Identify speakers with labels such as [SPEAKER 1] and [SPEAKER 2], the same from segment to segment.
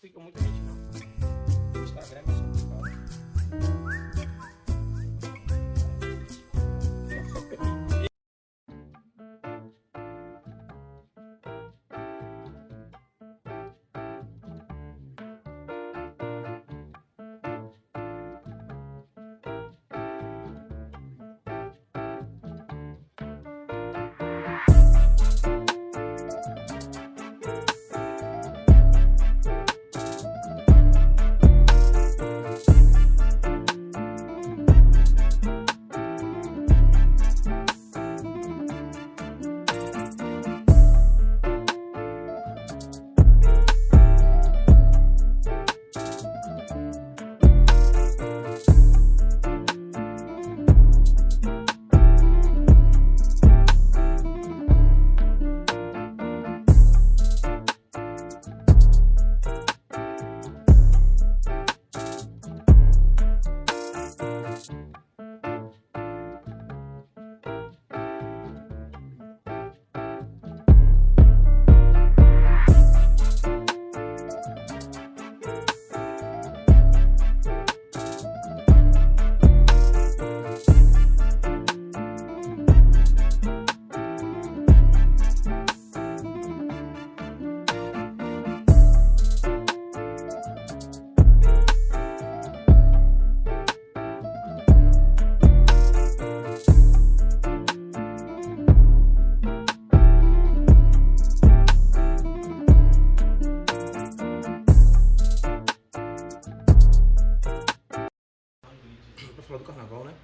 [SPEAKER 1] fica muita gente não. O Instagram é só por causa. pra falar do carnaval, né?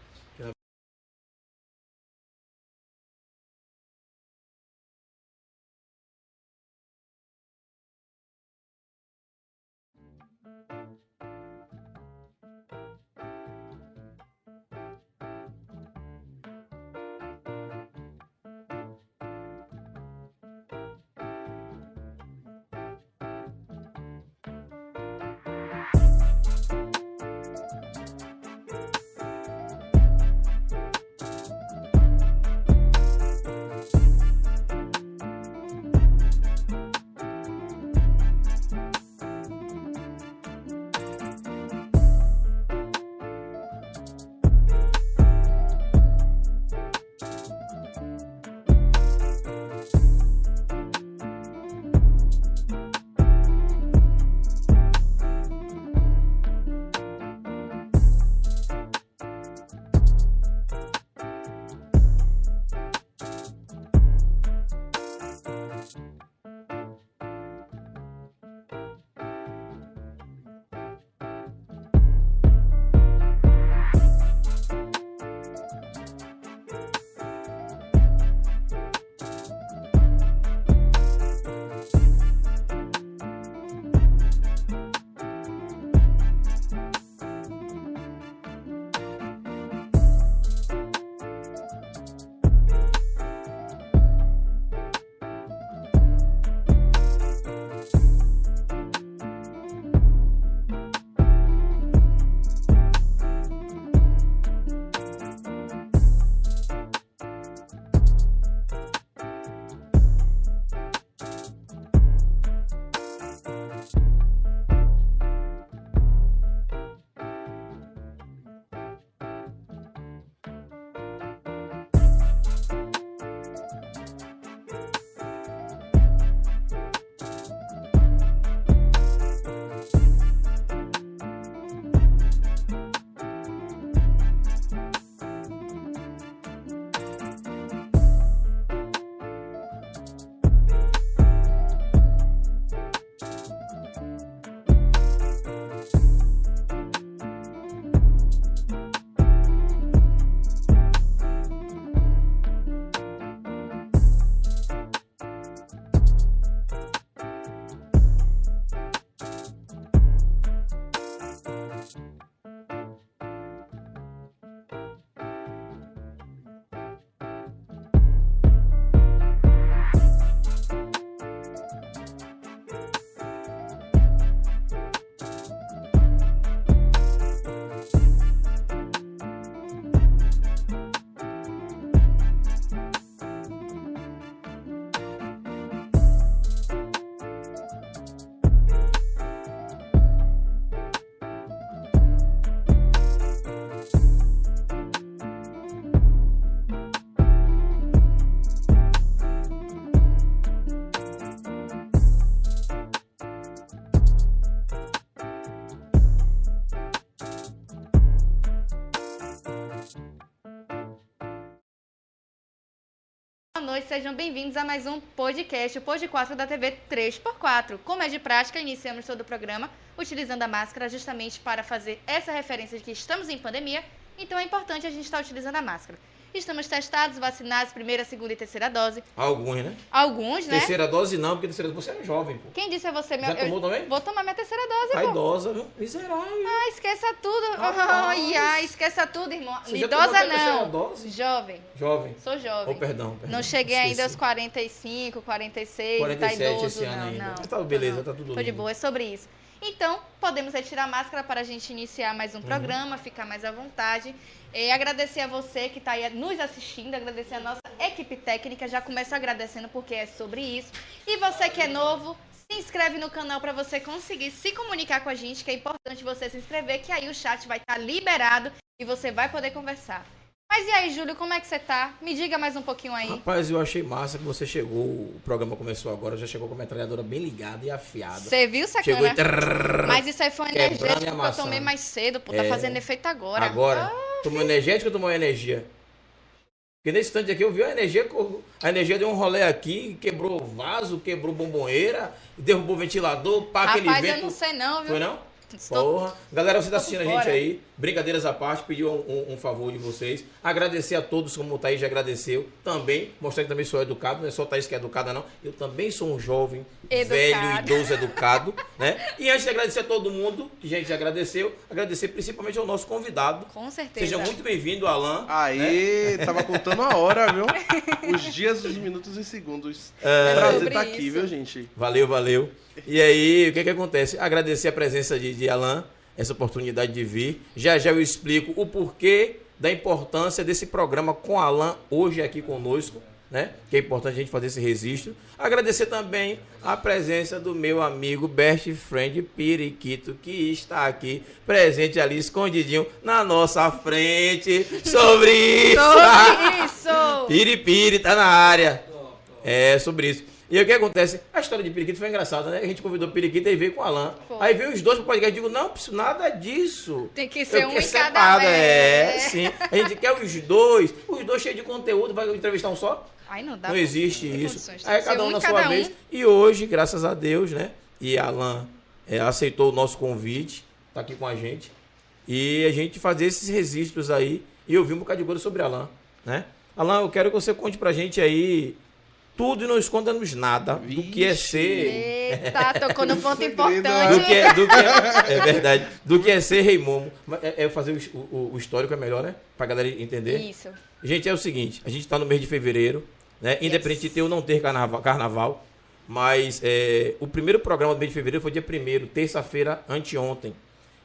[SPEAKER 2] Boa noite, sejam bem-vindos a mais um podcast, o Pod 4 da TV 3x4. Como é de prática, iniciamos todo o programa utilizando a máscara justamente para fazer essa referência de que estamos em pandemia, então é importante a gente estar utilizando a máscara. Estamos testados, vacinados, primeira, segunda e terceira dose.
[SPEAKER 1] Alguns, né?
[SPEAKER 2] Alguns, né?
[SPEAKER 1] Terceira dose não, porque terceira dose você é jovem, pô.
[SPEAKER 2] Quem disse é você, meu?
[SPEAKER 1] Já tomou também?
[SPEAKER 2] Vou tomar minha terceira dose,
[SPEAKER 1] Tá
[SPEAKER 2] pô.
[SPEAKER 1] idosa, viu? Miserável.
[SPEAKER 2] Ah, esqueça tudo.
[SPEAKER 1] Rapaz.
[SPEAKER 2] Ai, ai, esqueça tudo, irmão.
[SPEAKER 1] Você já tomou
[SPEAKER 2] Idosa
[SPEAKER 1] até a terceira
[SPEAKER 2] não.
[SPEAKER 1] dose?
[SPEAKER 2] Jovem.
[SPEAKER 1] Jovem.
[SPEAKER 2] Sou jovem.
[SPEAKER 1] Oh, perdão, perdão.
[SPEAKER 2] Não cheguei ainda aos
[SPEAKER 1] Esqueci.
[SPEAKER 2] 45, 46,
[SPEAKER 1] 47
[SPEAKER 2] tá idoso,
[SPEAKER 1] esse ano
[SPEAKER 2] não,
[SPEAKER 1] ainda.
[SPEAKER 2] não.
[SPEAKER 1] Mas tá beleza,
[SPEAKER 2] não.
[SPEAKER 1] tá tudo
[SPEAKER 2] Tô de
[SPEAKER 1] lindo.
[SPEAKER 2] boa, é sobre isso. Então, podemos retirar a máscara para a gente iniciar mais um
[SPEAKER 1] Uhum.
[SPEAKER 2] programa, ficar mais à vontade. E agradecer a você que está aí nos assistindo, agradecer a nossa equipe técnica. Já começo agradecendo porque é sobre isso. E você que é novo, se inscreve no canal para você conseguir se comunicar com a gente, que é importante você se inscrever, que aí o chat vai estar liberado e você vai poder conversar. Mas e aí, Júlio, como é que você tá? Me diga mais um pouquinho aí.
[SPEAKER 1] Rapaz, eu achei massa que você chegou. O programa começou agora, já chegou com a metralhadora bem ligada e afiada.
[SPEAKER 2] Você viu, sacana?
[SPEAKER 1] Chegou e. trrr,
[SPEAKER 2] Mas isso aí foi um
[SPEAKER 1] Quebrando e
[SPEAKER 2] energético que eu
[SPEAKER 1] amassando.
[SPEAKER 2] tomei mais cedo, pô. Tá
[SPEAKER 1] É.
[SPEAKER 2] fazendo efeito agora.
[SPEAKER 1] Agora,
[SPEAKER 2] Ah,
[SPEAKER 1] tomou energético ou tomou energia? Porque nesse instante aqui eu vi a energia, co- a energia deu um rolê aqui, quebrou o vaso, quebrou bombonheira, derrubou o ventilador, pá, aquele
[SPEAKER 2] Ah, Rapaz,
[SPEAKER 1] vento.
[SPEAKER 2] eu não sei não, viu?
[SPEAKER 1] Foi não?
[SPEAKER 2] Estou-
[SPEAKER 1] Porra. Galera, você tá assistindo a gente
[SPEAKER 2] fora.
[SPEAKER 1] aí, brincadeiras à parte, pediu um, um- um favor de vocês. Agradecer a todos, como o Thaís já agradeceu. Também, mostrar que também sou educado, não é só o Thaís que é educada, não. Eu também sou um jovem,
[SPEAKER 2] Educado.
[SPEAKER 1] velho, idoso, educado, né? E antes de agradecer a todo mundo, que a gente já agradeceu, agradecer principalmente ao nosso convidado.
[SPEAKER 2] Com certeza.
[SPEAKER 1] Seja muito bem-vindo, Alan.
[SPEAKER 3] Aí,
[SPEAKER 1] É?
[SPEAKER 3] tava contando a hora, viu? Os dias, os minutos e segundos.
[SPEAKER 2] É
[SPEAKER 3] Prazer
[SPEAKER 2] sobre
[SPEAKER 3] estar aqui,
[SPEAKER 2] isso.
[SPEAKER 3] viu, gente?
[SPEAKER 1] Valeu, valeu. E aí, o que que acontece? Agradecer a presença de, de Alan, essa oportunidade de vir. Já já eu explico o porquê da importância desse programa com Alan hoje aqui conosco, né? Que é importante a gente fazer esse registro. Agradecer também a presença do meu amigo best friend Periquito, que está aqui presente ali escondidinho na nossa frente. Sobre isso!
[SPEAKER 2] Sobre isso!
[SPEAKER 1] Piripiri tá na área. É, sobre isso. E aí o que acontece? A história de Periquito foi engraçada, né? A gente convidou o Periquito e veio com o Alan.
[SPEAKER 2] Foi.
[SPEAKER 1] Aí veio os dois pro podcast e digo, não, preciso nada disso.
[SPEAKER 2] Tem que
[SPEAKER 1] Eu
[SPEAKER 2] ser um
[SPEAKER 1] quero
[SPEAKER 2] em cada
[SPEAKER 1] separado,
[SPEAKER 2] vez.
[SPEAKER 1] É, sim. A gente quer os dois. Os dois cheios de conteúdo, vai entrevistar um só?
[SPEAKER 2] Ai, não dá.
[SPEAKER 1] não
[SPEAKER 2] pô.
[SPEAKER 1] existe
[SPEAKER 2] Tem
[SPEAKER 1] isso.
[SPEAKER 2] condições, tem
[SPEAKER 1] Aí
[SPEAKER 2] que
[SPEAKER 1] cada
[SPEAKER 2] ser
[SPEAKER 1] um na
[SPEAKER 2] em
[SPEAKER 1] sua
[SPEAKER 2] cada um.
[SPEAKER 1] vez. E hoje, graças a Deus, né? E Alan é, aceitou o nosso convite, tá aqui com a gente. E a gente fazer esses registros aí. E eu vi um bocado de coisa sobre Alan, né? Alan, eu quero que você conte pra gente aí tudo e não esconda-nos nada do que é
[SPEAKER 3] Vixe.
[SPEAKER 1] ser.
[SPEAKER 2] Eita, tocou no ponto
[SPEAKER 3] Segredo,
[SPEAKER 2] importante.
[SPEAKER 1] Do que é, do que é, é verdade. Do que é ser Rei Momo. Mas É, é fazer o, o- o histórico é melhor, né? Pra galera entender.
[SPEAKER 2] Isso.
[SPEAKER 1] Gente, é o seguinte, a gente está no mês de fevereiro, né? Independente de ter ou não ter carnaval, carnaval, mas é, o primeiro programa do mês de fevereiro foi dia primeiro, terça-feira, anteontem.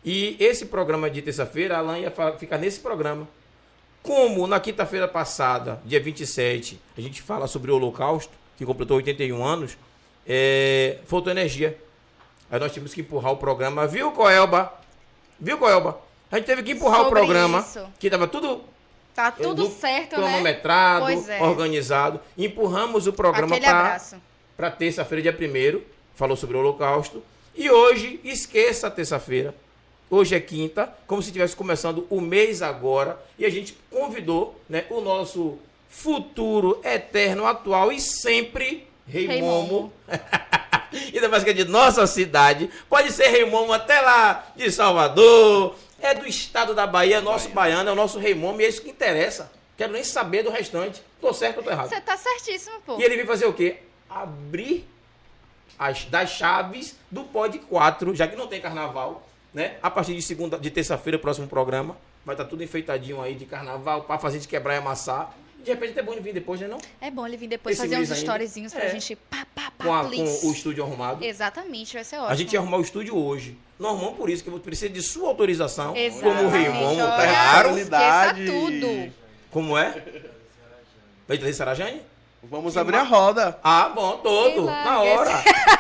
[SPEAKER 1] E esse programa de terça-feira, a Alan ia fa- ficar nesse programa. Como na quinta-feira passada, dia 27, a gente fala sobre o Holocausto, que completou 81 anos, é, faltou energia. Aí nós tivemos que empurrar o programa, viu, Coelba? Viu, Coelba? A gente teve que empurrar o
[SPEAKER 2] Sobre
[SPEAKER 1] programa,
[SPEAKER 2] isso.
[SPEAKER 1] que estava tudo
[SPEAKER 2] Tá tudo
[SPEAKER 1] do-
[SPEAKER 2] certo, né?
[SPEAKER 1] cronometrado,
[SPEAKER 2] Pois é.
[SPEAKER 1] organizado. Empurramos o programa
[SPEAKER 2] Aquele
[SPEAKER 1] para
[SPEAKER 2] abraço.
[SPEAKER 1] para terça-feira, dia 1 falou sobre o Holocausto. E hoje, esqueça a terça-feira. Hoje é quinta, como se estivesse começando o mês agora. E a gente convidou né, o nosso futuro, eterno, atual e sempre Rei
[SPEAKER 2] Rei
[SPEAKER 1] Momo. Ainda mais que é de nossa cidade. Pode ser Rei Momo até lá de Salvador. É do estado da Bahia, nosso baiano, é o nosso Rei Momo e é isso que interessa. Quero nem saber do restante. Tô certo ou tô errado?
[SPEAKER 2] Você tá certíssimo, pô.
[SPEAKER 1] E ele veio fazer o quê? Abrir as das chaves do Pod 4, já que não tem carnaval, né? A partir de segunda, de terça-feira, o próximo programa, vai estar tudo enfeitadinho aí de carnaval, pra fazer de quebrar e amassar. De repente até é bom ele vir depois, né não?
[SPEAKER 2] É bom ele vir depois
[SPEAKER 1] Esse
[SPEAKER 2] fazer uns
[SPEAKER 1] mês ainda.
[SPEAKER 2] storyzinhos pra
[SPEAKER 1] É.
[SPEAKER 2] gente pá, pá, pá,
[SPEAKER 1] Com, a-
[SPEAKER 2] please.
[SPEAKER 1] com o estúdio arrumado.
[SPEAKER 2] Exatamente, vai ser ótimo.
[SPEAKER 1] A gente ia arrumar o estúdio hoje. Nós arrumamos por isso, que eu vou precisar de sua autorização. um Como o
[SPEAKER 2] Exatamente,
[SPEAKER 1] Raimundo, tá
[SPEAKER 2] olha,
[SPEAKER 1] claro.
[SPEAKER 2] Esqueça
[SPEAKER 3] Realidade.
[SPEAKER 2] tudo.
[SPEAKER 1] Como é? Vai trazer Sarajane?
[SPEAKER 3] Vamos abrir a roda.
[SPEAKER 1] Ah, bom, todo,
[SPEAKER 2] Sei lá,
[SPEAKER 1] na hora.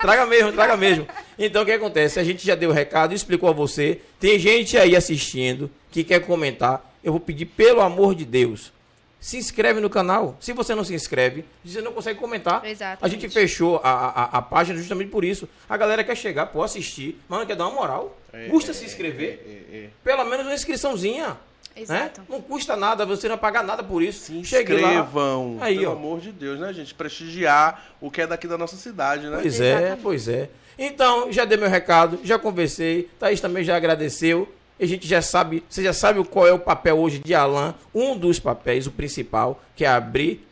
[SPEAKER 1] traga mesmo, traga mesmo. Então, o que acontece? A gente já deu o recado, explicou a você. Tem gente aí assistindo que quer comentar. Eu vou pedir, pelo amor de Deus, se inscreve no canal. Se você não se inscreve, você não consegue comentar.
[SPEAKER 2] Exatamente.
[SPEAKER 1] A gente fechou a, a, a- a página justamente por isso. A galera quer chegar, pô, assistir, mas não quer dar uma moral. É, Custa se inscrever.
[SPEAKER 3] É, é, é.
[SPEAKER 1] Pelo menos uma inscriçãozinha. Né?
[SPEAKER 2] Exato.
[SPEAKER 1] Não custa nada, você não vai pagar nada por isso.
[SPEAKER 3] Se
[SPEAKER 1] Cheguei lá.
[SPEAKER 3] inscrevam,
[SPEAKER 1] Aí,
[SPEAKER 3] pelo
[SPEAKER 1] ó.
[SPEAKER 3] amor de Deus, né, gente? Prestigiar o que é daqui da nossa cidade, né?
[SPEAKER 1] Pois é,
[SPEAKER 2] Exatamente.
[SPEAKER 1] pois é. Então, já dei meu recado, já conversei, Thaís também já agradeceu. E a gente já sabe, você já sabe qual é o papel hoje de Alain, um dos papéis, o principal, que é abrir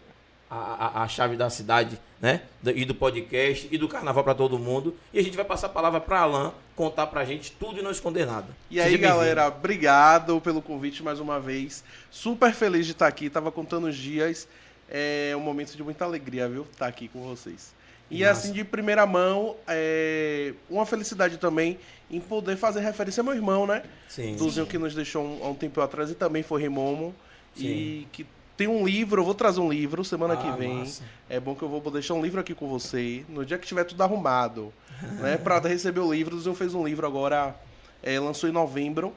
[SPEAKER 1] a, a- a chave da cidade, né? Do- E do podcast e do carnaval para todo mundo. E a gente vai passar a palavra para Alain contar pra gente tudo e não esconder nada.
[SPEAKER 3] E
[SPEAKER 1] Seja
[SPEAKER 3] aí,
[SPEAKER 1] bem-vindo.
[SPEAKER 3] galera, obrigado pelo convite mais uma vez. Super feliz de estar aqui. Tava contando os dias. É um momento de muita alegria, viu? Estar aqui com vocês. E
[SPEAKER 1] Massa.
[SPEAKER 3] assim, de primeira mão, é uma felicidade também em poder fazer referência ao meu irmão, né?
[SPEAKER 1] Sim.
[SPEAKER 3] Duzinho que nos deixou um- há um tempo atrás e também foi Rimomo. E
[SPEAKER 1] Sim.
[SPEAKER 3] que tem um livro, eu vou trazer um livro semana que
[SPEAKER 1] Ah,
[SPEAKER 3] vem.
[SPEAKER 1] massa.
[SPEAKER 3] É bom que eu vou deixar um livro aqui com você, no dia que tiver tudo arrumado, né? Pra receber o livro, o Zil fez um livro agora, é, lançou em novembro,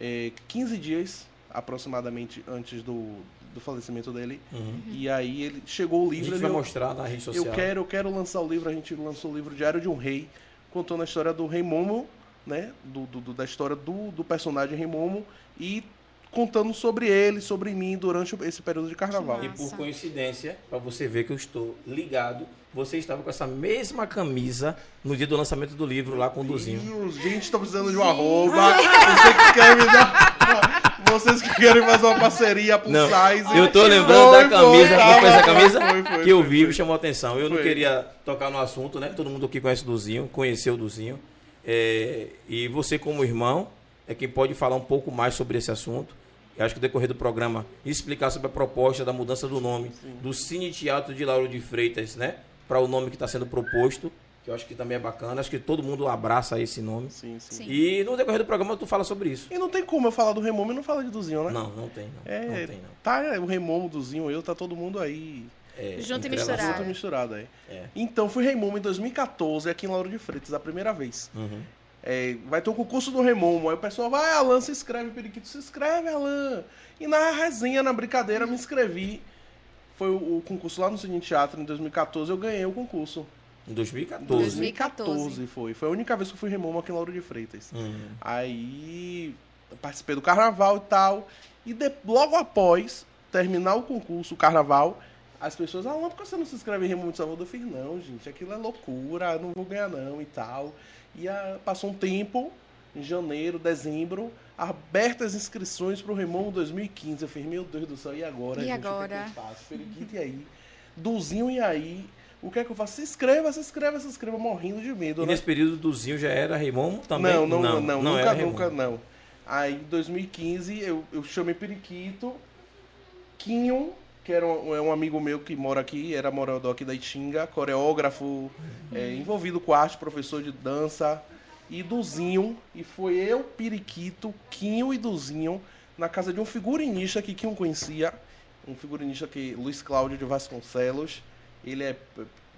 [SPEAKER 3] é, 15 dias aproximadamente antes do, do falecimento dele.
[SPEAKER 1] Uhum.
[SPEAKER 3] E aí ele chegou o
[SPEAKER 1] A
[SPEAKER 3] livro,
[SPEAKER 1] gente
[SPEAKER 3] ele,
[SPEAKER 1] vai
[SPEAKER 3] eu,
[SPEAKER 1] mostrar na rede social.
[SPEAKER 3] eu quero, eu quero lançar o livro, a gente lançou o livro Diário de um Rei, contando a história do Rei Momo, né? Do, do- do- da história do, do personagem Rei Momo e contando sobre ele, sobre mim durante esse período de carnaval.
[SPEAKER 1] E
[SPEAKER 2] massa.
[SPEAKER 1] por coincidência, para você ver que eu estou ligado, você estava com essa mesma camisa no dia do lançamento do livro lá com o Duzinho.
[SPEAKER 3] Deus, gente, tô precisando de um arroba. Você que quer me dar. Vocês que querem fazer uma parceria pro
[SPEAKER 1] Não,
[SPEAKER 3] size.
[SPEAKER 1] Eu tô
[SPEAKER 2] Ótimo.
[SPEAKER 1] lembrando da
[SPEAKER 3] Foi,
[SPEAKER 1] camisa,
[SPEAKER 3] foi,
[SPEAKER 1] não foi essa
[SPEAKER 3] foi,
[SPEAKER 1] camisa
[SPEAKER 3] foi, foi,
[SPEAKER 1] que eu
[SPEAKER 3] foi,
[SPEAKER 1] vi
[SPEAKER 3] foi.
[SPEAKER 1] me chamou a atenção. Eu não
[SPEAKER 3] Foi.
[SPEAKER 1] queria tocar no assunto, né? Todo mundo aqui conhece o Duzinho, conheceu o Duzinho. É, e você, como irmão, é quem pode falar um pouco mais sobre esse assunto. Eu acho que no decorrer do programa explicar sobre a proposta da mudança do nome do Cine Teatro de Lauro de Freitas, né? Para o nome que está sendo proposto, que eu acho que também é bacana. Acho que todo mundo abraça esse nome.
[SPEAKER 3] Sim, sim.
[SPEAKER 2] Sim.
[SPEAKER 1] E no decorrer do programa tu fala sobre isso.
[SPEAKER 3] E não tem como eu falar do Remomo e não falar de Duzinho, né?
[SPEAKER 1] Não, não tem, não.
[SPEAKER 3] É,
[SPEAKER 1] Não tem, não.
[SPEAKER 3] Tá, o Remomo, Duzinho, eu, tá todo mundo aí.
[SPEAKER 1] É,
[SPEAKER 2] Junto
[SPEAKER 1] entrelaçado.
[SPEAKER 2] e misturado.
[SPEAKER 3] Tudo misturado aí.
[SPEAKER 1] É.
[SPEAKER 3] Então, fui Remomo em 2014 aqui em Lauro de Freitas, a primeira vez.
[SPEAKER 1] Uhum.
[SPEAKER 3] É, vai ter o concurso do Remomo. Aí o pessoal vai, "Ah, Alan, se inscreve, Periquito, se inscreve, Alan. E na resenha, na brincadeira, me inscrevi. Foi o, o concurso lá no Cine Teatro em 2014, eu ganhei o concurso.
[SPEAKER 1] Em 2014.
[SPEAKER 3] 2014 foi. Foi a única vez que eu fui Remomo aqui em Lauro de Freitas.
[SPEAKER 1] Hum.
[SPEAKER 3] Aí eu participei do carnaval e tal. E de- logo após terminar o concurso, o carnaval, as pessoas, ah, não, por que você não se inscreve em Remo de Salvador? Eu fiz, não, gente, aquilo é loucura, eu não vou ganhar não e tal. E ah, passou um tempo, em janeiro, dezembro, abertas inscrições pro Remo 2015. Eu fiz, meu Deus do céu, e agora,
[SPEAKER 2] E
[SPEAKER 3] gente? O que, é
[SPEAKER 2] agora?
[SPEAKER 3] que eu faço? Periquito, e aí? Duzinho, e aí? O que é que eu faço? Se inscreva, se inscreva, se inscreva, morrendo de medo,
[SPEAKER 1] E
[SPEAKER 3] né?
[SPEAKER 1] nesse período Duzinho já era Raymond também?
[SPEAKER 3] Não, não, não, nunca,
[SPEAKER 1] era Raymond.
[SPEAKER 3] nunca, não. Aí em 2015 eu, eu chamei Periquito, Quinho, que era um, é um amigo meu que mora aqui, era morador aqui da Itinga, coreógrafo, é, envolvido com arte, professor de dança, e Duzinho, e foi eu, Periquito, Quinho e Duzinho, na casa de um figurinista que Quinho conhecia, um figurinista que Luiz Cláudio de Vasconcelos, ele é,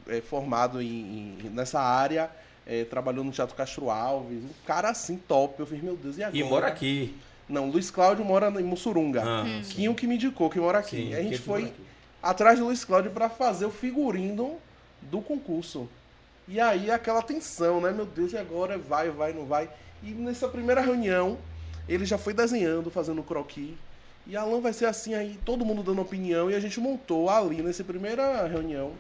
[SPEAKER 3] é formado em- em- nessa área, é, trabalhou no Teatro Castro Alves, um cara assim top, eu fiz, meu Deus, e agora?
[SPEAKER 1] E mora aqui.
[SPEAKER 3] Não, Luiz Cláudio mora em Mussurunga.
[SPEAKER 1] Ah,
[SPEAKER 2] Uhum.
[SPEAKER 3] Quinho que me indicou que mora aqui.
[SPEAKER 1] sim,
[SPEAKER 3] Aí a gente
[SPEAKER 1] que é mora
[SPEAKER 3] foi
[SPEAKER 1] aqui.
[SPEAKER 3] atrás do Luiz Cláudio pra fazer o figurino do concurso. E aí aquela tensão, né? Meu Deus, e agora vai, vai, não vai. E nessa primeira reunião, ele já foi desenhando, fazendo croquis. E Alan vai ser assim aí, todo mundo dando opinião. E a gente montou ali, nessa primeira reunião,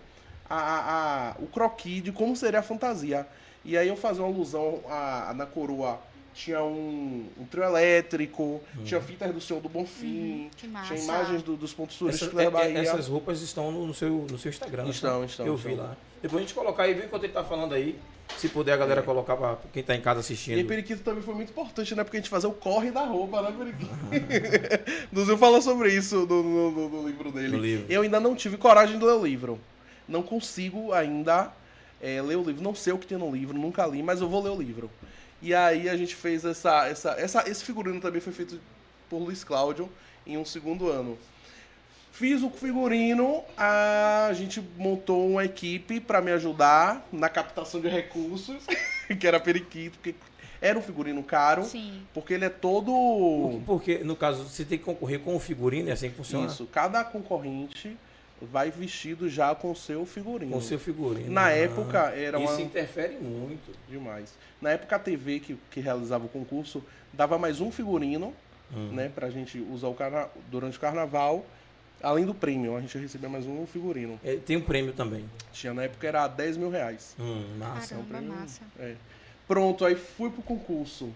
[SPEAKER 3] a, a- a- o croquis de como seria a fantasia. E aí eu fazia uma alusão a, a- na coroa. Tinha um, um trio elétrico,
[SPEAKER 1] Hum.
[SPEAKER 3] tinha fitas do Senhor do Bonfim,
[SPEAKER 2] Que Hum. massa.
[SPEAKER 3] tinha imagens do- dos pontos turísticos
[SPEAKER 1] Essas,
[SPEAKER 3] da
[SPEAKER 1] é- é-
[SPEAKER 3] Bahia.
[SPEAKER 1] essas roupas estão no, no seu, no seu Instagram. né?
[SPEAKER 3] Estão, estão,
[SPEAKER 1] Eu
[SPEAKER 3] estão.
[SPEAKER 1] vi lá. Depois a gente colocar aí, vê enquanto ele tá falando aí. Se puder a galera colocar pra quem tá em casa
[SPEAKER 3] É. E é
[SPEAKER 1] assistindo.
[SPEAKER 3] periquito também foi muito importante, né? Porque a gente fazia o corre da roupa, né, periquito? Duzil fala sobre isso no, no- no- no livro dele.
[SPEAKER 1] No livro.
[SPEAKER 3] Eu ainda não tive coragem de ler o livro. Não consigo ainda é, ler o livro. Não sei o que tem no livro, nunca li, mas eu vou ler o livro. E aí a gente fez essa... essa, essa esse figurino também foi feito por Luiz Cláudio em um segundo ano. Fiz o figurino, a gente montou uma equipe pra me ajudar na captação de recursos, que era periquito, porque era um figurino caro,
[SPEAKER 2] Sim.
[SPEAKER 3] porque ele é todo.
[SPEAKER 1] Porque, no caso, você tem que concorrer com o figurino, é assim que funciona?
[SPEAKER 3] Isso, cada concorrente vai vestido já com o seu figurino.
[SPEAKER 1] Com o seu figurino.
[SPEAKER 3] Na
[SPEAKER 1] Ah,
[SPEAKER 3] época era
[SPEAKER 1] Isso
[SPEAKER 3] uma.
[SPEAKER 1] interfere muito.
[SPEAKER 3] Demais. Na época a TV que, que realizava o concurso dava mais um figurino
[SPEAKER 1] Hum.
[SPEAKER 3] né? Pra gente usar o carna... durante o carnaval. Além do prêmio, a gente recebia mais um figurino.
[SPEAKER 1] É, tem um prêmio também.
[SPEAKER 3] Tinha na época era 10 mil reais.
[SPEAKER 1] Hum, massa.
[SPEAKER 3] É um
[SPEAKER 2] Caramba,
[SPEAKER 3] prêmio-
[SPEAKER 2] massa.
[SPEAKER 3] é. Pronto, aí fui pro concurso.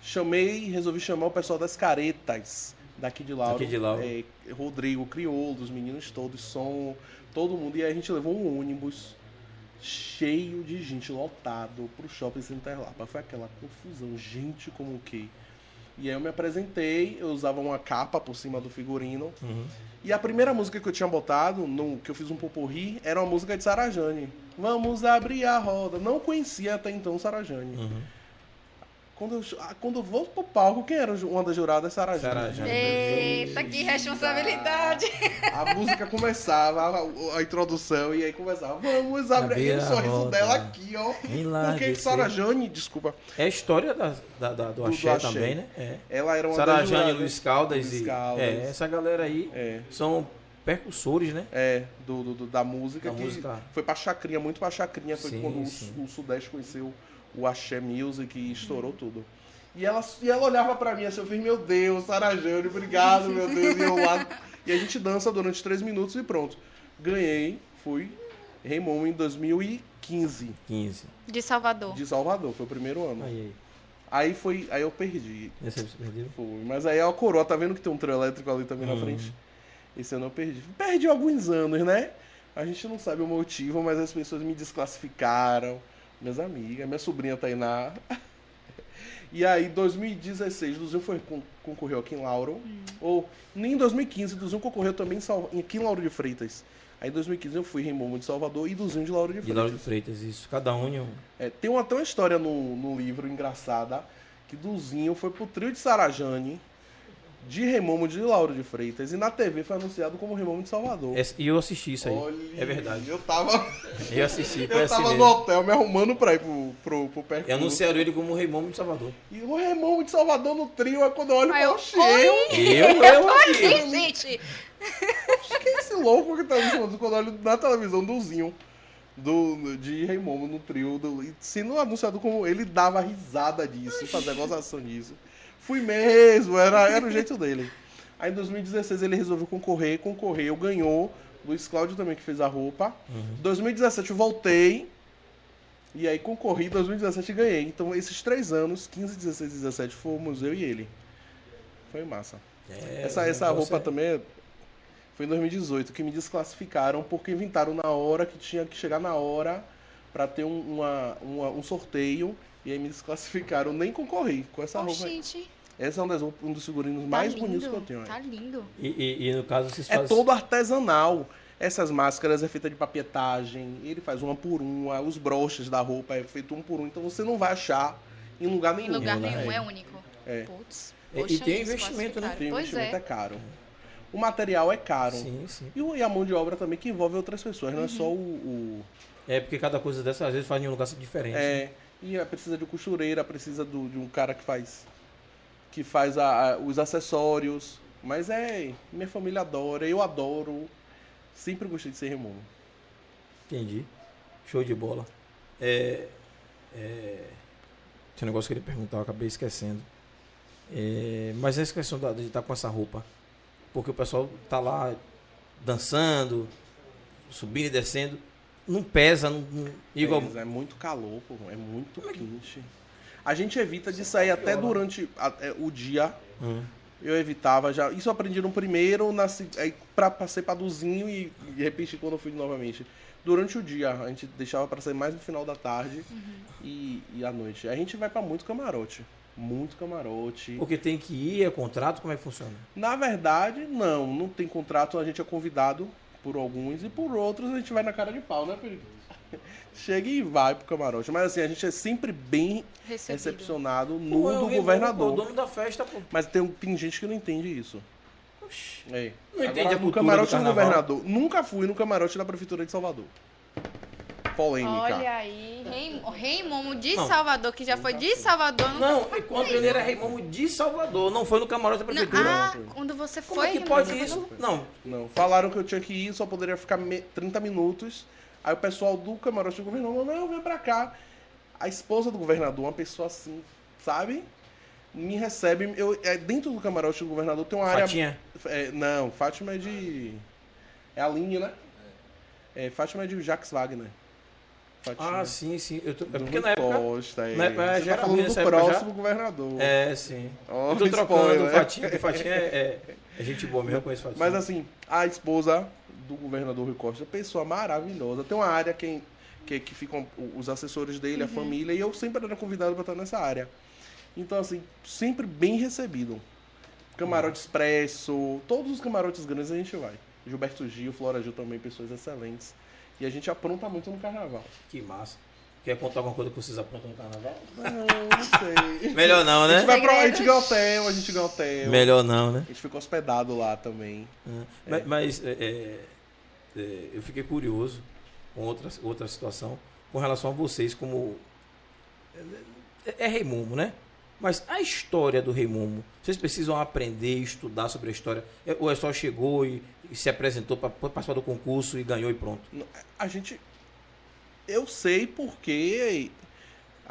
[SPEAKER 3] Chamei, resolvi chamar o pessoal das caretas daqui de Lauro.
[SPEAKER 1] Daqui de Lauro.
[SPEAKER 3] É, Rodrigo, Crioulo, os meninos todos, som, todo mundo. E aí a gente levou um ônibus cheio de gente, lotado, pro shopping Center Lapa. Foi aquela confusão, gente como que. E aí eu me apresentei, eu usava uma capa por cima do figurino.
[SPEAKER 1] Uhum.
[SPEAKER 3] E a primeira música que eu tinha botado, no, que eu fiz um poporri, era uma música de Sarajane. Vamos abrir a roda. Não conhecia até então Sarajane.
[SPEAKER 1] Uhum.
[SPEAKER 3] Quando eu, ah, quando eu vou pro palco, quem era uma das juradas? Sarajane.
[SPEAKER 1] Sarajane.
[SPEAKER 2] Eita, que responsabilidade.
[SPEAKER 3] A música começava, a, a introdução, e aí começava. Vamos
[SPEAKER 1] Abrir
[SPEAKER 3] abrir. E o
[SPEAKER 1] a
[SPEAKER 3] sorriso
[SPEAKER 1] roda. Ah,
[SPEAKER 3] dela aqui, ó. Porque
[SPEAKER 1] Enlarguecer.
[SPEAKER 3] Sarajane, desculpa,
[SPEAKER 1] É a história da, da- da- do,
[SPEAKER 3] Do-
[SPEAKER 1] axé
[SPEAKER 3] do axé.
[SPEAKER 1] também, né? É.
[SPEAKER 3] ela era uma das
[SPEAKER 1] Sarajane,
[SPEAKER 3] juradas.
[SPEAKER 1] Luiz Caldas
[SPEAKER 3] Luiz
[SPEAKER 1] e.
[SPEAKER 3] Caldas.
[SPEAKER 1] É, essa galera aí
[SPEAKER 3] É,
[SPEAKER 1] são percussores, né?
[SPEAKER 3] é do, do- do- da música
[SPEAKER 1] Da
[SPEAKER 3] que
[SPEAKER 1] música.
[SPEAKER 3] foi pra chacrinha, muito pra chacrinha. Foi
[SPEAKER 1] Sim,
[SPEAKER 3] quando o,
[SPEAKER 1] sim.
[SPEAKER 3] o Sudeste conheceu o Axé Music e estourou tudo. E ela, e ela olhava pra mim assim, eu fiz, meu Deus, Sarajane, obrigado, meu Deus, e eu lá. E a gente dança durante três minutos e pronto. Ganhei, fui Rei Momo em 2015,
[SPEAKER 1] 15.
[SPEAKER 2] De Salvador.
[SPEAKER 3] de Salvador, foi o primeiro ano.
[SPEAKER 1] Aí, aí.
[SPEAKER 3] Aí foi, aí eu perdi.
[SPEAKER 1] Essa você perdeu?
[SPEAKER 3] Foi, Mas aí é a coroa, tá vendo que tem um trio elétrico ali também
[SPEAKER 1] Hum.
[SPEAKER 3] na frente? Esse eu não perdi. Perdi alguns anos, né? A gente não sabe o motivo, mas as pessoas me desclassificaram. Minhas amigas, minha sobrinha Tainá. E aí, 2016, Duzinho foi, con- concorreu aqui em Lauro. Ou, nem em 2015, Duzinho concorreu também em Sal- aqui em Lauro de Freitas. Aí, em 2015, eu fui Remomo de Salvador e Duzinho de Lauro de
[SPEAKER 1] De
[SPEAKER 3] Freitas.
[SPEAKER 1] Lauro de Freitas, isso. Cada um em um.
[SPEAKER 3] É, tem uma, tem uma história no, no livro engraçada que Duzinho foi pro trio de Sarajane, de Remomo de Lauro de Freitas, e na TV foi anunciado como Remomo de Salvador.
[SPEAKER 1] Essa- E eu assisti É isso aí.
[SPEAKER 3] Olha,
[SPEAKER 1] É verdade.
[SPEAKER 3] Eu tava,
[SPEAKER 1] Eu assisti, foi
[SPEAKER 3] eu
[SPEAKER 1] assim
[SPEAKER 3] tava no
[SPEAKER 1] mesmo.
[SPEAKER 3] hotel me arrumando pra ir pro, pro, pro percurso.
[SPEAKER 1] E anunciaram ele como o Rei Momo de Salvador.
[SPEAKER 3] E o Remomo de Salvador no trio, aí quando eu olho,
[SPEAKER 2] Aí
[SPEAKER 3] eu
[SPEAKER 2] eu,
[SPEAKER 3] cheio.
[SPEAKER 1] Eu, eu aqui.
[SPEAKER 2] Ih, gente.
[SPEAKER 3] Quem é esse louco que tá me chamando? Quando eu olho na televisão, Duzinho. Do, de Remomo no trio, do, e sendo anunciado como ele dava risada disso, fazia gozação disso. Fui mesmo, era, era o jeito dele. Aí em 2016 ele resolveu concorrer, concorreu, ganhou. Luiz Cláudio também que fez a roupa.
[SPEAKER 1] Uhum.
[SPEAKER 3] 2017 eu voltei. E aí concorri, 2017 ganhei. Então esses três anos, 15, 16 e 17, fomos eu e ele. Foi massa.
[SPEAKER 1] É,
[SPEAKER 3] Essa,
[SPEAKER 1] o negócio
[SPEAKER 3] essa roupa
[SPEAKER 1] é-
[SPEAKER 3] também foi em 2018, que me desclassificaram porque inventaram na hora que tinha que chegar na hora pra ter um, uma- uma- um sorteio. E aí me desclassificaram, nem concorri com essa
[SPEAKER 2] Oh,
[SPEAKER 3] roupa. aí.
[SPEAKER 2] gente.
[SPEAKER 3] Essa é uma das roupas- um dos figurinos
[SPEAKER 2] Tá
[SPEAKER 3] mais
[SPEAKER 2] lindo.
[SPEAKER 3] bonitos que eu tenho. é.
[SPEAKER 2] Tá lindo.
[SPEAKER 1] E, e- e no caso vocês
[SPEAKER 3] É
[SPEAKER 1] fazem.
[SPEAKER 3] todo artesanal. Essas máscaras é feita de papietagem, ele faz uma por uma, os broches da roupa é feito um por um, então você não vai achar em lugar
[SPEAKER 2] Em
[SPEAKER 3] nenhum.
[SPEAKER 2] lugar
[SPEAKER 1] lugar
[SPEAKER 2] nenhum
[SPEAKER 3] É.
[SPEAKER 2] é único.
[SPEAKER 3] É.
[SPEAKER 2] Putz.
[SPEAKER 1] E- e
[SPEAKER 2] poxa,
[SPEAKER 1] tem
[SPEAKER 2] eles
[SPEAKER 1] investimento, né?
[SPEAKER 2] classificaram.
[SPEAKER 3] Tem
[SPEAKER 2] Pois
[SPEAKER 3] investimento
[SPEAKER 2] é.
[SPEAKER 3] é caro. O material é caro.
[SPEAKER 1] Sim, sim.
[SPEAKER 3] E o- e a mão de obra também que envolve outras pessoas, não é só o. o-
[SPEAKER 1] É porque cada coisa dessa às vezes faz em um lugar diferente.
[SPEAKER 3] é, e é, precisa de costureira, precisa do- de um cara que faz. que faz a- a- os acessórios. Mas é. Minha família adora, eu adoro. Sempre gostei de ser remomo.
[SPEAKER 1] Entendi. Show de bola. É, é, Tinha um negócio que eu queria perguntar, eu acabei esquecendo. É, Mas essa questão da- de estar com essa roupa. Porque o pessoal tá lá dançando, subindo e descendo. Não pesa, não. não- Igual.
[SPEAKER 3] Mas É muito calor, pô, é muito quente. A gente evita de sair até durante a- é, o dia.
[SPEAKER 1] Hum.
[SPEAKER 3] Eu evitava já. Isso eu aprendi no primeiro, na, se- aí pra, passei pra Duzinho e, e repeti quando eu fui novamente. Durante o dia, a gente deixava pra sair mais no final da tarde e, e à noite. A gente vai pra muito camarote. Muito camarote.
[SPEAKER 1] Porque tem que ir, é contrato, como é que funciona?
[SPEAKER 3] Na verdade, não, não tem contrato, a gente é convidado por alguns e por outros a gente vai na cara de pau, né, Felipe? Chega e vai pro camarote. Mas assim, a gente é sempre bem
[SPEAKER 2] Recebido.
[SPEAKER 3] recepcionado
[SPEAKER 1] Pô,
[SPEAKER 3] no
[SPEAKER 1] é
[SPEAKER 3] do
[SPEAKER 1] alguém-
[SPEAKER 3] governador.
[SPEAKER 1] O dono da festa, pô.
[SPEAKER 3] Mas tem, tem gente que não entende isso.
[SPEAKER 1] Oxi.
[SPEAKER 3] É.
[SPEAKER 1] Não entende a
[SPEAKER 3] Agora, no
[SPEAKER 1] cultura
[SPEAKER 3] camarote
[SPEAKER 1] do
[SPEAKER 3] do,
[SPEAKER 1] carnaval.
[SPEAKER 3] governador. Nunca fui no camarote da prefeitura de Salvador. Polêmica.
[SPEAKER 2] Olha aí. Rei, Rei Momo de
[SPEAKER 1] Não.
[SPEAKER 2] Salvador, que já foi
[SPEAKER 3] tá
[SPEAKER 2] de
[SPEAKER 3] assim.
[SPEAKER 2] Salvador. Não,
[SPEAKER 1] Não, e quando ele era rei Momo de Salvador, não foi no camarote da
[SPEAKER 2] não,
[SPEAKER 1] prefeitura.
[SPEAKER 2] ah,
[SPEAKER 3] não.
[SPEAKER 2] quando você
[SPEAKER 1] Como
[SPEAKER 2] foi.
[SPEAKER 1] é que
[SPEAKER 2] Rei Momo
[SPEAKER 1] pode
[SPEAKER 2] de Salvador?
[SPEAKER 1] isso? Não,
[SPEAKER 3] Não, falaram que eu tinha que ir, só poderia ficar me- 30 minutos. Aí o pessoal do camarote do governador, não, vem pra cá. A esposa do governador, uma pessoa assim, sabe? me recebe. Eu, é, dentro do camarote do governador tem uma
[SPEAKER 1] Fatinha.
[SPEAKER 3] área. É, não, Fátima é de. É a linha, né? É, Fátima é de Jacques Wagner. Fátima.
[SPEAKER 1] Ah, sim, sim. Eu tô... É
[SPEAKER 3] Do
[SPEAKER 1] porque na
[SPEAKER 3] Rui
[SPEAKER 1] época.
[SPEAKER 3] Costa, é.
[SPEAKER 1] na época
[SPEAKER 3] Você
[SPEAKER 1] já
[SPEAKER 3] tá
[SPEAKER 1] era
[SPEAKER 3] falando
[SPEAKER 1] ruim
[SPEAKER 3] do
[SPEAKER 1] nessa época já?
[SPEAKER 3] próximo governador.
[SPEAKER 1] É, sim.
[SPEAKER 3] Ó,
[SPEAKER 1] eu tô trocando
[SPEAKER 3] spoiler. né?
[SPEAKER 1] Fatinha, porque Fatinha é, é, é gente boa mesmo, eu conheço Fatinha.
[SPEAKER 3] Mas assim, a esposa do governador Rui Costa, pessoa maravilhosa. Tem uma área que, que, que ficam os assessores dele, a família, e eu sempre era convidado para estar nessa área. Então, assim, sempre bem recebido. Camarote Expresso, todos os camarotes grandes a gente vai. Gilberto Gil, Flora Gil também, pessoas excelentes. E a gente apronta muito no carnaval.
[SPEAKER 1] Que massa. Quer contar alguma coisa que vocês apontam no carnaval?
[SPEAKER 3] Não, não sei.
[SPEAKER 1] Melhor não,
[SPEAKER 3] A gente,
[SPEAKER 1] né?
[SPEAKER 3] vai pra, a gente ganha hotel, a gente ganha hotel.
[SPEAKER 1] Melhor não, né?
[SPEAKER 3] A gente fica hospedado lá também.
[SPEAKER 1] Mas, mas, é, é, é, eu fiquei curioso com outra, outra situação com relação a vocês como. É, é Rei Momo, né? Mas a história do Rei Momo, vocês precisam aprender e estudar sobre a história? É, Ou é só chegou e, e se apresentou para participar do concurso e ganhou e pronto?
[SPEAKER 3] A gente. Eu sei porque.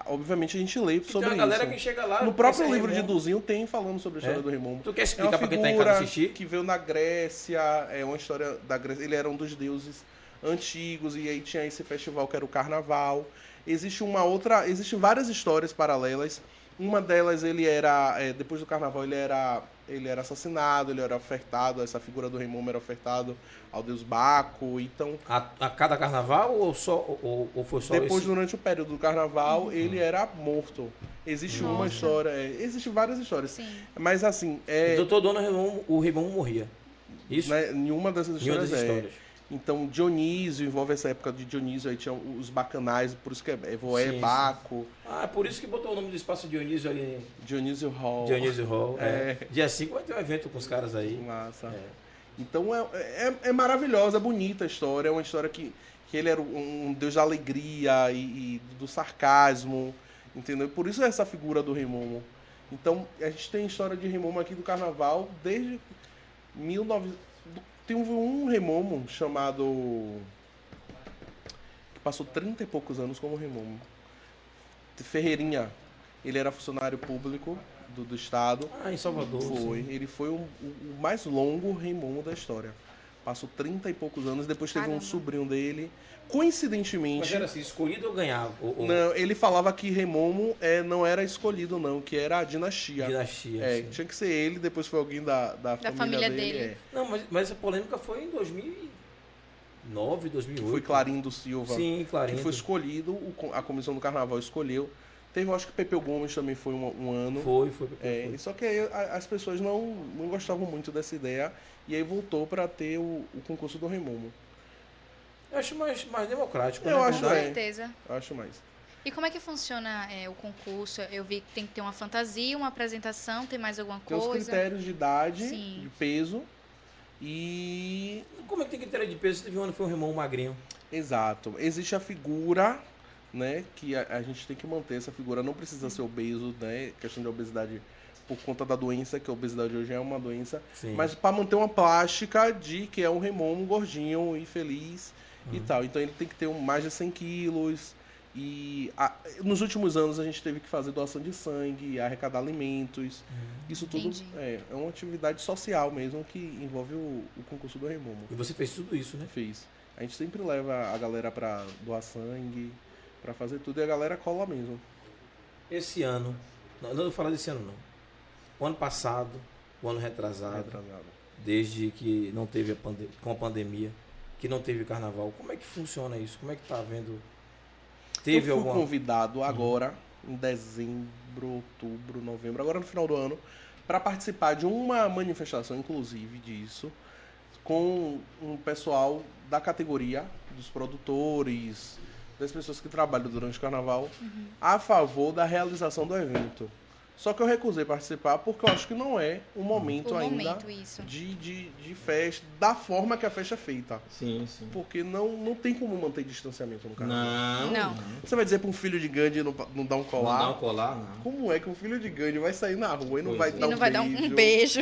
[SPEAKER 3] Obviamente a gente lê sobre
[SPEAKER 1] tem uma galera
[SPEAKER 3] isso.
[SPEAKER 1] que chega lá.
[SPEAKER 3] No próprio
[SPEAKER 1] esse
[SPEAKER 3] livro de
[SPEAKER 1] Rei Momo.
[SPEAKER 3] Duzinho tem falando sobre a história
[SPEAKER 1] É?
[SPEAKER 3] do Raimundo.
[SPEAKER 1] Tu quer
[SPEAKER 3] É
[SPEAKER 1] explicar
[SPEAKER 3] uma
[SPEAKER 1] para quem tá em casa
[SPEAKER 3] figura
[SPEAKER 1] assistir?
[SPEAKER 3] que veio na Grécia, é uma história da Grécia. Ele era um dos deuses antigos e aí tinha esse festival que era o Carnaval. Existe uma outra, existem várias histórias paralelas. Uma delas ele era é, depois do Carnaval ele era ele era assassinado, ele era ofertado, essa figura do Raimundo era ofertado ao deus Baco. Então
[SPEAKER 1] A, a cada carnaval ou, só, ou, ou foi só
[SPEAKER 3] depois,
[SPEAKER 1] esse? Uhum.
[SPEAKER 3] durante o período do carnaval, ele era morto. Existe uma
[SPEAKER 2] Nossa.
[SPEAKER 3] história, é, existe várias histórias.
[SPEAKER 2] Sim.
[SPEAKER 3] Mas assim, é,
[SPEAKER 1] Doutor Dono, Rei Momo- o Rei Momo morria. Isso?
[SPEAKER 3] né, nenhuma dessas
[SPEAKER 1] Nenhuma
[SPEAKER 3] histórias
[SPEAKER 1] das
[SPEAKER 3] é.
[SPEAKER 1] histórias.
[SPEAKER 3] Então, Dionísio envolve essa época de Dionísio, aí tinha os bacanais, por isso que é Evoé,
[SPEAKER 1] Sim, sim.
[SPEAKER 3] Baco,
[SPEAKER 1] Ah, por isso que botou o nome do espaço Dionísio ali.
[SPEAKER 3] Dionísio Hall.
[SPEAKER 1] Dionísio Hall. é. Dia 5 vai ter um evento com os caras aí.
[SPEAKER 3] Massa.
[SPEAKER 1] É.
[SPEAKER 3] Então é, é, é maravilhosa, é bonita a história. É uma história que, que ele era um, um deus da alegria e, e do sarcasmo, entendeu? Por isso é essa figura do Rei Momo. Então a gente tem história de Rei Momo aqui do carnaval desde 19... do- Tem um um Rei Momo chamado. que passou 30 e poucos anos como Rei Momo. Ferreirinha. Ele era funcionário público do- do estado.
[SPEAKER 1] Ah, em Salvador.
[SPEAKER 3] Foi.
[SPEAKER 1] sim.
[SPEAKER 3] Ele foi o, o- o mais longo rei Momo da história. Passou 30 e poucos anos, depois teve um
[SPEAKER 2] Caramba.
[SPEAKER 3] sobrinho dele.
[SPEAKER 1] Mas
[SPEAKER 3] Coincidentemente,
[SPEAKER 1] era um assim, escolhido ou ganhava? Ou, ou
[SPEAKER 3] não, ele falava que rei Momo é, não era escolhido, não, que era a dinastia.
[SPEAKER 1] dinastia?
[SPEAKER 3] É,
[SPEAKER 1] assim.
[SPEAKER 3] tinha que ser ele, depois foi alguém da, da,
[SPEAKER 2] Da
[SPEAKER 3] família,
[SPEAKER 2] família
[SPEAKER 3] dele.
[SPEAKER 2] dele.
[SPEAKER 1] Não, mas, mas essa polêmica foi em 2009,
[SPEAKER 3] é.
[SPEAKER 1] 2008.
[SPEAKER 3] Foi Clarindo Silva,
[SPEAKER 1] Sim,
[SPEAKER 3] que
[SPEAKER 1] Clarindo.
[SPEAKER 3] foi escolhido, o co- a comissão do carnaval escolheu. Teve, eu acho que Pepeu Gomes também foi um, um ano.
[SPEAKER 1] Foi, foi. foi,
[SPEAKER 3] É,
[SPEAKER 1] foi.
[SPEAKER 3] só que aí a- as pessoas não, não gostavam muito dessa ideia e aí voltou para ter o, o concurso do Remomo.
[SPEAKER 1] Eu acho mais, mais democrático.
[SPEAKER 3] Eu
[SPEAKER 1] né?
[SPEAKER 3] acho,
[SPEAKER 2] Com
[SPEAKER 1] Verdade.
[SPEAKER 3] é.
[SPEAKER 2] certeza.
[SPEAKER 3] Eu acho mais.
[SPEAKER 2] E como é que funciona é, o concurso? Eu vi que tem que ter uma fantasia, uma apresentação, tem mais alguma
[SPEAKER 3] Tem os
[SPEAKER 2] coisa?
[SPEAKER 3] critérios de idade,
[SPEAKER 2] Sim.
[SPEAKER 3] de peso e.
[SPEAKER 1] Como é que tem critério de peso? Teve um ano que foi um irmão magrinho.
[SPEAKER 3] Exato. Existe a figura, né? Que a, a gente tem que manter essa figura. Não precisa ser obeso, né? Questão de obesidade por conta da doença, que a obesidade hoje é uma doença.
[SPEAKER 1] Sim.
[SPEAKER 3] Mas para manter uma plástica de que é um remomo gordinho e feliz
[SPEAKER 1] Hum.
[SPEAKER 3] e
[SPEAKER 1] Uhum. tá-
[SPEAKER 3] tal. Então ele tem que ter um, mais de 100 quilos. E a- nos últimos anos a gente teve que fazer doação de sangue, arrecadar alimentos. Isso tudo
[SPEAKER 2] Entendi.
[SPEAKER 3] é, é uma atividade social mesmo que envolve o, o concurso do remomo.
[SPEAKER 1] E você fez tudo isso, né?
[SPEAKER 3] Fiz. A gente sempre leva a galera pra doar sangue, pra fazer tudo, e a galera cola mesmo.
[SPEAKER 1] Esse ano. Não, não vou falar desse ano, não. O ano passado, o ano retrasado.
[SPEAKER 3] Retrasado.
[SPEAKER 1] desde que não teve a pande- com a pandemia, que não teve carnaval. Como é que funciona isso? Como é que tá vendo? Teve
[SPEAKER 3] eu fui
[SPEAKER 1] alguma
[SPEAKER 3] convidado agora, em dezembro, outubro, novembro, agora no final do ano, para participar de uma manifestação, inclusive, disso, com um pessoal da categoria, dos produtores, das pessoas que trabalham durante o carnaval,
[SPEAKER 2] Uhum.
[SPEAKER 3] a favor da realização do evento. Só que eu recusei participar porque eu acho que não é o momento
[SPEAKER 2] O
[SPEAKER 3] ainda
[SPEAKER 2] momento, isso.
[SPEAKER 3] de, de, de festa, da forma que a festa é feita.
[SPEAKER 1] Sim, sim.
[SPEAKER 3] Porque não, não tem como manter distanciamento no carnaval.
[SPEAKER 1] Não.
[SPEAKER 2] Não.
[SPEAKER 3] Você vai dizer pra um filho de Gandhi não, pa- não dar um
[SPEAKER 1] Não
[SPEAKER 3] colar?
[SPEAKER 1] dá um colar, não.
[SPEAKER 3] Como é que um filho de Gandhi vai sair na rua e
[SPEAKER 1] Pois
[SPEAKER 3] não vai
[SPEAKER 1] é.
[SPEAKER 2] E
[SPEAKER 3] dar
[SPEAKER 2] não
[SPEAKER 3] um
[SPEAKER 2] vai dar
[SPEAKER 3] beijo?
[SPEAKER 2] um beijo.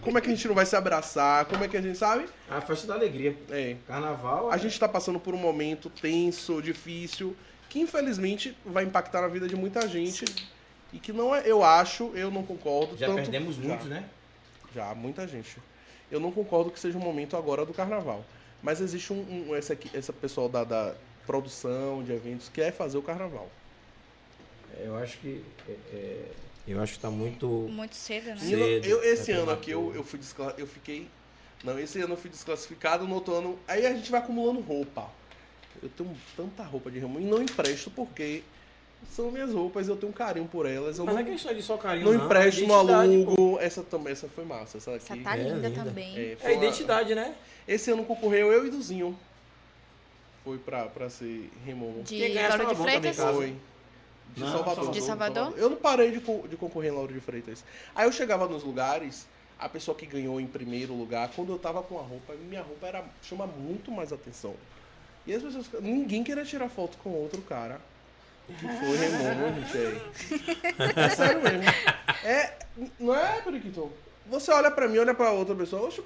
[SPEAKER 3] Como é que a gente não vai se abraçar? Como é que a gente sabe?
[SPEAKER 1] A festa da alegria.
[SPEAKER 3] É.
[SPEAKER 1] Carnaval.
[SPEAKER 3] A gente tá passando por um momento tenso, difícil, que infelizmente vai impactar na vida de muita gente. E que não é, eu acho, eu não concordo.
[SPEAKER 1] Já
[SPEAKER 3] tanto-
[SPEAKER 1] perdemos
[SPEAKER 3] já,
[SPEAKER 1] muitos, né?
[SPEAKER 3] Já, muita gente. Eu não concordo que seja o momento agora do carnaval. Mas existe um, um- essa, aqui- essa pessoal da, da produção de eventos quer fazer o carnaval.
[SPEAKER 1] Eu acho que. é, é, eu acho que tá muito.
[SPEAKER 2] Muito cedo, né?
[SPEAKER 1] Sim.
[SPEAKER 3] Eu- eu, esse
[SPEAKER 1] é
[SPEAKER 3] ano aqui eu,
[SPEAKER 1] prematuro.
[SPEAKER 3] eu fui descla- eu fiquei. Não, esse ano eu fui desclassificado, no outro ano. Aí a gente vai acumulando roupa. Eu tenho tanta roupa de Ramon e não empresto porque são minhas roupas, eu tenho um carinho por elas. Eu
[SPEAKER 1] Mas
[SPEAKER 3] não,
[SPEAKER 1] não é questão de só carinho.
[SPEAKER 3] não
[SPEAKER 1] é
[SPEAKER 3] empresto, não
[SPEAKER 1] identidade, pô.
[SPEAKER 3] alugo. Essa também, essa foi massa. Essa
[SPEAKER 2] Essa
[SPEAKER 3] aqui.
[SPEAKER 2] tá
[SPEAKER 1] É,
[SPEAKER 2] linda,
[SPEAKER 1] linda.
[SPEAKER 2] também.
[SPEAKER 3] É,
[SPEAKER 1] É a
[SPEAKER 3] foi uma-
[SPEAKER 1] identidade, né?
[SPEAKER 3] Esse ano concorreu eu e Duzinho. Foi pra, pra ser Ramon.
[SPEAKER 1] Quem
[SPEAKER 2] De
[SPEAKER 1] ganha
[SPEAKER 2] Lauro
[SPEAKER 1] essa
[SPEAKER 2] de
[SPEAKER 1] é uma bomba
[SPEAKER 2] Freitas.
[SPEAKER 1] também, cara.
[SPEAKER 3] Foi. De
[SPEAKER 1] Não,
[SPEAKER 3] Salvador.
[SPEAKER 1] Salvador.
[SPEAKER 2] De Salvador?
[SPEAKER 3] Eu não parei de, co- de concorrer em Lauro de Freitas. Aí eu chegava nos lugares, a pessoa que ganhou em primeiro lugar, quando eu tava com a roupa, minha roupa era chama muito mais atenção. E as pessoas. Ninguém queria tirar foto com outro cara. Que foi Remono, gente. aí. É sério mesmo. É, não é, Periquito? Você olha pra mim, olha pra outra pessoa. oxe,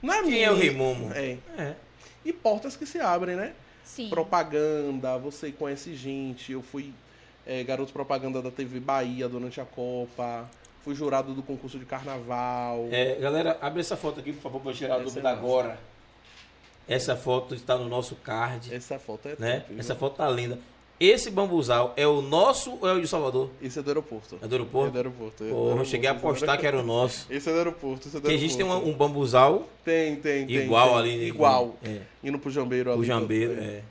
[SPEAKER 3] não é
[SPEAKER 1] Quem é o
[SPEAKER 3] mim.
[SPEAKER 1] Rei Momo?
[SPEAKER 3] É.
[SPEAKER 1] É.
[SPEAKER 3] E portas que se abrem, né?
[SPEAKER 2] Sim.
[SPEAKER 3] propaganda, você conhece gente. Eu fui é, garoto propaganda da TV Bahia durante a Copa, fui jurado do concurso de carnaval.
[SPEAKER 1] É, galera, abre essa foto aqui, por favor, para eu tirar a
[SPEAKER 3] Essa
[SPEAKER 1] dúvida
[SPEAKER 3] é massa.
[SPEAKER 1] agora. Essa foto está no nosso card,
[SPEAKER 3] Essa foto é
[SPEAKER 1] né?
[SPEAKER 3] top, viu?
[SPEAKER 1] Essa foto tá linda. Esse bambuzal é o nosso ou é o de Salvador?
[SPEAKER 3] Esse é do aeroporto.
[SPEAKER 1] É do
[SPEAKER 3] É do
[SPEAKER 1] aeroporto?
[SPEAKER 3] aeroporto. é do
[SPEAKER 1] Porra, eu
[SPEAKER 3] aeroporto,
[SPEAKER 1] cheguei a
[SPEAKER 3] esse é do
[SPEAKER 1] apostar que era o nosso.
[SPEAKER 3] aeroporto. Esse é do aeroporto, esse é do
[SPEAKER 1] Porque a gente tem um,
[SPEAKER 3] aeroporto.
[SPEAKER 1] um bambuzal
[SPEAKER 3] Tem, tem, tem.
[SPEAKER 1] igual
[SPEAKER 3] tem.
[SPEAKER 1] ali. né?
[SPEAKER 3] Igual.
[SPEAKER 1] É,
[SPEAKER 3] Indo pro Jambeiro ali.
[SPEAKER 1] o jambeiro,
[SPEAKER 3] todo.
[SPEAKER 1] é.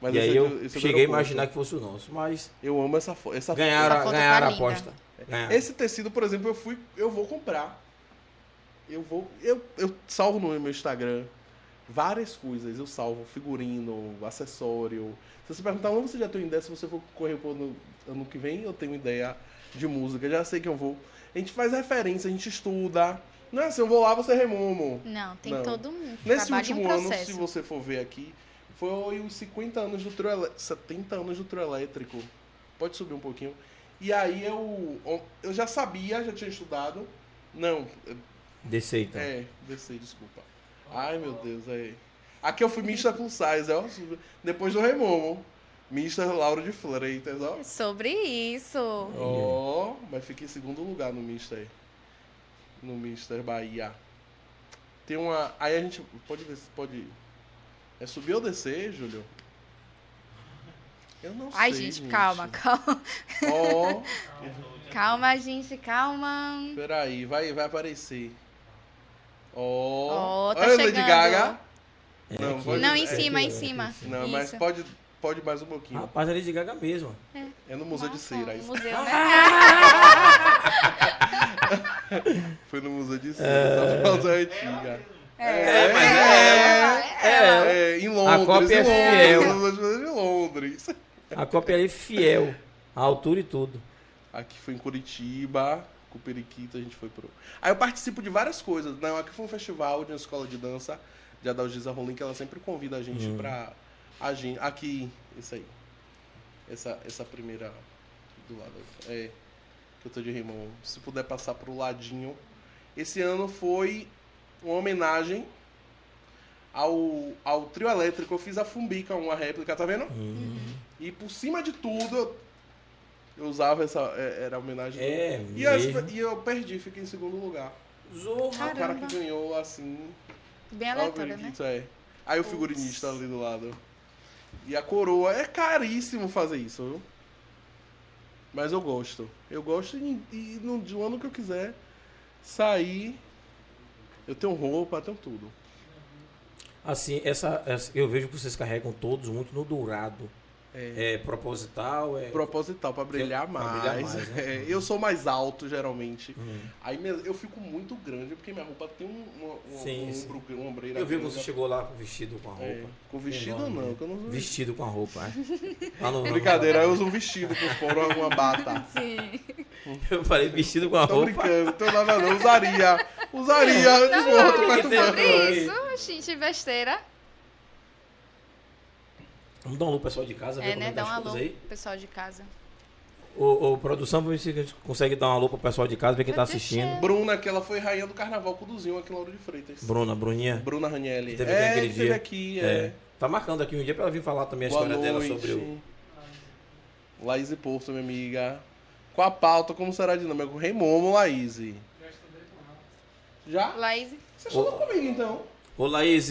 [SPEAKER 3] Mas
[SPEAKER 1] e
[SPEAKER 3] esse
[SPEAKER 1] aí
[SPEAKER 3] é do-
[SPEAKER 1] eu
[SPEAKER 3] esse é do
[SPEAKER 1] cheguei a
[SPEAKER 3] aeroporto.
[SPEAKER 1] imaginar que fosse o nosso, mas
[SPEAKER 3] Eu amo essa foto. Essa fo-
[SPEAKER 1] ganharam,
[SPEAKER 2] Essa
[SPEAKER 1] a-
[SPEAKER 2] foto
[SPEAKER 1] ganharam
[SPEAKER 2] tá
[SPEAKER 1] a
[SPEAKER 2] linda.
[SPEAKER 1] aposta. Ganharam.
[SPEAKER 3] Esse tecido, por exemplo, eu fui, eu vou comprar. Eu vou, eu, eu salvo no meu Instagram várias coisas, eu salvo figurino, acessório. Se você perguntar onde você já tem uma ideia, se você for correr pro ano, ano que vem, eu tenho ideia de música, já sei que eu vou. A gente faz referência, a gente estuda. Não é assim, eu vou lá, você remomo.
[SPEAKER 2] Não, tem
[SPEAKER 3] Não.
[SPEAKER 2] todo um
[SPEAKER 3] Nesse
[SPEAKER 2] trabalho e um
[SPEAKER 3] último ano, se
[SPEAKER 2] processo.
[SPEAKER 3] você for ver aqui, foi os 50 anos do trio elé- 70 anos do trio elétrico. Pode subir um pouquinho. E aí eu, eu já sabia, já tinha estudado. Não,
[SPEAKER 1] Descei, então.
[SPEAKER 3] é, desci, desculpa. Ai, meu Deus, aí. Aqui eu fui mista plus size, ó. Depois do Remomo. Mista Lauro de Freitas, ó.
[SPEAKER 2] Sobre isso.
[SPEAKER 3] Ó, mas fiquei em segundo lugar no Mister. No Mister Bahia. Tem uma. Aí a gente. Pode ver se pode. É subir ou descer, Júlio? Eu não
[SPEAKER 2] Ai,
[SPEAKER 3] sei.
[SPEAKER 2] gente, calma, calma.
[SPEAKER 3] Ó,
[SPEAKER 2] Calma, gente, calma.
[SPEAKER 3] peraí, vai, vai aparecer. Ó.
[SPEAKER 2] Ó, tá
[SPEAKER 3] Olha a
[SPEAKER 2] chegando.
[SPEAKER 3] Gaga.
[SPEAKER 1] É
[SPEAKER 3] Não,
[SPEAKER 1] aqui.
[SPEAKER 3] pode-
[SPEAKER 2] Não, em
[SPEAKER 3] é,
[SPEAKER 2] cima, em
[SPEAKER 1] é,
[SPEAKER 2] cima.
[SPEAKER 3] Não, mas
[SPEAKER 2] Isso.
[SPEAKER 3] pode, pode mais um pouquinho.
[SPEAKER 1] Rapaz, ele de gaga mesmo.
[SPEAKER 3] É no Museu de
[SPEAKER 2] Nossa,
[SPEAKER 3] Cera.
[SPEAKER 2] um
[SPEAKER 3] isso.
[SPEAKER 2] Museu, né?
[SPEAKER 3] Foi no Museu de Cera, só falta a antiga.
[SPEAKER 1] É, mas é, é, é, ela.
[SPEAKER 3] É, em Londres.
[SPEAKER 1] cópia
[SPEAKER 3] em
[SPEAKER 1] é fiel.
[SPEAKER 3] Londres, nós fomos de Londres.
[SPEAKER 1] A cópia ali é fiel. A altura e tudo.
[SPEAKER 3] Aqui foi em Curitiba, com o Periquito a gente foi pro. Aí eu participo de várias coisas. Não, aqui foi um festival de uma escola de dança de Adalgisa Rolim, que ela sempre convida a gente
[SPEAKER 1] Hum.
[SPEAKER 3] pra. A gente. Aqui, isso aí. Essa, essa primeira do lado. É. Que eu tô de rimão. Se puder passar pro ladinho. Esse ano foi uma homenagem ao, ao trio elétrico. Eu fiz a Fumbica, uma réplica, tá vendo?
[SPEAKER 1] Hum.
[SPEAKER 2] Uhum.
[SPEAKER 3] E por cima de tudo, eu- eu usava essa. é- Era a homenagem.
[SPEAKER 1] É,
[SPEAKER 3] do- E, as-
[SPEAKER 1] mesmo.
[SPEAKER 3] e eu perdi, fiquei em segundo lugar.
[SPEAKER 1] Zorra.
[SPEAKER 3] O cara que
[SPEAKER 2] Caramba.
[SPEAKER 3] ganhou, assim.
[SPEAKER 2] Bem
[SPEAKER 3] ó, o
[SPEAKER 2] aleatória, né?
[SPEAKER 3] periquito, é. Aí o figurinista ali do lado. E a coroa. É caríssimo fazer isso, viu? Mas eu gosto. Eu gosto e, e no, de um ano que eu quiser sair. Eu tenho roupa, tenho tudo.
[SPEAKER 1] Assim, essa, essa- eu vejo que vocês carregam todos muito no dourado. É, proposital, é.
[SPEAKER 3] Proposital, pra brilhar
[SPEAKER 1] Pra
[SPEAKER 3] mais.
[SPEAKER 1] brilhar mais, né?
[SPEAKER 3] É, eu sou mais alto, geralmente.
[SPEAKER 1] Hum.
[SPEAKER 3] Aí minha- eu fico muito grande, porque minha roupa tem um, uma, uma,
[SPEAKER 1] Sim,
[SPEAKER 3] um
[SPEAKER 1] sim.
[SPEAKER 3] ombro- uma ombreira.
[SPEAKER 1] Eu vi que
[SPEAKER 3] grande.
[SPEAKER 1] você chegou lá vestido com a
[SPEAKER 3] É,
[SPEAKER 1] roupa.
[SPEAKER 3] com vestido ou
[SPEAKER 1] Enorme,
[SPEAKER 3] não,
[SPEAKER 1] né?
[SPEAKER 3] que eu não uso vestido.
[SPEAKER 1] Vestido com a roupa, é. Lá no-
[SPEAKER 3] Brincadeira, eu uso um vestido pro fora, alguma bata.
[SPEAKER 2] Sim.
[SPEAKER 1] Eu falei vestido com a
[SPEAKER 3] Tô
[SPEAKER 1] roupa.
[SPEAKER 3] brincando, tô nada não, usaria. Usaria, de boa, tô né? mais
[SPEAKER 1] tem nada.
[SPEAKER 3] tocando.
[SPEAKER 2] Sobre isso, gente, besteira.
[SPEAKER 1] Vamos dar um alô pro pessoal de casa, ver
[SPEAKER 2] É,
[SPEAKER 1] como
[SPEAKER 2] né?
[SPEAKER 1] é que tá
[SPEAKER 2] Dá um
[SPEAKER 1] as
[SPEAKER 2] alô
[SPEAKER 1] coisas aí.
[SPEAKER 2] pro pessoal de casa.
[SPEAKER 1] Ô, ô, produção, vamos ver se a gente consegue dar um alô pro pessoal de casa, ver quem tá
[SPEAKER 2] Eu deixei.
[SPEAKER 1] assistindo.
[SPEAKER 3] Bruna, que ela foi rainha do carnaval com o Duzinho aqui em Lauro de Freitas.
[SPEAKER 1] Bruna, Bruninha.
[SPEAKER 3] Bruna Ranielli.
[SPEAKER 1] Que teve aqui
[SPEAKER 3] é,
[SPEAKER 1] aquele
[SPEAKER 3] que
[SPEAKER 1] dia.
[SPEAKER 3] teve aqui, é.
[SPEAKER 1] É. Tá marcando aqui um dia pra ela vir falar também a
[SPEAKER 3] Boa
[SPEAKER 1] história
[SPEAKER 3] noite.
[SPEAKER 1] dela sobre o.
[SPEAKER 3] Laís e Porto, minha amiga. Com a pauta, como será a dinâmica? Com Remomo, Laís. Já?
[SPEAKER 2] Laís,
[SPEAKER 3] Você falou comigo, então.
[SPEAKER 1] Ô, Laís,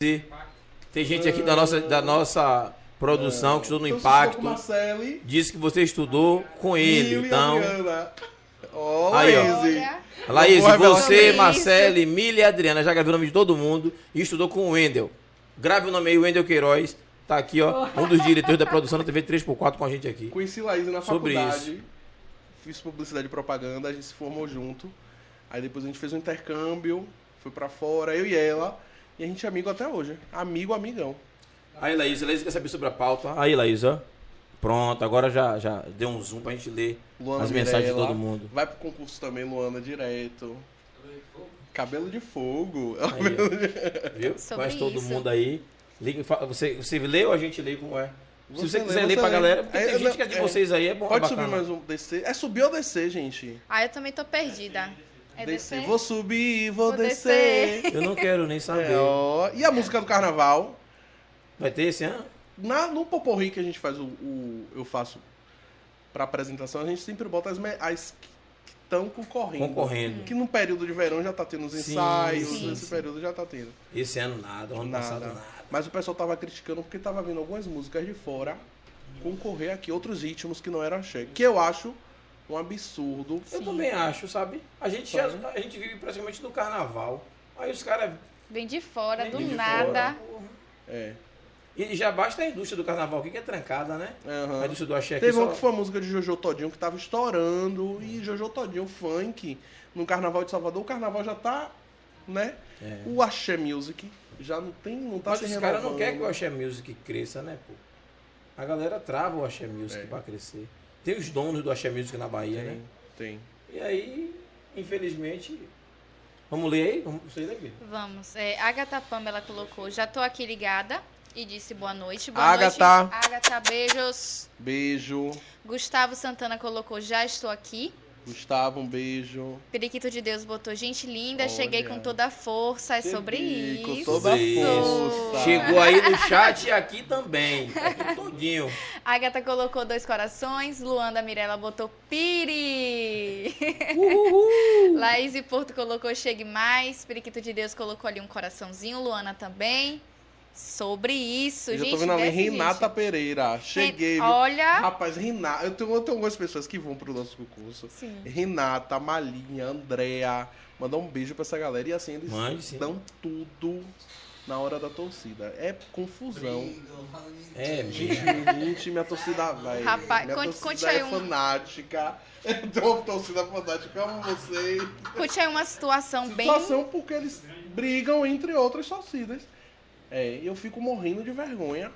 [SPEAKER 1] tem gente aqui da nossa, da nossa produção que estudou no
[SPEAKER 2] É,
[SPEAKER 3] Então, você falou
[SPEAKER 1] Impacto.
[SPEAKER 3] Com Marcelo e
[SPEAKER 1] Disse que você estudou com ele.
[SPEAKER 3] Lili e
[SPEAKER 1] Então,
[SPEAKER 3] Adriana. Ó,
[SPEAKER 1] Aí, ó.
[SPEAKER 3] Laís.
[SPEAKER 2] olha.
[SPEAKER 1] Laís,
[SPEAKER 3] Vamos revelar
[SPEAKER 1] você,
[SPEAKER 2] isso.
[SPEAKER 1] Marcelo, Emília e Adriana, já gravei o nome de todo mundo e estudou com o Wendel. Grave o nome aí, Wendel Queiroz. Tá aqui, ó. Um dos diretores da produção da TV 3x4 com a gente aqui.
[SPEAKER 3] Conheci Laís na
[SPEAKER 1] Sobre
[SPEAKER 3] faculdade. Fiz publicidade e propaganda, a gente se formou junto. Aí depois a gente fez um intercâmbio, foi pra fora, eu e ela. E a gente é amigo até hoje. Amigo, amigão.
[SPEAKER 1] Aí, Laís, Laís quer saber sobre a pauta. Aí, Laís, ó. Pronto, agora já, já deu um zoom pra gente ler as mensagens de
[SPEAKER 3] Mirella.
[SPEAKER 1] todo mundo.
[SPEAKER 3] Vai pro concurso também, Luana, direto. Cabelo de fogo.
[SPEAKER 1] Aí, ó. Viu?
[SPEAKER 2] Sobre
[SPEAKER 1] Conhece todo
[SPEAKER 2] isso.
[SPEAKER 1] mundo aí. Liga, e fa- você, você lê ou a gente lê como é? Se
[SPEAKER 3] Você
[SPEAKER 1] você
[SPEAKER 3] lê,
[SPEAKER 1] quiser
[SPEAKER 3] você
[SPEAKER 1] ler pra
[SPEAKER 3] lê.
[SPEAKER 1] galera, porque
[SPEAKER 3] É,
[SPEAKER 1] tem
[SPEAKER 3] não,
[SPEAKER 1] gente que é de
[SPEAKER 3] é.
[SPEAKER 1] vocês aí, é bom.
[SPEAKER 3] Pode
[SPEAKER 1] é
[SPEAKER 3] subir
[SPEAKER 1] bacana.
[SPEAKER 3] mais um. Descer. É subir ou descer, gente?
[SPEAKER 2] Ah, eu também tô perdida. É
[SPEAKER 3] descer.
[SPEAKER 2] descer?
[SPEAKER 3] Vou subir, vou,
[SPEAKER 2] Vou
[SPEAKER 3] descer.
[SPEAKER 1] Eu não quero nem saber.
[SPEAKER 3] um. É, ó. E a música do carnaval?
[SPEAKER 1] Vai ter esse ano?
[SPEAKER 3] Na, no Poporri que a gente faz o, o- eu faço pra apresentação, a gente sempre bota as, me- as que estão concorrendo.
[SPEAKER 1] Concorrendo.
[SPEAKER 3] Que no período de verão já tá tendo os
[SPEAKER 1] Sim,
[SPEAKER 3] ensaios,
[SPEAKER 1] sim,
[SPEAKER 3] nesse
[SPEAKER 1] sim.
[SPEAKER 3] período já tá tendo.
[SPEAKER 1] Esse ano nada, ano passado nada.
[SPEAKER 3] Mas o pessoal tava criticando porque tava vindo algumas músicas de fora concorrer aqui, outros ritmos que não eram axé. Que eu acho um absurdo.
[SPEAKER 1] Eu também acho, sabe? A gente, já- a gente vive praticamente do carnaval. Aí os caras.
[SPEAKER 2] Vem de fora,
[SPEAKER 1] vêm
[SPEAKER 2] do
[SPEAKER 1] de fora,
[SPEAKER 2] nada.
[SPEAKER 1] porra.
[SPEAKER 3] É.
[SPEAKER 1] E já basta a indústria do carnaval aqui que é trancada, né?
[SPEAKER 3] Aham.
[SPEAKER 1] A indústria do axé aqui
[SPEAKER 3] Teve uma
[SPEAKER 1] só...
[SPEAKER 3] Ah. que foi a música de Jojo Todinho que tava estourando. E Jojo Todinho, funk, no Carnaval de Salvador. O Carnaval já tá, né?
[SPEAKER 1] É.
[SPEAKER 3] O Axé Music já não tem, não tá
[SPEAKER 1] Mas
[SPEAKER 3] se
[SPEAKER 1] os
[SPEAKER 3] renovando.
[SPEAKER 1] caras não querem que o axé music cresça, né, pô? A galera trava o axé music
[SPEAKER 3] É.
[SPEAKER 1] pra crescer. Tem os donos do axé music na Bahia,
[SPEAKER 3] Tem,
[SPEAKER 1] né?
[SPEAKER 3] tem.
[SPEAKER 1] E aí, infelizmente... Vamos ler aí? Vamos ler aqui.
[SPEAKER 2] Vamos. É, Agatha Pamela colocou, já tô aqui ligada e disse boa noite. Boa
[SPEAKER 3] Agatha.
[SPEAKER 2] noite. Agatha, beijos.
[SPEAKER 3] Beijo.
[SPEAKER 2] Gustavo Santana colocou, já estou aqui.
[SPEAKER 3] Gustavo, um beijo.
[SPEAKER 2] Periquito de Deus botou, gente linda,
[SPEAKER 3] Olha.
[SPEAKER 2] cheguei com toda a força, é sobre
[SPEAKER 3] Cheguei com
[SPEAKER 2] isso.
[SPEAKER 3] toda a força.
[SPEAKER 1] Tá. Chegou aí no chat e aqui também. Tá aqui todinho.
[SPEAKER 2] Agatha colocou dois corações, Luanda Mirella botou piri. Laís e Porto colocou chegue mais, Periquito de Deus colocou ali um coraçãozinho, Luana também. Sobre isso,
[SPEAKER 3] Eu já
[SPEAKER 2] gente.
[SPEAKER 3] tô vendo a
[SPEAKER 2] desse
[SPEAKER 3] Renata
[SPEAKER 2] jeito.
[SPEAKER 3] Pereira. Cheguei, viu?
[SPEAKER 2] Olha.
[SPEAKER 3] Rapaz, Renata. Eu tenho, eu tenho algumas pessoas que vão pro nosso concurso.
[SPEAKER 2] Sim.
[SPEAKER 3] Renata, Malinha, Andréa. Mandar um beijo pra essa galera. E assim, eles
[SPEAKER 1] Mande sim.
[SPEAKER 3] dão tudo na hora da torcida. É confusão.
[SPEAKER 1] É,
[SPEAKER 3] Gente,
[SPEAKER 1] mesmo.
[SPEAKER 3] gente, minha torcida vai.
[SPEAKER 2] Rapaz,
[SPEAKER 3] minha
[SPEAKER 2] conte-
[SPEAKER 3] torcida
[SPEAKER 2] conte aí
[SPEAKER 3] é
[SPEAKER 2] um.
[SPEAKER 3] fanática. Eu tô uma torcida fanática, eu amo vocês.
[SPEAKER 2] Curte aí é uma situação Um bem.
[SPEAKER 3] Situação porque eles brigam entre outras torcidas. É, e eu fico morrendo de vergonha.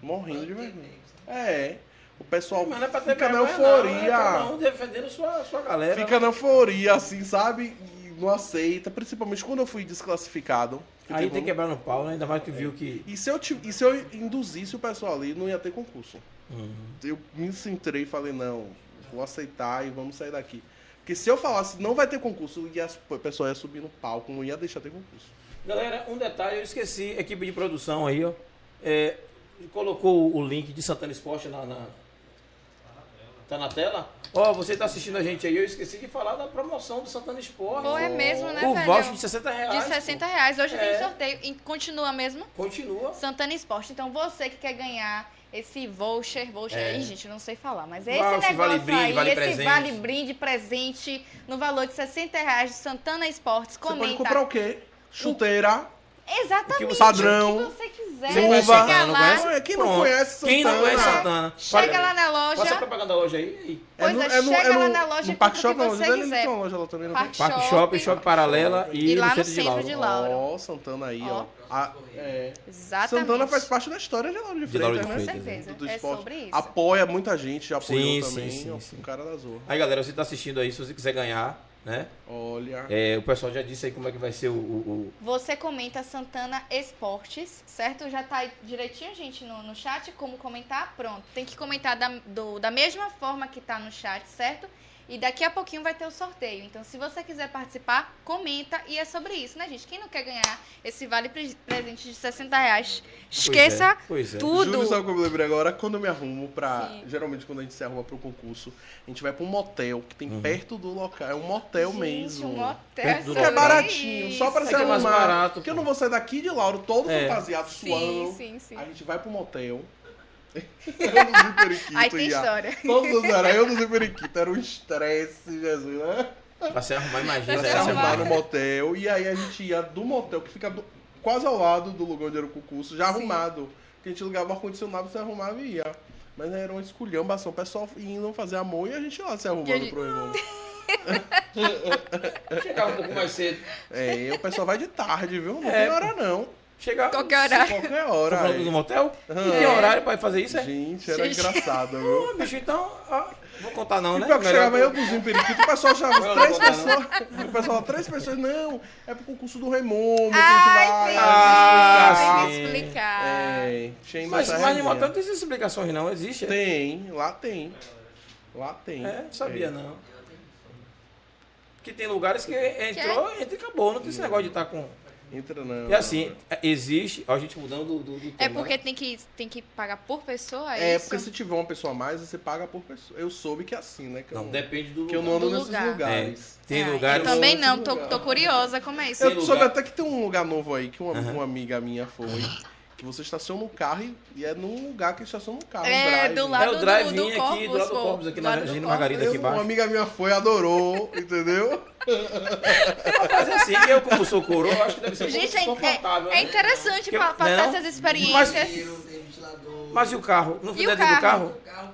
[SPEAKER 3] Morrendo de vergonha. É. O pessoal
[SPEAKER 1] Mas não é pra ter
[SPEAKER 3] fica na
[SPEAKER 1] vergonha, não, é
[SPEAKER 3] euforia.
[SPEAKER 1] cada um defendendo sua, sua galera.
[SPEAKER 3] Fica na euforia, assim, sabe? E não aceita. Principalmente quando eu fui desclassificado. que
[SPEAKER 1] Aí
[SPEAKER 3] teve
[SPEAKER 1] tem
[SPEAKER 3] um-
[SPEAKER 1] que quebrar no pau, né? Ainda mais que viu que.
[SPEAKER 3] E se, eu ti- e se eu induzisse o pessoal ali, não ia ter concurso.
[SPEAKER 1] Uhum.
[SPEAKER 3] Eu me centrei e falei, não, vou aceitar e vamos sair daqui. Porque se eu falasse, não vai ter concurso, ia, o pessoal ia subir no palco, não ia deixar ter concurso.
[SPEAKER 1] Galera, um detalhe, eu esqueci, equipe de produção aí, ó. é, colocou o link de Santana Esporte na. na- Tá na tela? Ó, você tá assistindo a gente aí, eu esqueci de falar da promoção do Santana Esporte.
[SPEAKER 2] Pô, é mesmo, né,
[SPEAKER 1] o
[SPEAKER 2] velho?
[SPEAKER 1] voucher de 60 reais.
[SPEAKER 2] De
[SPEAKER 1] pô.
[SPEAKER 2] 60 reais. Hoje
[SPEAKER 1] É.
[SPEAKER 2] tem sorteio. E continua mesmo?
[SPEAKER 1] Continua.
[SPEAKER 2] Santana Esporte. Então você que quer ganhar esse voucher, voucher
[SPEAKER 1] É.
[SPEAKER 2] aí, gente, eu não sei falar, mas esse
[SPEAKER 1] Voucher,
[SPEAKER 2] negócio
[SPEAKER 1] vale brinde,
[SPEAKER 2] aí,
[SPEAKER 1] vale
[SPEAKER 2] esse
[SPEAKER 1] presente.
[SPEAKER 2] vale brinde presente no valor de 60 reais de Santana Esportes,
[SPEAKER 3] Você pode
[SPEAKER 2] comenta.
[SPEAKER 3] comprar um o quê? Chuteira.
[SPEAKER 2] Exatamente
[SPEAKER 1] O que você-
[SPEAKER 3] Padrão.
[SPEAKER 2] o que você quiser.
[SPEAKER 1] Você
[SPEAKER 3] Uva.
[SPEAKER 1] conhece Santana,
[SPEAKER 2] Chega
[SPEAKER 1] não
[SPEAKER 2] lá,
[SPEAKER 1] conhece?
[SPEAKER 3] Não, é quem não
[SPEAKER 1] Pronto.
[SPEAKER 3] conhece
[SPEAKER 1] Quem não
[SPEAKER 3] Santana? É
[SPEAKER 1] conhece Santana?
[SPEAKER 2] chega lá na
[SPEAKER 1] Faça a
[SPEAKER 2] loja,
[SPEAKER 1] propaganda da loja aí. aí.
[SPEAKER 2] Pois
[SPEAKER 3] no-
[SPEAKER 2] é,
[SPEAKER 3] no-
[SPEAKER 2] chega lá
[SPEAKER 3] no-
[SPEAKER 2] na loja
[SPEAKER 3] no
[SPEAKER 2] e
[SPEAKER 3] Parque
[SPEAKER 2] compra o que
[SPEAKER 3] Shopping, não,
[SPEAKER 2] você
[SPEAKER 3] ele não
[SPEAKER 2] quiser.
[SPEAKER 3] tem uma loja lá também, não tem?
[SPEAKER 2] Parque
[SPEAKER 1] Parque Shopping,
[SPEAKER 2] Shopping.
[SPEAKER 1] Shopping Paralela e,
[SPEAKER 2] E lá
[SPEAKER 1] no
[SPEAKER 2] no
[SPEAKER 1] centro de
[SPEAKER 2] centro
[SPEAKER 1] Lauro.
[SPEAKER 2] de Lauro.
[SPEAKER 3] Ó, Santana aí, ó.
[SPEAKER 2] Ó.
[SPEAKER 3] A- é.
[SPEAKER 2] Exatamente.
[SPEAKER 3] Santana faz parte da história de Lauro de
[SPEAKER 1] De Lauro de
[SPEAKER 3] Freitas, né?
[SPEAKER 2] Com
[SPEAKER 1] Freitas.
[SPEAKER 2] certeza.
[SPEAKER 3] Do
[SPEAKER 2] É
[SPEAKER 3] esporte.
[SPEAKER 2] sobre isso.
[SPEAKER 3] Apoia muita gente, já apoiou
[SPEAKER 1] Sim,
[SPEAKER 3] também.
[SPEAKER 1] sim, sim,
[SPEAKER 3] ó,
[SPEAKER 1] sim.
[SPEAKER 3] O cara da Zorra.
[SPEAKER 1] Aí, galera, você tá assistindo aí, se você quiser ganhar, né?
[SPEAKER 3] Olha.
[SPEAKER 1] É, o pessoal já disse aí como é que vai ser o. o- o-
[SPEAKER 2] Você comenta Santana Esportes, certo? Já tá aí direitinho, gente, no, no chat, como comentar? Pronto. Tem que comentar da, do- da mesma forma que tá no chat, certo? E daqui a pouquinho vai ter o sorteio. Então, se você quiser participar, comenta. E é sobre isso, né, gente? Quem não quer ganhar esse vale pre- presente de 60 reais, esqueça
[SPEAKER 1] pois é.
[SPEAKER 2] tudo.
[SPEAKER 3] Júlio, sabe o que eu me lembrei agora? Quando eu me arrumo pra.
[SPEAKER 2] Sim.
[SPEAKER 3] Geralmente, quando a gente se arruma pro concurso, a gente vai pra um motel que
[SPEAKER 1] Uhum.
[SPEAKER 3] tem perto do local. É um motel
[SPEAKER 2] Gente,
[SPEAKER 3] mesmo.
[SPEAKER 2] Um hotel
[SPEAKER 1] Perto do
[SPEAKER 3] Que é
[SPEAKER 1] local.
[SPEAKER 3] baratinho, só pra se
[SPEAKER 1] Aqui é mais
[SPEAKER 3] arrumar.
[SPEAKER 1] barato,
[SPEAKER 3] porque eu
[SPEAKER 1] pô.
[SPEAKER 3] não vou sair daqui de Lauro todo
[SPEAKER 1] É.
[SPEAKER 3] fantasiado,
[SPEAKER 2] Sim,
[SPEAKER 3] suando.
[SPEAKER 2] sim, sim.
[SPEAKER 3] A gente vai pro motel. Produzir periquito
[SPEAKER 2] Aí tem
[SPEAKER 3] já.
[SPEAKER 2] história.
[SPEAKER 3] Todos os era eu no periquito, era um estresse, Jesus, né?
[SPEAKER 1] Pra se arrumar, imagina.
[SPEAKER 2] Pra
[SPEAKER 3] Se
[SPEAKER 2] se
[SPEAKER 1] essa
[SPEAKER 3] arrumar
[SPEAKER 1] barra.
[SPEAKER 3] no motel. E aí a gente ia do motel, que fica do- quase ao lado do lugar onde era o concurso, já
[SPEAKER 2] Sim.
[SPEAKER 3] arrumado. Que a gente alugava o ar-condicionado, se arrumava e ia. Mas era uma esculhambação. O pessoal indo fazer amor e a gente lá
[SPEAKER 2] E
[SPEAKER 3] se
[SPEAKER 2] a
[SPEAKER 3] arrumando
[SPEAKER 2] gente-
[SPEAKER 3] pro irmão.
[SPEAKER 1] Chegar um pouco mais cedo.
[SPEAKER 3] É, e o pessoal vai de tarde, viu? Não
[SPEAKER 1] É,
[SPEAKER 3] tem hora não.
[SPEAKER 1] Chegar.
[SPEAKER 2] Qualquer horário.
[SPEAKER 3] Qualquer
[SPEAKER 1] Tá
[SPEAKER 3] hora.
[SPEAKER 1] falando do
[SPEAKER 3] é.
[SPEAKER 1] motel?
[SPEAKER 3] Ah.
[SPEAKER 1] Tem horário pra fazer isso? É?
[SPEAKER 3] Gente, era
[SPEAKER 2] Gente.
[SPEAKER 3] engraçado, viu?
[SPEAKER 1] Pô, bicho, então. ó, vou contar não,
[SPEAKER 3] E
[SPEAKER 1] né?
[SPEAKER 3] pior que
[SPEAKER 1] Melhor
[SPEAKER 3] chegava
[SPEAKER 1] que-
[SPEAKER 3] eu cozinho periquito, o pessoal achava
[SPEAKER 1] Não, não
[SPEAKER 3] três
[SPEAKER 1] vou
[SPEAKER 3] pessoas.
[SPEAKER 1] contar,
[SPEAKER 3] O pessoal três pessoas, não, é pro concurso do Raimundo, que
[SPEAKER 2] Ai,
[SPEAKER 3] a gente vai.
[SPEAKER 2] tem,
[SPEAKER 1] Ah,
[SPEAKER 2] tem que
[SPEAKER 1] sim.
[SPEAKER 2] explicar.
[SPEAKER 3] É, tinha ainda
[SPEAKER 1] Mas,
[SPEAKER 3] essa
[SPEAKER 1] mas em
[SPEAKER 3] resenha.
[SPEAKER 1] motel não tem essas explicações, não. Existe?
[SPEAKER 3] Tem, lá tem. Lá tem.
[SPEAKER 1] É, não sabia
[SPEAKER 3] É.
[SPEAKER 1] não. Que tem lugares que
[SPEAKER 2] é?
[SPEAKER 1] entrou, entra e acabou. Não tem esse negócio de estar com.
[SPEAKER 3] Entra não.
[SPEAKER 1] E assim, é, existe. ó, A gente mudando do. do, do
[SPEAKER 2] É
[SPEAKER 1] tema,
[SPEAKER 2] porque
[SPEAKER 1] né?
[SPEAKER 2] tem que, tem que pagar por pessoa?
[SPEAKER 3] É,
[SPEAKER 2] isso?
[SPEAKER 3] porque se tiver uma pessoa a mais, você paga por pessoa. Eu soube que é assim, né? Que eu
[SPEAKER 1] Não, depende É. do
[SPEAKER 3] que eu
[SPEAKER 1] lugar.
[SPEAKER 3] não ando
[SPEAKER 2] Do
[SPEAKER 3] nesses
[SPEAKER 2] lugar.
[SPEAKER 3] lugares.
[SPEAKER 1] Tem
[SPEAKER 2] Ah,
[SPEAKER 1] lugares.
[SPEAKER 2] Eu também não,
[SPEAKER 3] Tem
[SPEAKER 2] tô,
[SPEAKER 3] lugar.
[SPEAKER 2] tô curiosa como é isso.
[SPEAKER 1] Tem
[SPEAKER 3] Eu
[SPEAKER 1] lugar.
[SPEAKER 3] soube até que tem um lugar novo aí, que uma, uma amiga minha foi. Que você estaciona o carro e, e é num lugar que estaciona o carro. um
[SPEAKER 2] É,
[SPEAKER 3] drive.
[SPEAKER 2] do
[SPEAKER 1] É
[SPEAKER 2] lado
[SPEAKER 1] o
[SPEAKER 2] do,
[SPEAKER 1] drive-in
[SPEAKER 2] do
[SPEAKER 1] aqui,
[SPEAKER 2] Corpus,
[SPEAKER 1] do lado do
[SPEAKER 2] pô.
[SPEAKER 1] Corpus, aqui
[SPEAKER 2] Do
[SPEAKER 1] na
[SPEAKER 2] lado do
[SPEAKER 1] Regina
[SPEAKER 2] Corpus.
[SPEAKER 1] Margarida. aqui
[SPEAKER 3] Eu-
[SPEAKER 1] embaixo.
[SPEAKER 3] uma amiga minha foi, adorou, entendeu?
[SPEAKER 1] Mas assim, eu como sou coroa, acho que deve ser um pouco
[SPEAKER 2] Gente, é,
[SPEAKER 1] desconfortável.
[SPEAKER 2] é- é
[SPEAKER 1] né?
[SPEAKER 2] interessante
[SPEAKER 1] Que eu-
[SPEAKER 2] pa- passar
[SPEAKER 1] não,
[SPEAKER 2] essas experiências.
[SPEAKER 1] Mas e o carro? Não fica
[SPEAKER 2] o
[SPEAKER 1] dentro
[SPEAKER 2] carro?
[SPEAKER 1] do carro?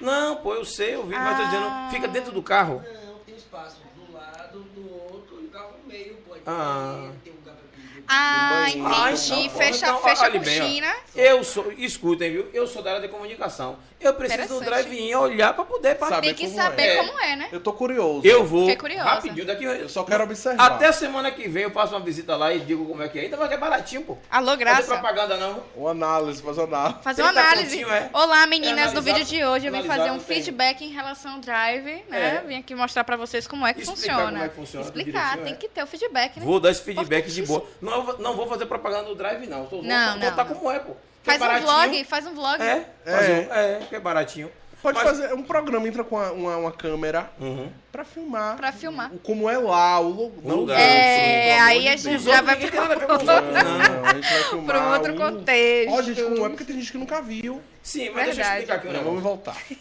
[SPEAKER 1] Não, pô, eu sei, eu vi, mas tô
[SPEAKER 2] Ah.
[SPEAKER 1] dizendo, fica dentro do carro.
[SPEAKER 4] Não, tem espaço do lado, do outro, e o carro no meio, pô. Aí tem
[SPEAKER 1] Ah.
[SPEAKER 4] banheiro, tem um lugar pra pedir.
[SPEAKER 2] Ah,
[SPEAKER 3] banheiro. Ah,
[SPEAKER 2] entendi.
[SPEAKER 1] um então,
[SPEAKER 2] fecha
[SPEAKER 1] então,
[SPEAKER 2] fecha a
[SPEAKER 1] olhe bem, ó.
[SPEAKER 2] cortina.
[SPEAKER 1] Eu sou, escutem, viu? Eu sou da área de comunicação. Eu preciso de um
[SPEAKER 2] Interessante.
[SPEAKER 1] drive-in olhar pra poder participar.
[SPEAKER 3] Sabe
[SPEAKER 2] Tem que
[SPEAKER 3] como
[SPEAKER 2] saber
[SPEAKER 1] é.
[SPEAKER 2] como é, né?
[SPEAKER 3] Eu tô curioso.
[SPEAKER 1] Eu vou.
[SPEAKER 2] Fiquei curiosa.
[SPEAKER 1] Rapidinho, daqui. um-
[SPEAKER 3] Eu só quero observar.
[SPEAKER 1] Até a semana que vem eu faço uma visita lá e digo como é que é. Então, mas é baratinho, pô.
[SPEAKER 2] Alô,
[SPEAKER 1] Não é
[SPEAKER 2] graça.
[SPEAKER 1] propaganda, não.
[SPEAKER 3] Uma análise, fazer uma análise.
[SPEAKER 2] Fazer uma
[SPEAKER 1] 30
[SPEAKER 2] análise.
[SPEAKER 1] pontinho, é.
[SPEAKER 2] Olá, meninas.
[SPEAKER 1] É
[SPEAKER 2] no vídeo
[SPEAKER 1] analisar-
[SPEAKER 2] de hoje eu vim fazer
[SPEAKER 1] analisar,
[SPEAKER 2] um
[SPEAKER 1] não tem.
[SPEAKER 2] feedback em relação ao drive, né?
[SPEAKER 1] É.
[SPEAKER 2] Vim aqui mostrar pra vocês como é que
[SPEAKER 1] Explicar
[SPEAKER 2] funciona.
[SPEAKER 1] como é que funciona,
[SPEAKER 2] Explicar,
[SPEAKER 1] direitinho,
[SPEAKER 2] tem
[SPEAKER 1] é.
[SPEAKER 2] que ter o feedback, né?
[SPEAKER 1] Vou dar esse feedback de boa. Não, eu vou- não vou fazer propaganda no drive, não. Só vou
[SPEAKER 2] Não, não,
[SPEAKER 1] contar
[SPEAKER 2] não.
[SPEAKER 1] como é, pô. Que
[SPEAKER 2] Faz um
[SPEAKER 1] baratinho.
[SPEAKER 2] vlog, faz um vlog.
[SPEAKER 1] É,
[SPEAKER 3] É.
[SPEAKER 1] fazer um- é, que é baratinho.
[SPEAKER 3] Pode
[SPEAKER 1] Mas-
[SPEAKER 3] fazer um programa, entra com uma, uma- uma câmera
[SPEAKER 1] Uhum.
[SPEAKER 3] pra filmar.
[SPEAKER 2] Pra filmar.
[SPEAKER 3] o- Como é lá, o, lo-
[SPEAKER 1] O
[SPEAKER 3] não-
[SPEAKER 1] Um lugar.
[SPEAKER 2] É,
[SPEAKER 3] pelo amor
[SPEAKER 2] aí
[SPEAKER 3] de
[SPEAKER 2] a
[SPEAKER 3] Deus.
[SPEAKER 2] gente
[SPEAKER 1] Os
[SPEAKER 2] já
[SPEAKER 1] outros
[SPEAKER 2] vai
[SPEAKER 1] ninguém tem nada a ver com os
[SPEAKER 3] Não,
[SPEAKER 1] outros.
[SPEAKER 3] não, a gente vai filmar.
[SPEAKER 2] pra um outro
[SPEAKER 3] o-
[SPEAKER 2] contexto.
[SPEAKER 3] Ó, gente, como é porque tem gente que nunca viu.
[SPEAKER 1] Sim, mas deixa eu
[SPEAKER 2] Verdade.
[SPEAKER 1] explicar aqui um
[SPEAKER 3] Não, vamos
[SPEAKER 1] negócio.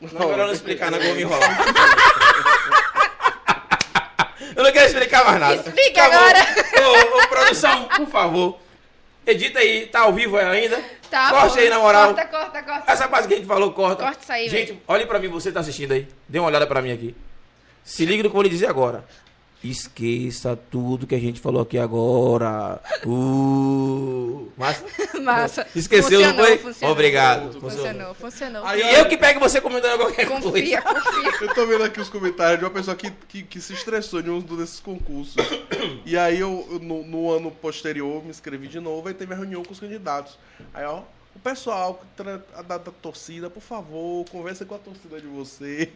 [SPEAKER 3] voltar.
[SPEAKER 1] Não, melhor não explicar, não, que eu vou me enrolar. eu não quero explicar mais nada. Tá
[SPEAKER 2] Explica
[SPEAKER 1] bom.
[SPEAKER 2] agora.
[SPEAKER 1] Ô, ô, produção, por favor. Edita aí, tá ao vivo ainda?
[SPEAKER 2] Tá,
[SPEAKER 1] Corte
[SPEAKER 2] pô.
[SPEAKER 1] aí, na moral.
[SPEAKER 2] Corta, corta, corta.
[SPEAKER 1] Essa parte que a gente falou, corta.
[SPEAKER 2] Corta isso aí,
[SPEAKER 1] Gente, olhe pra mim, você que tá assistindo aí. Dê uma olhada pra mim aqui. Se liga no que eu vou lhe dizer agora. Esqueça tudo que a gente falou aqui agora. Uh, mas
[SPEAKER 2] Massa.
[SPEAKER 1] esqueceu, não
[SPEAKER 2] Funcionou,
[SPEAKER 1] foi?
[SPEAKER 2] funcionou.
[SPEAKER 1] Obrigado.
[SPEAKER 2] Funcionou, funcionou.
[SPEAKER 3] Aí,
[SPEAKER 1] E eu que pego você comentando qualquer coisa.
[SPEAKER 2] Confia, confia.
[SPEAKER 3] Eu tô vendo aqui os comentários de uma pessoa que, que, que se estressou em um desses concursos. E aí eu, eu no, no ano posterior, me inscrevi de novo e teve a reunião com os candidatos. Aí, ó, o pessoal que tra- a da, da torcida, por favor, conversa com a torcida de vocês.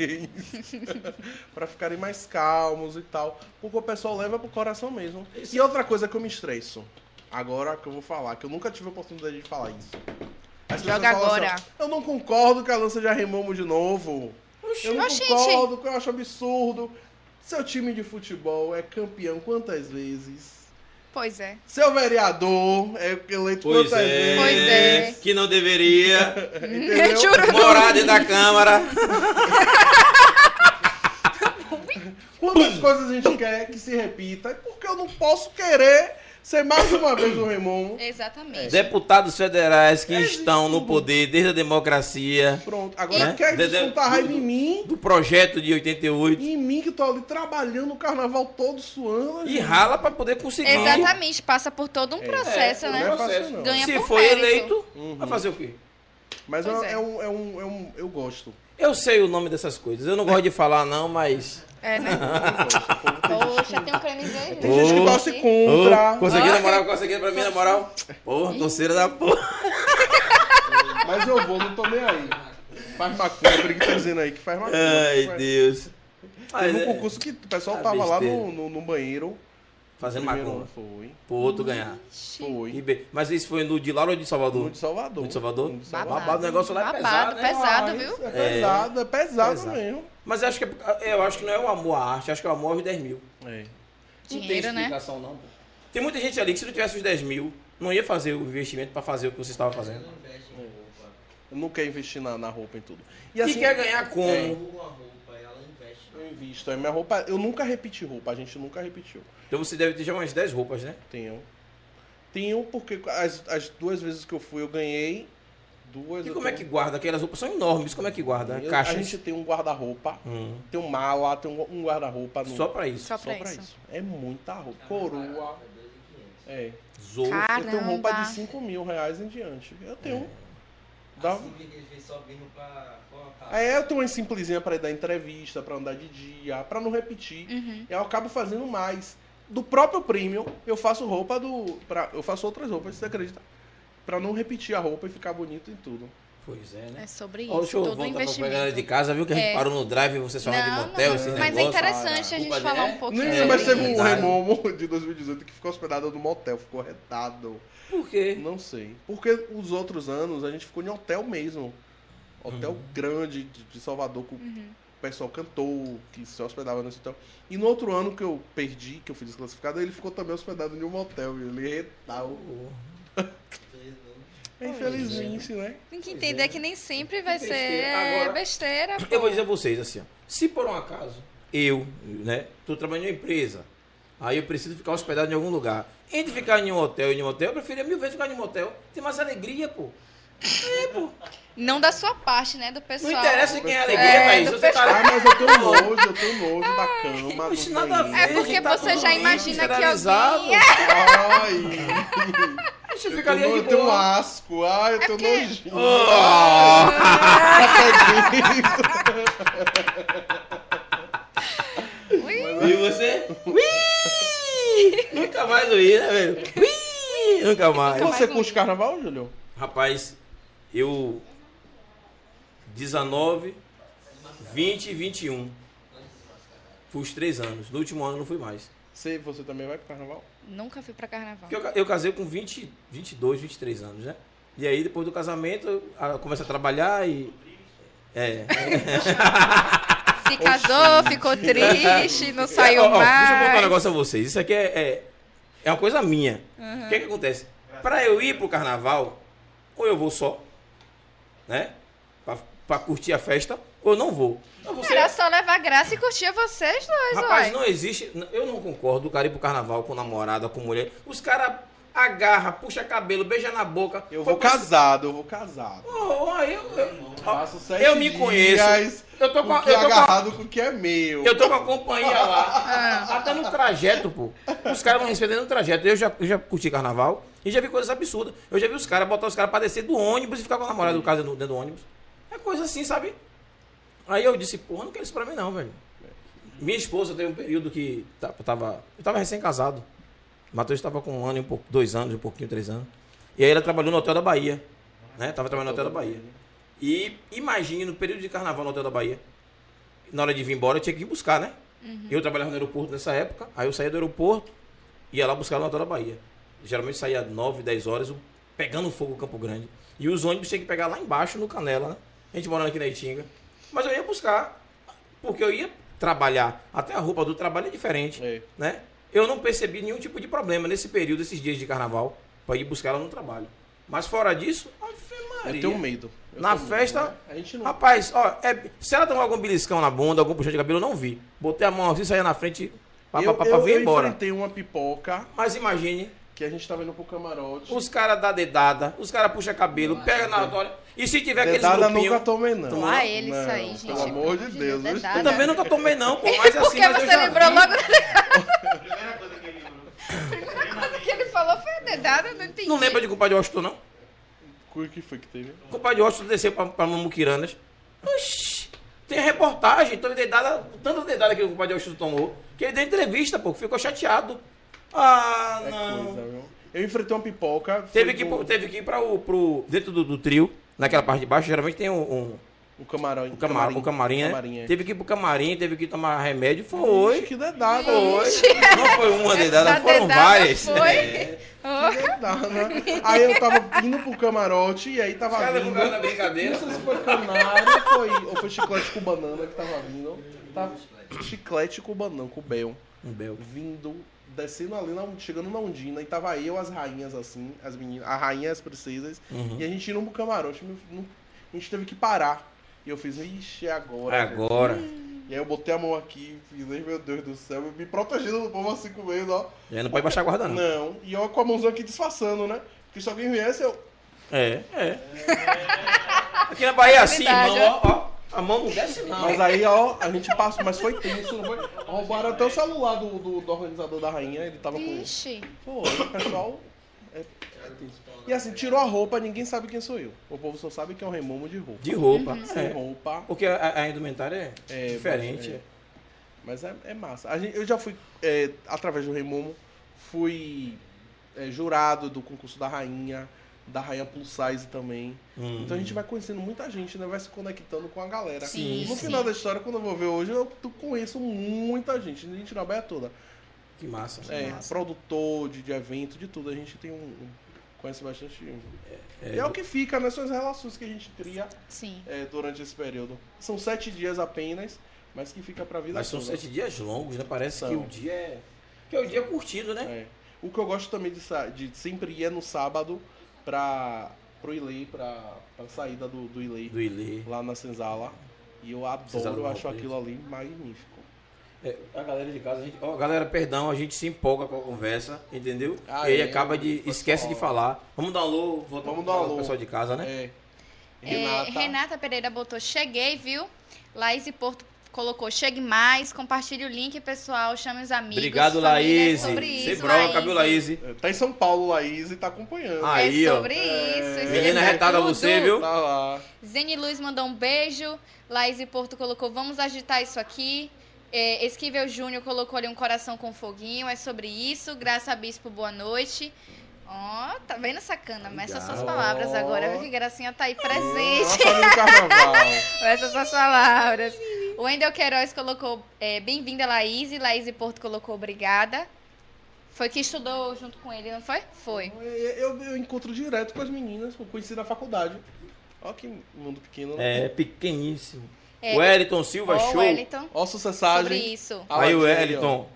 [SPEAKER 3] pra ficarem mais calmos e tal. Porque o pessoal leva pro coração mesmo. E outra coisa que eu me estresso. Agora que eu vou falar, que eu nunca tive a oportunidade de falar isso. As
[SPEAKER 2] Joga
[SPEAKER 3] pessoas falam assim,
[SPEAKER 2] agora.
[SPEAKER 3] ó, eu não concordo que a lança já remamos de novo. Eu não
[SPEAKER 2] Oxente.
[SPEAKER 3] concordo, que eu acho absurdo. Seu time de futebol é campeão quantas vezes?
[SPEAKER 2] Pois é.
[SPEAKER 3] Seu vereador é eleito quantas
[SPEAKER 2] Pois
[SPEAKER 3] vezes?
[SPEAKER 2] é.
[SPEAKER 1] Que não deveria.
[SPEAKER 3] É, Entendeu?
[SPEAKER 2] Juro.
[SPEAKER 1] Morar dentro da Câmara.
[SPEAKER 3] Quantas coisas a gente quer que se repita? Porque eu não posso querer ser mais uma vez o Raymond.
[SPEAKER 2] Exatamente.
[SPEAKER 1] Deputados federais
[SPEAKER 2] É
[SPEAKER 1] que estão
[SPEAKER 2] né?
[SPEAKER 1] no poder desde a democracia.
[SPEAKER 3] Pronto, agora
[SPEAKER 1] É?
[SPEAKER 3] quer
[SPEAKER 1] Dedé-
[SPEAKER 3] descontar raiva em mim,
[SPEAKER 1] Do projeto de 88.
[SPEAKER 3] e em mim que tô ali trabalhando o carnaval todo suando.
[SPEAKER 1] E rala pra poder conseguir.
[SPEAKER 2] Exatamente, passa por todo um processo,
[SPEAKER 1] É,
[SPEAKER 3] Não é
[SPEAKER 2] né?
[SPEAKER 3] fácil, não.
[SPEAKER 2] Ganha
[SPEAKER 1] Se
[SPEAKER 2] por
[SPEAKER 1] foi
[SPEAKER 2] mérito.
[SPEAKER 1] eleito,
[SPEAKER 3] Uhum.
[SPEAKER 1] vai fazer o quê?
[SPEAKER 3] Mas é,
[SPEAKER 2] Pois
[SPEAKER 3] é.
[SPEAKER 2] é.
[SPEAKER 3] um, é, um, é um. Eu gosto.
[SPEAKER 1] Eu sei o nome dessas coisas. Eu não gosto de falar, não, mas.
[SPEAKER 2] É, né?
[SPEAKER 3] Eu gosto.
[SPEAKER 2] Poxa, tem um cremezinho aí.
[SPEAKER 3] Tem gente que
[SPEAKER 1] Oh.
[SPEAKER 3] torce contra.
[SPEAKER 1] Ô, consegui
[SPEAKER 2] Ah.
[SPEAKER 1] na moral, consegui pra mim na moral. Porra, torceira da porra.
[SPEAKER 3] Mas eu vou, não tô nem aí. Faz maconha, por que tá dizendo aí que faz maconha.
[SPEAKER 5] Ai,
[SPEAKER 3] Faz-
[SPEAKER 5] Deus.
[SPEAKER 3] Teve
[SPEAKER 1] Mas,
[SPEAKER 3] um
[SPEAKER 1] é,
[SPEAKER 3] concurso que o pessoal
[SPEAKER 5] é
[SPEAKER 3] tava lá
[SPEAKER 5] besteira.
[SPEAKER 3] no, no, no banheiro.
[SPEAKER 1] fazendo
[SPEAKER 3] Primeiro
[SPEAKER 2] né?
[SPEAKER 1] macumba.
[SPEAKER 3] Foi.
[SPEAKER 1] Pro outro ganhar. E
[SPEAKER 3] Foi.
[SPEAKER 1] bem, Mas esse foi no de Lauro ou de
[SPEAKER 3] No
[SPEAKER 1] Salvador?
[SPEAKER 3] de Salvador.
[SPEAKER 1] No de Salvador?
[SPEAKER 3] No de
[SPEAKER 2] Babado.
[SPEAKER 5] Babado, o negócio lá é pesado,
[SPEAKER 2] Babado,
[SPEAKER 5] né?
[SPEAKER 2] pesado,
[SPEAKER 5] Mas-
[SPEAKER 2] viu?
[SPEAKER 3] É pesado, é pesado,
[SPEAKER 1] Pesado.
[SPEAKER 3] mesmo.
[SPEAKER 1] Mas eu acho que, é- eu acho que não é o amor à arte, eu acho que é o amor aos 10 mil.
[SPEAKER 3] É.
[SPEAKER 2] Dinheiro,
[SPEAKER 1] não tem
[SPEAKER 2] né?
[SPEAKER 1] explicação, não. pô. Tem muita gente ali que se não tivesse os 10 mil, não ia fazer o investimento pra fazer o que você estava fazendo.
[SPEAKER 4] Investe em roupa.
[SPEAKER 3] Não quer investir na, na roupa e tudo.
[SPEAKER 1] E, quer ganhar como?
[SPEAKER 3] É.
[SPEAKER 4] Ou uma roupa, ela investe.
[SPEAKER 3] Eu invisto. É minha roupa. Eu nunca repeti roupa, a gente nunca repetiu.
[SPEAKER 1] Então você deve ter já umas 10 roupas, né?
[SPEAKER 3] Tenho. Tenho porque as, as duas vezes que eu fui eu ganhei. Duas.
[SPEAKER 1] E
[SPEAKER 3] eu
[SPEAKER 1] como é que
[SPEAKER 3] tenho.
[SPEAKER 1] guarda? Aquelas roupas são enormes, como é que guarda?
[SPEAKER 3] Eu-
[SPEAKER 1] Caixas.
[SPEAKER 3] A gente tem um guarda-roupa,
[SPEAKER 1] Hum.
[SPEAKER 3] tem um mala, tem um, um guarda-roupa. no-
[SPEAKER 1] Só pra isso.
[SPEAKER 2] Só pra
[SPEAKER 3] só pra
[SPEAKER 2] isso.
[SPEAKER 3] É muita roupa. Coroa. É.
[SPEAKER 1] Zorro.
[SPEAKER 3] Eu tenho roupa
[SPEAKER 2] Caramba.
[SPEAKER 3] de 5 mil reais em diante. Eu tenho. Dá...
[SPEAKER 4] Assim que ele fez só mesmo pra colocar.
[SPEAKER 1] É.
[SPEAKER 3] Aí é, eu tenho uma simplesinha pra ir dar entrevista, pra andar de dia, pra não repetir.
[SPEAKER 2] Uhum.
[SPEAKER 3] Eu acabo fazendo mais. Do próprio premium, eu faço roupa do. Pra, eu faço outras roupas, você acredita? Pra não repetir a roupa e ficar bonito em tudo.
[SPEAKER 1] Pois é, né?
[SPEAKER 2] É sobre isso.
[SPEAKER 1] Ó, deixa eu
[SPEAKER 2] todo
[SPEAKER 1] voltar pra
[SPEAKER 2] investimento.
[SPEAKER 1] galera de casa, viu? Que a gente
[SPEAKER 2] É.
[SPEAKER 1] parou no drive, você falando de
[SPEAKER 2] Não,
[SPEAKER 1] motel,
[SPEAKER 2] não,
[SPEAKER 1] esses
[SPEAKER 2] mas é
[SPEAKER 1] negócios.
[SPEAKER 2] interessante a
[SPEAKER 1] Culpa
[SPEAKER 2] gente
[SPEAKER 1] dele,
[SPEAKER 2] falar um
[SPEAKER 1] né?
[SPEAKER 2] pouquinho.
[SPEAKER 3] Não,
[SPEAKER 1] é
[SPEAKER 3] mas teve
[SPEAKER 2] sobre
[SPEAKER 3] um
[SPEAKER 2] isso.
[SPEAKER 1] verdade.
[SPEAKER 3] remomo de 2018 que ficou hospedado no motel, ficou retado.
[SPEAKER 1] Por quê?
[SPEAKER 3] Não sei. Porque os outros anos a gente ficou em hotel mesmo. Hotel
[SPEAKER 1] Uhum.
[SPEAKER 3] grande de de Salvador, com
[SPEAKER 2] Uhum.
[SPEAKER 3] o pessoal cantou, que se hospedava nesse hotel. E no outro ano que eu perdi, que eu fui desclassificado, ele ficou também hospedado em um motel. e Ele retal. É, infelizmente, né?
[SPEAKER 2] Tem que
[SPEAKER 1] Pois
[SPEAKER 2] entender
[SPEAKER 1] é.
[SPEAKER 2] que nem sempre vai
[SPEAKER 1] Que
[SPEAKER 2] ser
[SPEAKER 1] besteira. Agora-
[SPEAKER 2] besteira.
[SPEAKER 1] Eu vou dizer a vocês assim, ó. Se por um acaso eu, né, tô trabalhando em uma empresa, aí eu preciso ficar hospedado em algum lugar. Entre ficar em um hotel e em um hotel, eu preferia mil vezes ficar em um hotel. Tem mais alegria, pô.
[SPEAKER 2] Não da sua parte, né? Do
[SPEAKER 1] Não
[SPEAKER 2] pessoal.
[SPEAKER 1] interessa de quem é a alegria,
[SPEAKER 2] É,
[SPEAKER 1] Thaís.
[SPEAKER 2] do
[SPEAKER 1] Você tá
[SPEAKER 3] Ah,
[SPEAKER 1] lá.
[SPEAKER 3] mas eu tenho nojo, eu tenho nojo da cama.
[SPEAKER 1] Isso
[SPEAKER 3] do
[SPEAKER 1] nada a ver,
[SPEAKER 2] É
[SPEAKER 3] banheiro.
[SPEAKER 2] porque
[SPEAKER 1] gente, tá
[SPEAKER 2] você já
[SPEAKER 1] tudo
[SPEAKER 2] imagina que
[SPEAKER 1] esterilizado.
[SPEAKER 2] alguém- é.
[SPEAKER 3] Ai!
[SPEAKER 1] Deixa eu
[SPEAKER 3] Eu,
[SPEAKER 1] ficar
[SPEAKER 3] tenho,
[SPEAKER 1] ali de
[SPEAKER 3] eu tenho um
[SPEAKER 1] boa.
[SPEAKER 3] asco, ai,
[SPEAKER 2] É
[SPEAKER 3] eu tenho
[SPEAKER 2] que-
[SPEAKER 3] nojinho.
[SPEAKER 1] Oh!
[SPEAKER 5] E você?
[SPEAKER 1] Nunca mais eu ia, né, velho? Ui! Nunca mais.
[SPEAKER 3] Você
[SPEAKER 2] um
[SPEAKER 3] curte carnaval, Júlio?
[SPEAKER 1] Rapaz, eu. 19, 20 e 21. Fui os três anos. No último ano eu não fui mais.
[SPEAKER 3] Você, você também vai pro carnaval?
[SPEAKER 2] Nunca fui pra carnaval.
[SPEAKER 1] Porque eu, ca- eu casei com 20, 22, 23 anos, né? E aí, depois do casamento, eu ah, comecei a trabalhar e. É.
[SPEAKER 2] Se casou, ficou triste, não
[SPEAKER 1] Ó,
[SPEAKER 2] saiu
[SPEAKER 1] ó, Deixa eu contar um
[SPEAKER 2] mais.
[SPEAKER 1] negócio a vocês. Isso aqui é, é, é uma coisa minha. O
[SPEAKER 2] Uhum.
[SPEAKER 1] que, que acontece? Pra eu ir pro carnaval, ou eu vou só, né? Pra, pra curtir a festa, ou eu não vou. Então você-
[SPEAKER 2] Era só levar graça e curtir vocês dois,
[SPEAKER 1] Rapaz,
[SPEAKER 2] uai.
[SPEAKER 1] não existe. Eu não concordo o cara ir pro carnaval com namorada, com mulher. Os caras agarra, puxa cabelo, beija na boca.
[SPEAKER 3] Eu vou
[SPEAKER 1] Foi-
[SPEAKER 3] casado, eu vou casado.
[SPEAKER 1] Ó, ó, eu, eu, ó,
[SPEAKER 3] Faço sete
[SPEAKER 1] eu me
[SPEAKER 3] dias
[SPEAKER 1] conheço. Eu tô
[SPEAKER 3] com
[SPEAKER 1] com a,
[SPEAKER 3] o que
[SPEAKER 1] eu tô com a-
[SPEAKER 3] agarrado com o que é meu.
[SPEAKER 1] eu tô com a companhia lá. Até no trajeto, pô. Os caras vão respeitando o trajeto. Eu já, eu já curti carnaval e já vi coisas absurdas. Eu já vi os caras botar os caras pra descer do ônibus e ficar com a namorada do cara dentro, dentro do ônibus. É coisa assim, sabe? Aí eu disse, porra, não quero isso pra mim não, velho. Minha esposa teve um período que ta- eu tava, eu tava recém-casado. Matheus estava com um ano, e um pouco, dois anos, um pouquinho, três anos. E aí ela trabalhou no Hotel da Bahia. Né? Tava trabalhando no Hotel da Bahia. E imagine no período de carnaval no Hotel da Bahia. Na hora de vir embora, eu tinha que ir buscar, né? Eu trabalhava no aeroporto nessa época, aí eu saía do aeroporto e ia lá buscar no Hotel da Bahia. Geralmente saía 9, 10 horas, eu- pegando fogo em Campo Grande. E os ônibus tinha que pegar lá embaixo, no Canela, né? A gente morando aqui na Itinga. Mas eu ia buscar, porque eu ia trabalhar. Até a roupa do trabalho é diferente
[SPEAKER 3] É.
[SPEAKER 1] né? Eu não percebi nenhum tipo de problema nesse período, esses dias de carnaval, para ir buscar ela no trabalho. Mas fora disso, ave
[SPEAKER 3] Eu
[SPEAKER 1] Maria.
[SPEAKER 3] tenho medo. Eu
[SPEAKER 1] Na
[SPEAKER 3] tenho medo,
[SPEAKER 1] festa-
[SPEAKER 3] né? A gente não.
[SPEAKER 1] Rapaz, ó, é- se ela tomar algum beliscão na bunda, algum puxão de cabelo, eu não vi. Botei a mão assim, saía na frente, pá, pá,
[SPEAKER 3] eu,
[SPEAKER 1] pá,
[SPEAKER 3] eu,
[SPEAKER 1] pá, vim
[SPEAKER 3] eu
[SPEAKER 1] embora.
[SPEAKER 3] enfrentei uma pipoca
[SPEAKER 1] Mas imagine,
[SPEAKER 3] que a gente tava indo pro camarote.
[SPEAKER 1] os caras dá dedada, os caras puxa cabelo, pega na hora. E se tiver é aqueles
[SPEAKER 3] Dedada nunca
[SPEAKER 1] grupinhos...
[SPEAKER 3] tomei, não.
[SPEAKER 1] Tomou.
[SPEAKER 2] Lá é ele isso
[SPEAKER 3] Não,
[SPEAKER 2] aí,
[SPEAKER 3] pelo
[SPEAKER 2] gente.
[SPEAKER 3] amor de Deus,
[SPEAKER 2] é
[SPEAKER 3] eu
[SPEAKER 1] Eu
[SPEAKER 2] dada.
[SPEAKER 1] também nunca tomei não, pô, mas assim...
[SPEAKER 2] Porque
[SPEAKER 1] mas eu
[SPEAKER 2] você
[SPEAKER 1] já
[SPEAKER 2] lembrou
[SPEAKER 1] vi.
[SPEAKER 2] logo. A primeira coisa que ele falou foi a dedada, eu não entendi.
[SPEAKER 1] Não lembra de culpa de Washington, não?
[SPEAKER 3] O que foi que teve?
[SPEAKER 1] O compadre Washington desceu pra, pra Mamuquiranas. Oxi, tem reportagem, então tanta dedada, tanta dedada que o compadre Washington tomou, que ele deu entrevista, pô, que ficou chateado. Ah,
[SPEAKER 3] É
[SPEAKER 1] não.
[SPEAKER 3] coisa, viu? Eu enfrentei uma pipoca.
[SPEAKER 1] Teve
[SPEAKER 3] fui
[SPEAKER 1] que, ir
[SPEAKER 3] pro-
[SPEAKER 1] pro- teve que ir pra o, pro, dentro do, do trio, naquela parte de baixo, geralmente tem um, um,
[SPEAKER 3] O camarim. é.
[SPEAKER 1] O, camar, o camarim, né? Teve que ir pro camarim, teve que tomar remédio. Foi.
[SPEAKER 3] Que dedada.
[SPEAKER 1] Foi. Não foi uma
[SPEAKER 2] Essa
[SPEAKER 1] dedada, foram
[SPEAKER 2] dedada
[SPEAKER 1] várias. É.
[SPEAKER 2] Foi. Oh.
[SPEAKER 3] Que dedada. né? Aí eu tava indo pro camarote e aí tava
[SPEAKER 1] Cada
[SPEAKER 3] vindo.
[SPEAKER 1] lugar na
[SPEAKER 3] Não
[SPEAKER 1] brincadeira.
[SPEAKER 3] sei se foi canário foi, ou foi chiclete com banana que tava vindo. Tá, chiclete com banana, com bel.
[SPEAKER 1] Um belo.
[SPEAKER 3] Vindo, descendo ali, na, chegando na Undina. E tava eu, as rainhas assim, as meninas, a rainha, as princesas.
[SPEAKER 1] Uhum.
[SPEAKER 3] E a gente indo pro camarote. meu- não- a gente teve que parar. E eu fiz, ixi, é agora.
[SPEAKER 1] Agora.
[SPEAKER 3] E aí eu botei a mão aqui, fiz, "Ei, meu Deus do céu, eu me protegendo do povo assim comendo, ó.
[SPEAKER 1] Já É, não pode baixar a guarda, não.
[SPEAKER 3] Não, e eu com a mãozinha aqui disfarçando, né? Porque se alguém viesse, eu.
[SPEAKER 1] É, é. Aqui na Bahia é assim,
[SPEAKER 2] Verdade,
[SPEAKER 1] mão, ó, ó. A mão assim, não desce, não.
[SPEAKER 3] Mas aí, ó, a gente passou, mas foi tenso, não foi? Roubaram até o celular do, do, do organizador da rainha, ele tava com.
[SPEAKER 2] Vixe.
[SPEAKER 3] Pô, o pessoal. É, é tenso. E assim, tirou a roupa, ninguém sabe quem sou eu. O povo só sabe que é um remumo de roupa.
[SPEAKER 1] De roupa.
[SPEAKER 3] Sem
[SPEAKER 1] É.
[SPEAKER 3] roupa.
[SPEAKER 1] Porque a, a indumentária é,
[SPEAKER 3] É,
[SPEAKER 1] diferente.
[SPEAKER 3] é. Mas é, é massa. A gente- eu já fui, é, através do Remumo, fui é, jurado do concurso da Rainha, da Rainha Plus Size também.
[SPEAKER 1] Hum.
[SPEAKER 3] Então a gente vai conhecendo muita gente, né? Vai se conectando com a galera.
[SPEAKER 2] Sim,
[SPEAKER 3] no
[SPEAKER 2] sim.
[SPEAKER 3] final da história, quando eu vou ver hoje, eu tu- conheço muita gente. Gente na Bahia toda.
[SPEAKER 1] Que massa.
[SPEAKER 3] É,
[SPEAKER 2] Massa.
[SPEAKER 3] produtor, de, de evento, de tudo. A gente tem um... um- conhece bastante. É, o que fica, né? São as relações que a gente cria
[SPEAKER 2] Sim.
[SPEAKER 3] é, durante esse período. São sete dias apenas, mas que fica pra vida
[SPEAKER 1] Mas são
[SPEAKER 3] toda.
[SPEAKER 1] sete dias longos, né? Parece que
[SPEAKER 3] São.
[SPEAKER 1] o dia é. Que é o dia curtido, né?
[SPEAKER 3] É. O que eu gosto também de, sa- de sempre ir é no sábado pra, pro Ilê, pra, pra saída do, do Ilê,
[SPEAKER 1] Do Ilê.
[SPEAKER 3] lá na senzala. E eu
[SPEAKER 1] Senzala é
[SPEAKER 3] adoro,
[SPEAKER 1] do
[SPEAKER 3] eu acho
[SPEAKER 1] Valpre.
[SPEAKER 3] aquilo ali magnífico.
[SPEAKER 1] É, a galera de casa, a gente, ó, galera, perdão, a gente se empolga com a conversa, entendeu?
[SPEAKER 3] Ah,
[SPEAKER 1] e aí
[SPEAKER 3] é,
[SPEAKER 1] acaba de.
[SPEAKER 3] pessoal.
[SPEAKER 1] Esquece de falar. Vamos dar um alô, voltar
[SPEAKER 3] Vamos
[SPEAKER 1] pra falar
[SPEAKER 3] dar um
[SPEAKER 1] com o
[SPEAKER 3] alô.
[SPEAKER 1] pessoal de casa, né?
[SPEAKER 3] É.
[SPEAKER 2] É, Renata. Pereira botou cheguei, viu? Laís e Porto colocou chegue mais, compartilhe o link, pessoal, chame os amigos.
[SPEAKER 1] Obrigado,
[SPEAKER 2] família, é
[SPEAKER 1] Laís.
[SPEAKER 2] sobre
[SPEAKER 1] Você
[SPEAKER 2] isso,
[SPEAKER 1] broca, viu, né? Laís?
[SPEAKER 3] É, Tá em São Paulo, Laís, e tá acompanhando.
[SPEAKER 1] Ah,
[SPEAKER 2] É
[SPEAKER 1] Aí, ó.
[SPEAKER 2] sobre isso. isso
[SPEAKER 1] Menina
[SPEAKER 2] é
[SPEAKER 1] retada
[SPEAKER 2] tudo.
[SPEAKER 1] você, viu?
[SPEAKER 3] Tá lá.
[SPEAKER 2] Zene Luz mandou um beijo. Laís e Porto colocou, vamos agitar isso aqui. É, Esquivel Júnior colocou ali um coração com foguinho. É sobre isso. Graça Bispo, boa noite. Ó, tá vendo, sacana? Mas essas suas
[SPEAKER 1] Legal.
[SPEAKER 2] palavras agora. Viu que gracinha tá aí presente.
[SPEAKER 3] Tá no carnaval.
[SPEAKER 2] Essas suas palavras. O Wendel Queiroz colocou é, bem-vinda, Laís. E Laís e Porto colocou obrigada. Foi que estudou junto com ele, não foi? Foi.
[SPEAKER 3] Eu, Então, é, eu- eu encontro direto com as meninas, que eu conheci na faculdade. Ó que mundo pequeno. né?
[SPEAKER 1] É, pequeníssimo.
[SPEAKER 2] É,
[SPEAKER 1] Wellington Silva,
[SPEAKER 2] ó,
[SPEAKER 1] show.
[SPEAKER 2] Wellington,
[SPEAKER 3] Ó
[SPEAKER 2] sobre
[SPEAKER 3] sucessagem.
[SPEAKER 2] isso.
[SPEAKER 1] Aí o
[SPEAKER 3] Aladinho,
[SPEAKER 1] Wellington.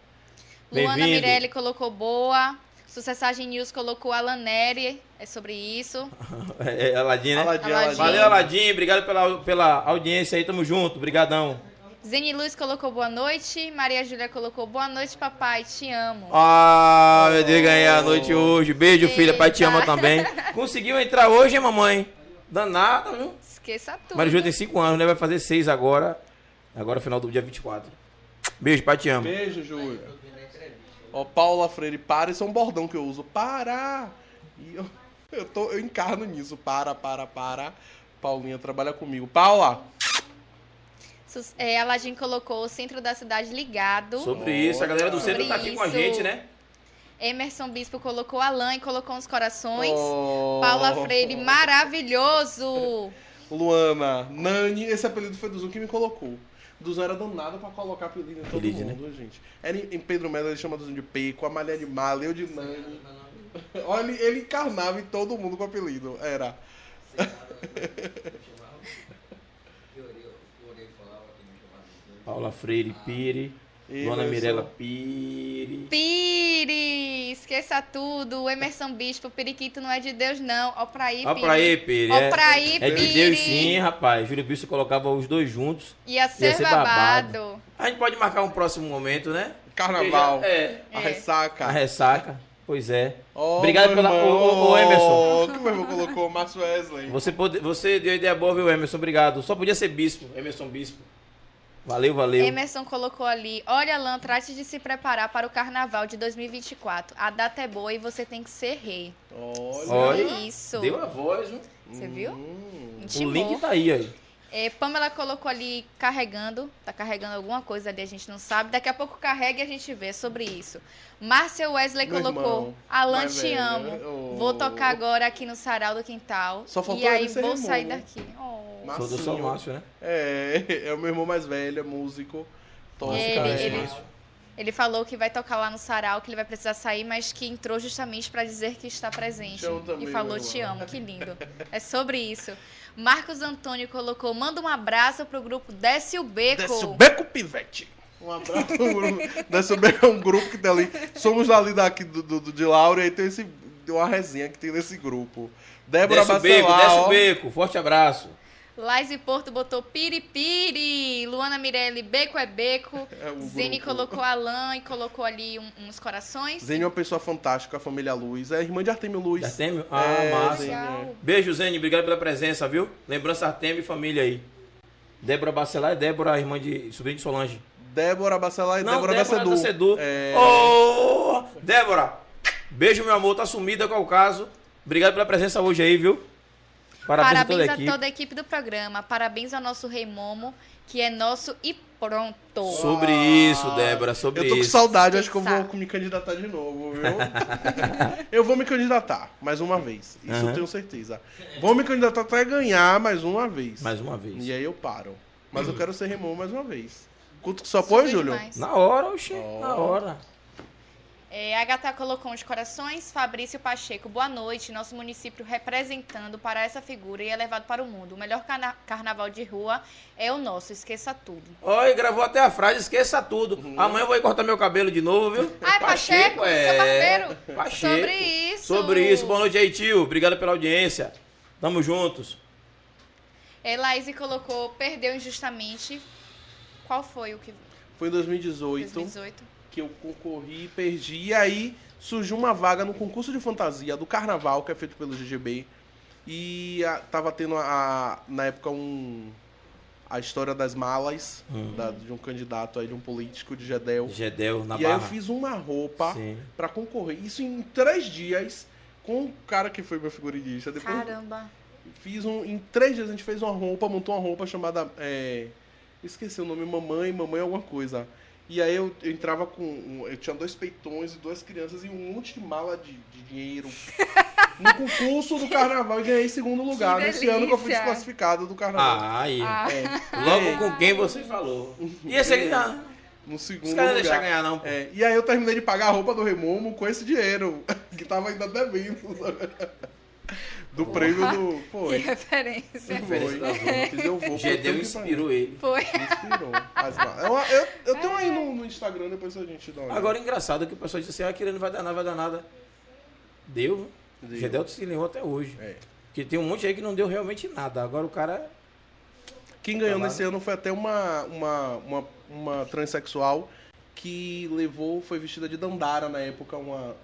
[SPEAKER 2] Luana
[SPEAKER 1] Bem-vindo.
[SPEAKER 2] Mirelli colocou boa. Sucessagem News colocou Alan Neri. É sobre isso.
[SPEAKER 1] É, é, Aladim, né?
[SPEAKER 3] Aladinho,
[SPEAKER 2] Aladinho.
[SPEAKER 1] Valeu, Aladim. Obrigado pela, pela audiência aí. Tamo junto. Obrigadão.
[SPEAKER 2] Zene Luz colocou boa noite. Maria Júlia colocou boa noite, papai. Te amo.
[SPEAKER 1] Ah, meu Deus, ganhei a noite hoje. Beijo, filha. Pai te ama
[SPEAKER 2] Eita.
[SPEAKER 1] também. Conseguiu entrar hoje, hein, mamãe? Danada, viu?
[SPEAKER 2] Esqueça tudo.
[SPEAKER 1] Marijô tem 5 anos, né? Vai fazer 6 agora. Agora, final do dia 24. Beijo, pai te ama.
[SPEAKER 3] Beijo, Júlia. Ó, Paula Freire, para, isso é um bordão que eu uso. Para! E eu, eu, tô, eu encarno nisso. Para, para, para. Paulinha trabalha comigo. Paula!
[SPEAKER 2] Sus- É, Aladim colocou o centro da cidade ligado.
[SPEAKER 1] Sobre isso, a galera do
[SPEAKER 3] Sobre
[SPEAKER 1] centro tá aqui com a
[SPEAKER 2] isso.
[SPEAKER 1] gente, né?
[SPEAKER 2] Emerson Bispo colocou Alan e colocou uns corações.
[SPEAKER 3] Oh.
[SPEAKER 2] Paula Freire, maravilhoso!
[SPEAKER 3] Luana, Nani, esse apelido foi do Zoom que me colocou. Do Zoom era danado pra colocar apelido em todo
[SPEAKER 1] Apelido, né?
[SPEAKER 3] mundo, gente. Era em em Pedro Melo, ele chama do Zoom de Peco, a Malha de Mala, eu de Nani. Olha, ele, ele encarnava em todo mundo com apelido. Era.
[SPEAKER 1] Paula Freire Pire. Dona
[SPEAKER 3] Emerson.
[SPEAKER 1] Mirella Pire.
[SPEAKER 2] Pires, esqueça tudo. Emerson Bispo, periquito não é de Deus, não. Ó pra aí,
[SPEAKER 1] Ó
[SPEAKER 2] Pires.
[SPEAKER 1] pra aí, Pire.
[SPEAKER 2] Ó
[SPEAKER 1] É,
[SPEAKER 2] pra aí,
[SPEAKER 1] é de
[SPEAKER 2] Pires.
[SPEAKER 1] Deus sim, rapaz. Júlio Bicho colocava os dois juntos.
[SPEAKER 2] Ia ser,
[SPEAKER 1] ser babado.
[SPEAKER 2] babado.
[SPEAKER 1] A gente pode marcar um próximo momento, né?
[SPEAKER 3] Carnaval.
[SPEAKER 1] É. A
[SPEAKER 2] É.
[SPEAKER 3] A ressaca.
[SPEAKER 1] ressaca. Pois é.
[SPEAKER 3] Ó,
[SPEAKER 1] Obrigado
[SPEAKER 3] meu
[SPEAKER 1] pela-
[SPEAKER 3] irmão.
[SPEAKER 1] ô, ô, ô, Emerson.
[SPEAKER 3] Que meu irmão colocou, o Márcio Wesley.
[SPEAKER 1] Você, pode, você deu ideia boa, viu, Emerson? Obrigado. Só podia ser bispo. Emerson Bispo. Valeu, valeu.
[SPEAKER 2] Emerson colocou ali: Olha, Alan, trate de se preparar para o carnaval de 2024. A data é boa e você tem que ser rei.
[SPEAKER 3] Olha.
[SPEAKER 1] Olha.
[SPEAKER 2] Isso.
[SPEAKER 1] Deu a voz, viu?
[SPEAKER 2] Você viu?
[SPEAKER 3] Hum.
[SPEAKER 1] O
[SPEAKER 2] Intimou.
[SPEAKER 1] link tá aí, aí.
[SPEAKER 2] É, Pamela colocou ali carregando, tá carregando alguma coisa ali, a gente não sabe. Daqui a pouco carrega e a gente vê sobre isso. Márcia Wesley
[SPEAKER 3] Meu
[SPEAKER 2] colocou,
[SPEAKER 3] irmão,
[SPEAKER 2] Alan,
[SPEAKER 3] mais
[SPEAKER 2] te
[SPEAKER 3] velho,
[SPEAKER 2] amo.
[SPEAKER 3] né? Ô.
[SPEAKER 2] Vou tocar agora aqui no sarau do quintal.
[SPEAKER 3] Só faltou
[SPEAKER 2] e aí
[SPEAKER 3] ele ser
[SPEAKER 2] vou
[SPEAKER 3] irmão,
[SPEAKER 2] sair
[SPEAKER 3] né?
[SPEAKER 2] daqui. Oh.
[SPEAKER 1] Sou do São
[SPEAKER 3] Massinho.
[SPEAKER 1] Márcio, né?
[SPEAKER 3] É, é o meu irmão mais velho, é músico. Toca.
[SPEAKER 2] Ele-
[SPEAKER 3] é,
[SPEAKER 2] ele- Ele falou que vai tocar lá no sarau, que ele vai precisar sair, mas que entrou justamente pra dizer que está presente.
[SPEAKER 3] Te amo também,
[SPEAKER 2] e falou
[SPEAKER 3] meu
[SPEAKER 2] te
[SPEAKER 3] amor."
[SPEAKER 2] amo, que lindo. É sobre isso. Marcos Antônio colocou, manda um abraço pro grupo Desce o Beco.
[SPEAKER 3] Desce o beco, pivete. Um abraço. Desce o beco é um grupo que tem ali. Somos ali daqui do, do- do- de Laura e aí tem esse, tem uma resenha que tem nesse grupo. Débora
[SPEAKER 1] Desce o beco,
[SPEAKER 3] Bacelar,
[SPEAKER 1] desce
[SPEAKER 3] ó.
[SPEAKER 1] o beco. Forte abraço.
[SPEAKER 2] Laise Porto botou piripiri. Luana Mirelli, beco é beco.
[SPEAKER 3] É um
[SPEAKER 2] Zene
[SPEAKER 3] grupo.
[SPEAKER 2] colocou Alain e colocou ali um- uns corações.
[SPEAKER 3] Zene é uma pessoa fantástica, a família Luz. É irmã de Artemio Luz.
[SPEAKER 1] Artemio? Ah,
[SPEAKER 3] É,
[SPEAKER 1] massa.
[SPEAKER 3] Zene.
[SPEAKER 2] Legal.
[SPEAKER 1] Beijo, Zene. Obrigado pela presença, viu? Lembrança Artemio e família aí. Débora Bacelar é Débora, irmã de sobrinho de Solange.
[SPEAKER 3] Débora Bacelar e
[SPEAKER 1] Não,
[SPEAKER 3] Débora
[SPEAKER 1] Débora
[SPEAKER 3] Bacedu.
[SPEAKER 1] Bacedu.
[SPEAKER 3] É,
[SPEAKER 1] Ô, Débora, beijo, meu amor. Tá sumida com o caso. Obrigado pela presença hoje aí, viu? Parabéns,
[SPEAKER 2] Parabéns
[SPEAKER 1] a toda a equipe.
[SPEAKER 2] do programa. Parabéns ao nosso rei Momo, que é nosso e pronto.
[SPEAKER 1] Sobre isso, Débora,
[SPEAKER 3] Ah, Eu
[SPEAKER 1] sobre
[SPEAKER 3] tô com
[SPEAKER 1] isso.
[SPEAKER 3] saudade, acho que eu
[SPEAKER 2] Pensar.
[SPEAKER 3] vou me candidatar de novo, viu? eu vou me candidatar, mais uma vez. Isso eu
[SPEAKER 1] Aham.
[SPEAKER 3] tenho certeza. Vou me candidatar até ganhar mais uma vez.
[SPEAKER 1] Mais uma vez.
[SPEAKER 3] E aí eu paro. Mas eu quero ser remão mais uma vez. Quanto que só põe,
[SPEAKER 2] Subiu
[SPEAKER 3] Júlio?
[SPEAKER 2] demais.
[SPEAKER 1] Na hora, oxê,
[SPEAKER 3] Ó.
[SPEAKER 1] na hora.
[SPEAKER 2] É, a Agatha colocou uns corações. Fabrício Pacheco, boa noite. Nosso município representando para essa figura e é levado para o mundo. O melhor carna- carnaval de rua é o nosso. Esqueça tudo.
[SPEAKER 1] Oi, gravou até a frase, esqueça tudo.
[SPEAKER 3] Uhum.
[SPEAKER 1] Amanhã eu vou ir cortar meu cabelo de novo, viu?
[SPEAKER 2] Ah, é Pacheco? Seu
[SPEAKER 3] é.
[SPEAKER 2] barbeiro?
[SPEAKER 1] Pacheco.
[SPEAKER 2] Sobre isso.
[SPEAKER 1] Sobre isso. Boa noite aí, tio. Obrigado pela audiência. Tamo juntos.
[SPEAKER 2] É, Laís colocou, perdeu injustamente. Qual foi o que?
[SPEAKER 3] Foi em 2018
[SPEAKER 2] 2018.
[SPEAKER 3] que eu concorri e perdi. E aí surgiu uma vaga no concurso de fantasia do carnaval, que é feito pelo GGB. E a- tava tendo a, a- na época um. A história das malas da- de um candidato aí, de um político de Gedel.
[SPEAKER 1] Gedel na
[SPEAKER 3] e aí eu
[SPEAKER 1] barra.
[SPEAKER 3] fiz uma roupa
[SPEAKER 1] Sim.
[SPEAKER 3] pra concorrer. Isso em três dias com o cara que foi meu figurinista. Depois
[SPEAKER 2] Caramba.
[SPEAKER 3] fiz um. Em três dias a gente fez uma roupa, montou uma roupa chamada. é, esqueci o nome, mamãe, mamãe alguma coisa. E aí eu, eu entrava com. um- eu tinha dois peitões e duas crianças e um monte de mala de, de dinheiro. no concurso do carnaval e ganhei segundo lugar.
[SPEAKER 2] Que
[SPEAKER 3] Nesse ano que eu fui
[SPEAKER 2] delícia.
[SPEAKER 3] desclassificado do carnaval.
[SPEAKER 1] Ah, aí.
[SPEAKER 2] Ah.
[SPEAKER 3] É,
[SPEAKER 1] Logo com quem você falou. E esse aqui, não.
[SPEAKER 3] no
[SPEAKER 1] Os
[SPEAKER 3] segundo
[SPEAKER 1] caras não
[SPEAKER 3] lugar.
[SPEAKER 1] deixam ganhar, não, pô.
[SPEAKER 3] É, e aí eu terminei de pagar a roupa do Remomo com esse dinheiro, que tava ainda devendo. sabe? Do prêmio do.
[SPEAKER 2] Que
[SPEAKER 3] Foi.
[SPEAKER 2] referência.
[SPEAKER 1] Referência da
[SPEAKER 3] Foi. Fiz eu vou.
[SPEAKER 1] Gedel
[SPEAKER 3] tá
[SPEAKER 1] inspirou ele.
[SPEAKER 2] Foi.
[SPEAKER 3] Me inspirou. Mas, não, eu, eu, eu tenho aí no, no Instagram, depois a gente dá uma olhada.
[SPEAKER 1] Agora, engraçado que o pessoal disse assim, ah, querendo vai dar nada, vai dar nada. Deu,
[SPEAKER 3] Deu.
[SPEAKER 1] viu? Gedel se ligou até hoje.
[SPEAKER 3] É.
[SPEAKER 1] Porque tem um monte aí que não deu realmente nada. Agora o cara...
[SPEAKER 3] Quem ganhou
[SPEAKER 1] Tá lá.
[SPEAKER 3] nesse ano foi até uma, uma, uma, uma transexual que levou, foi vestida de Dandara na época, uma,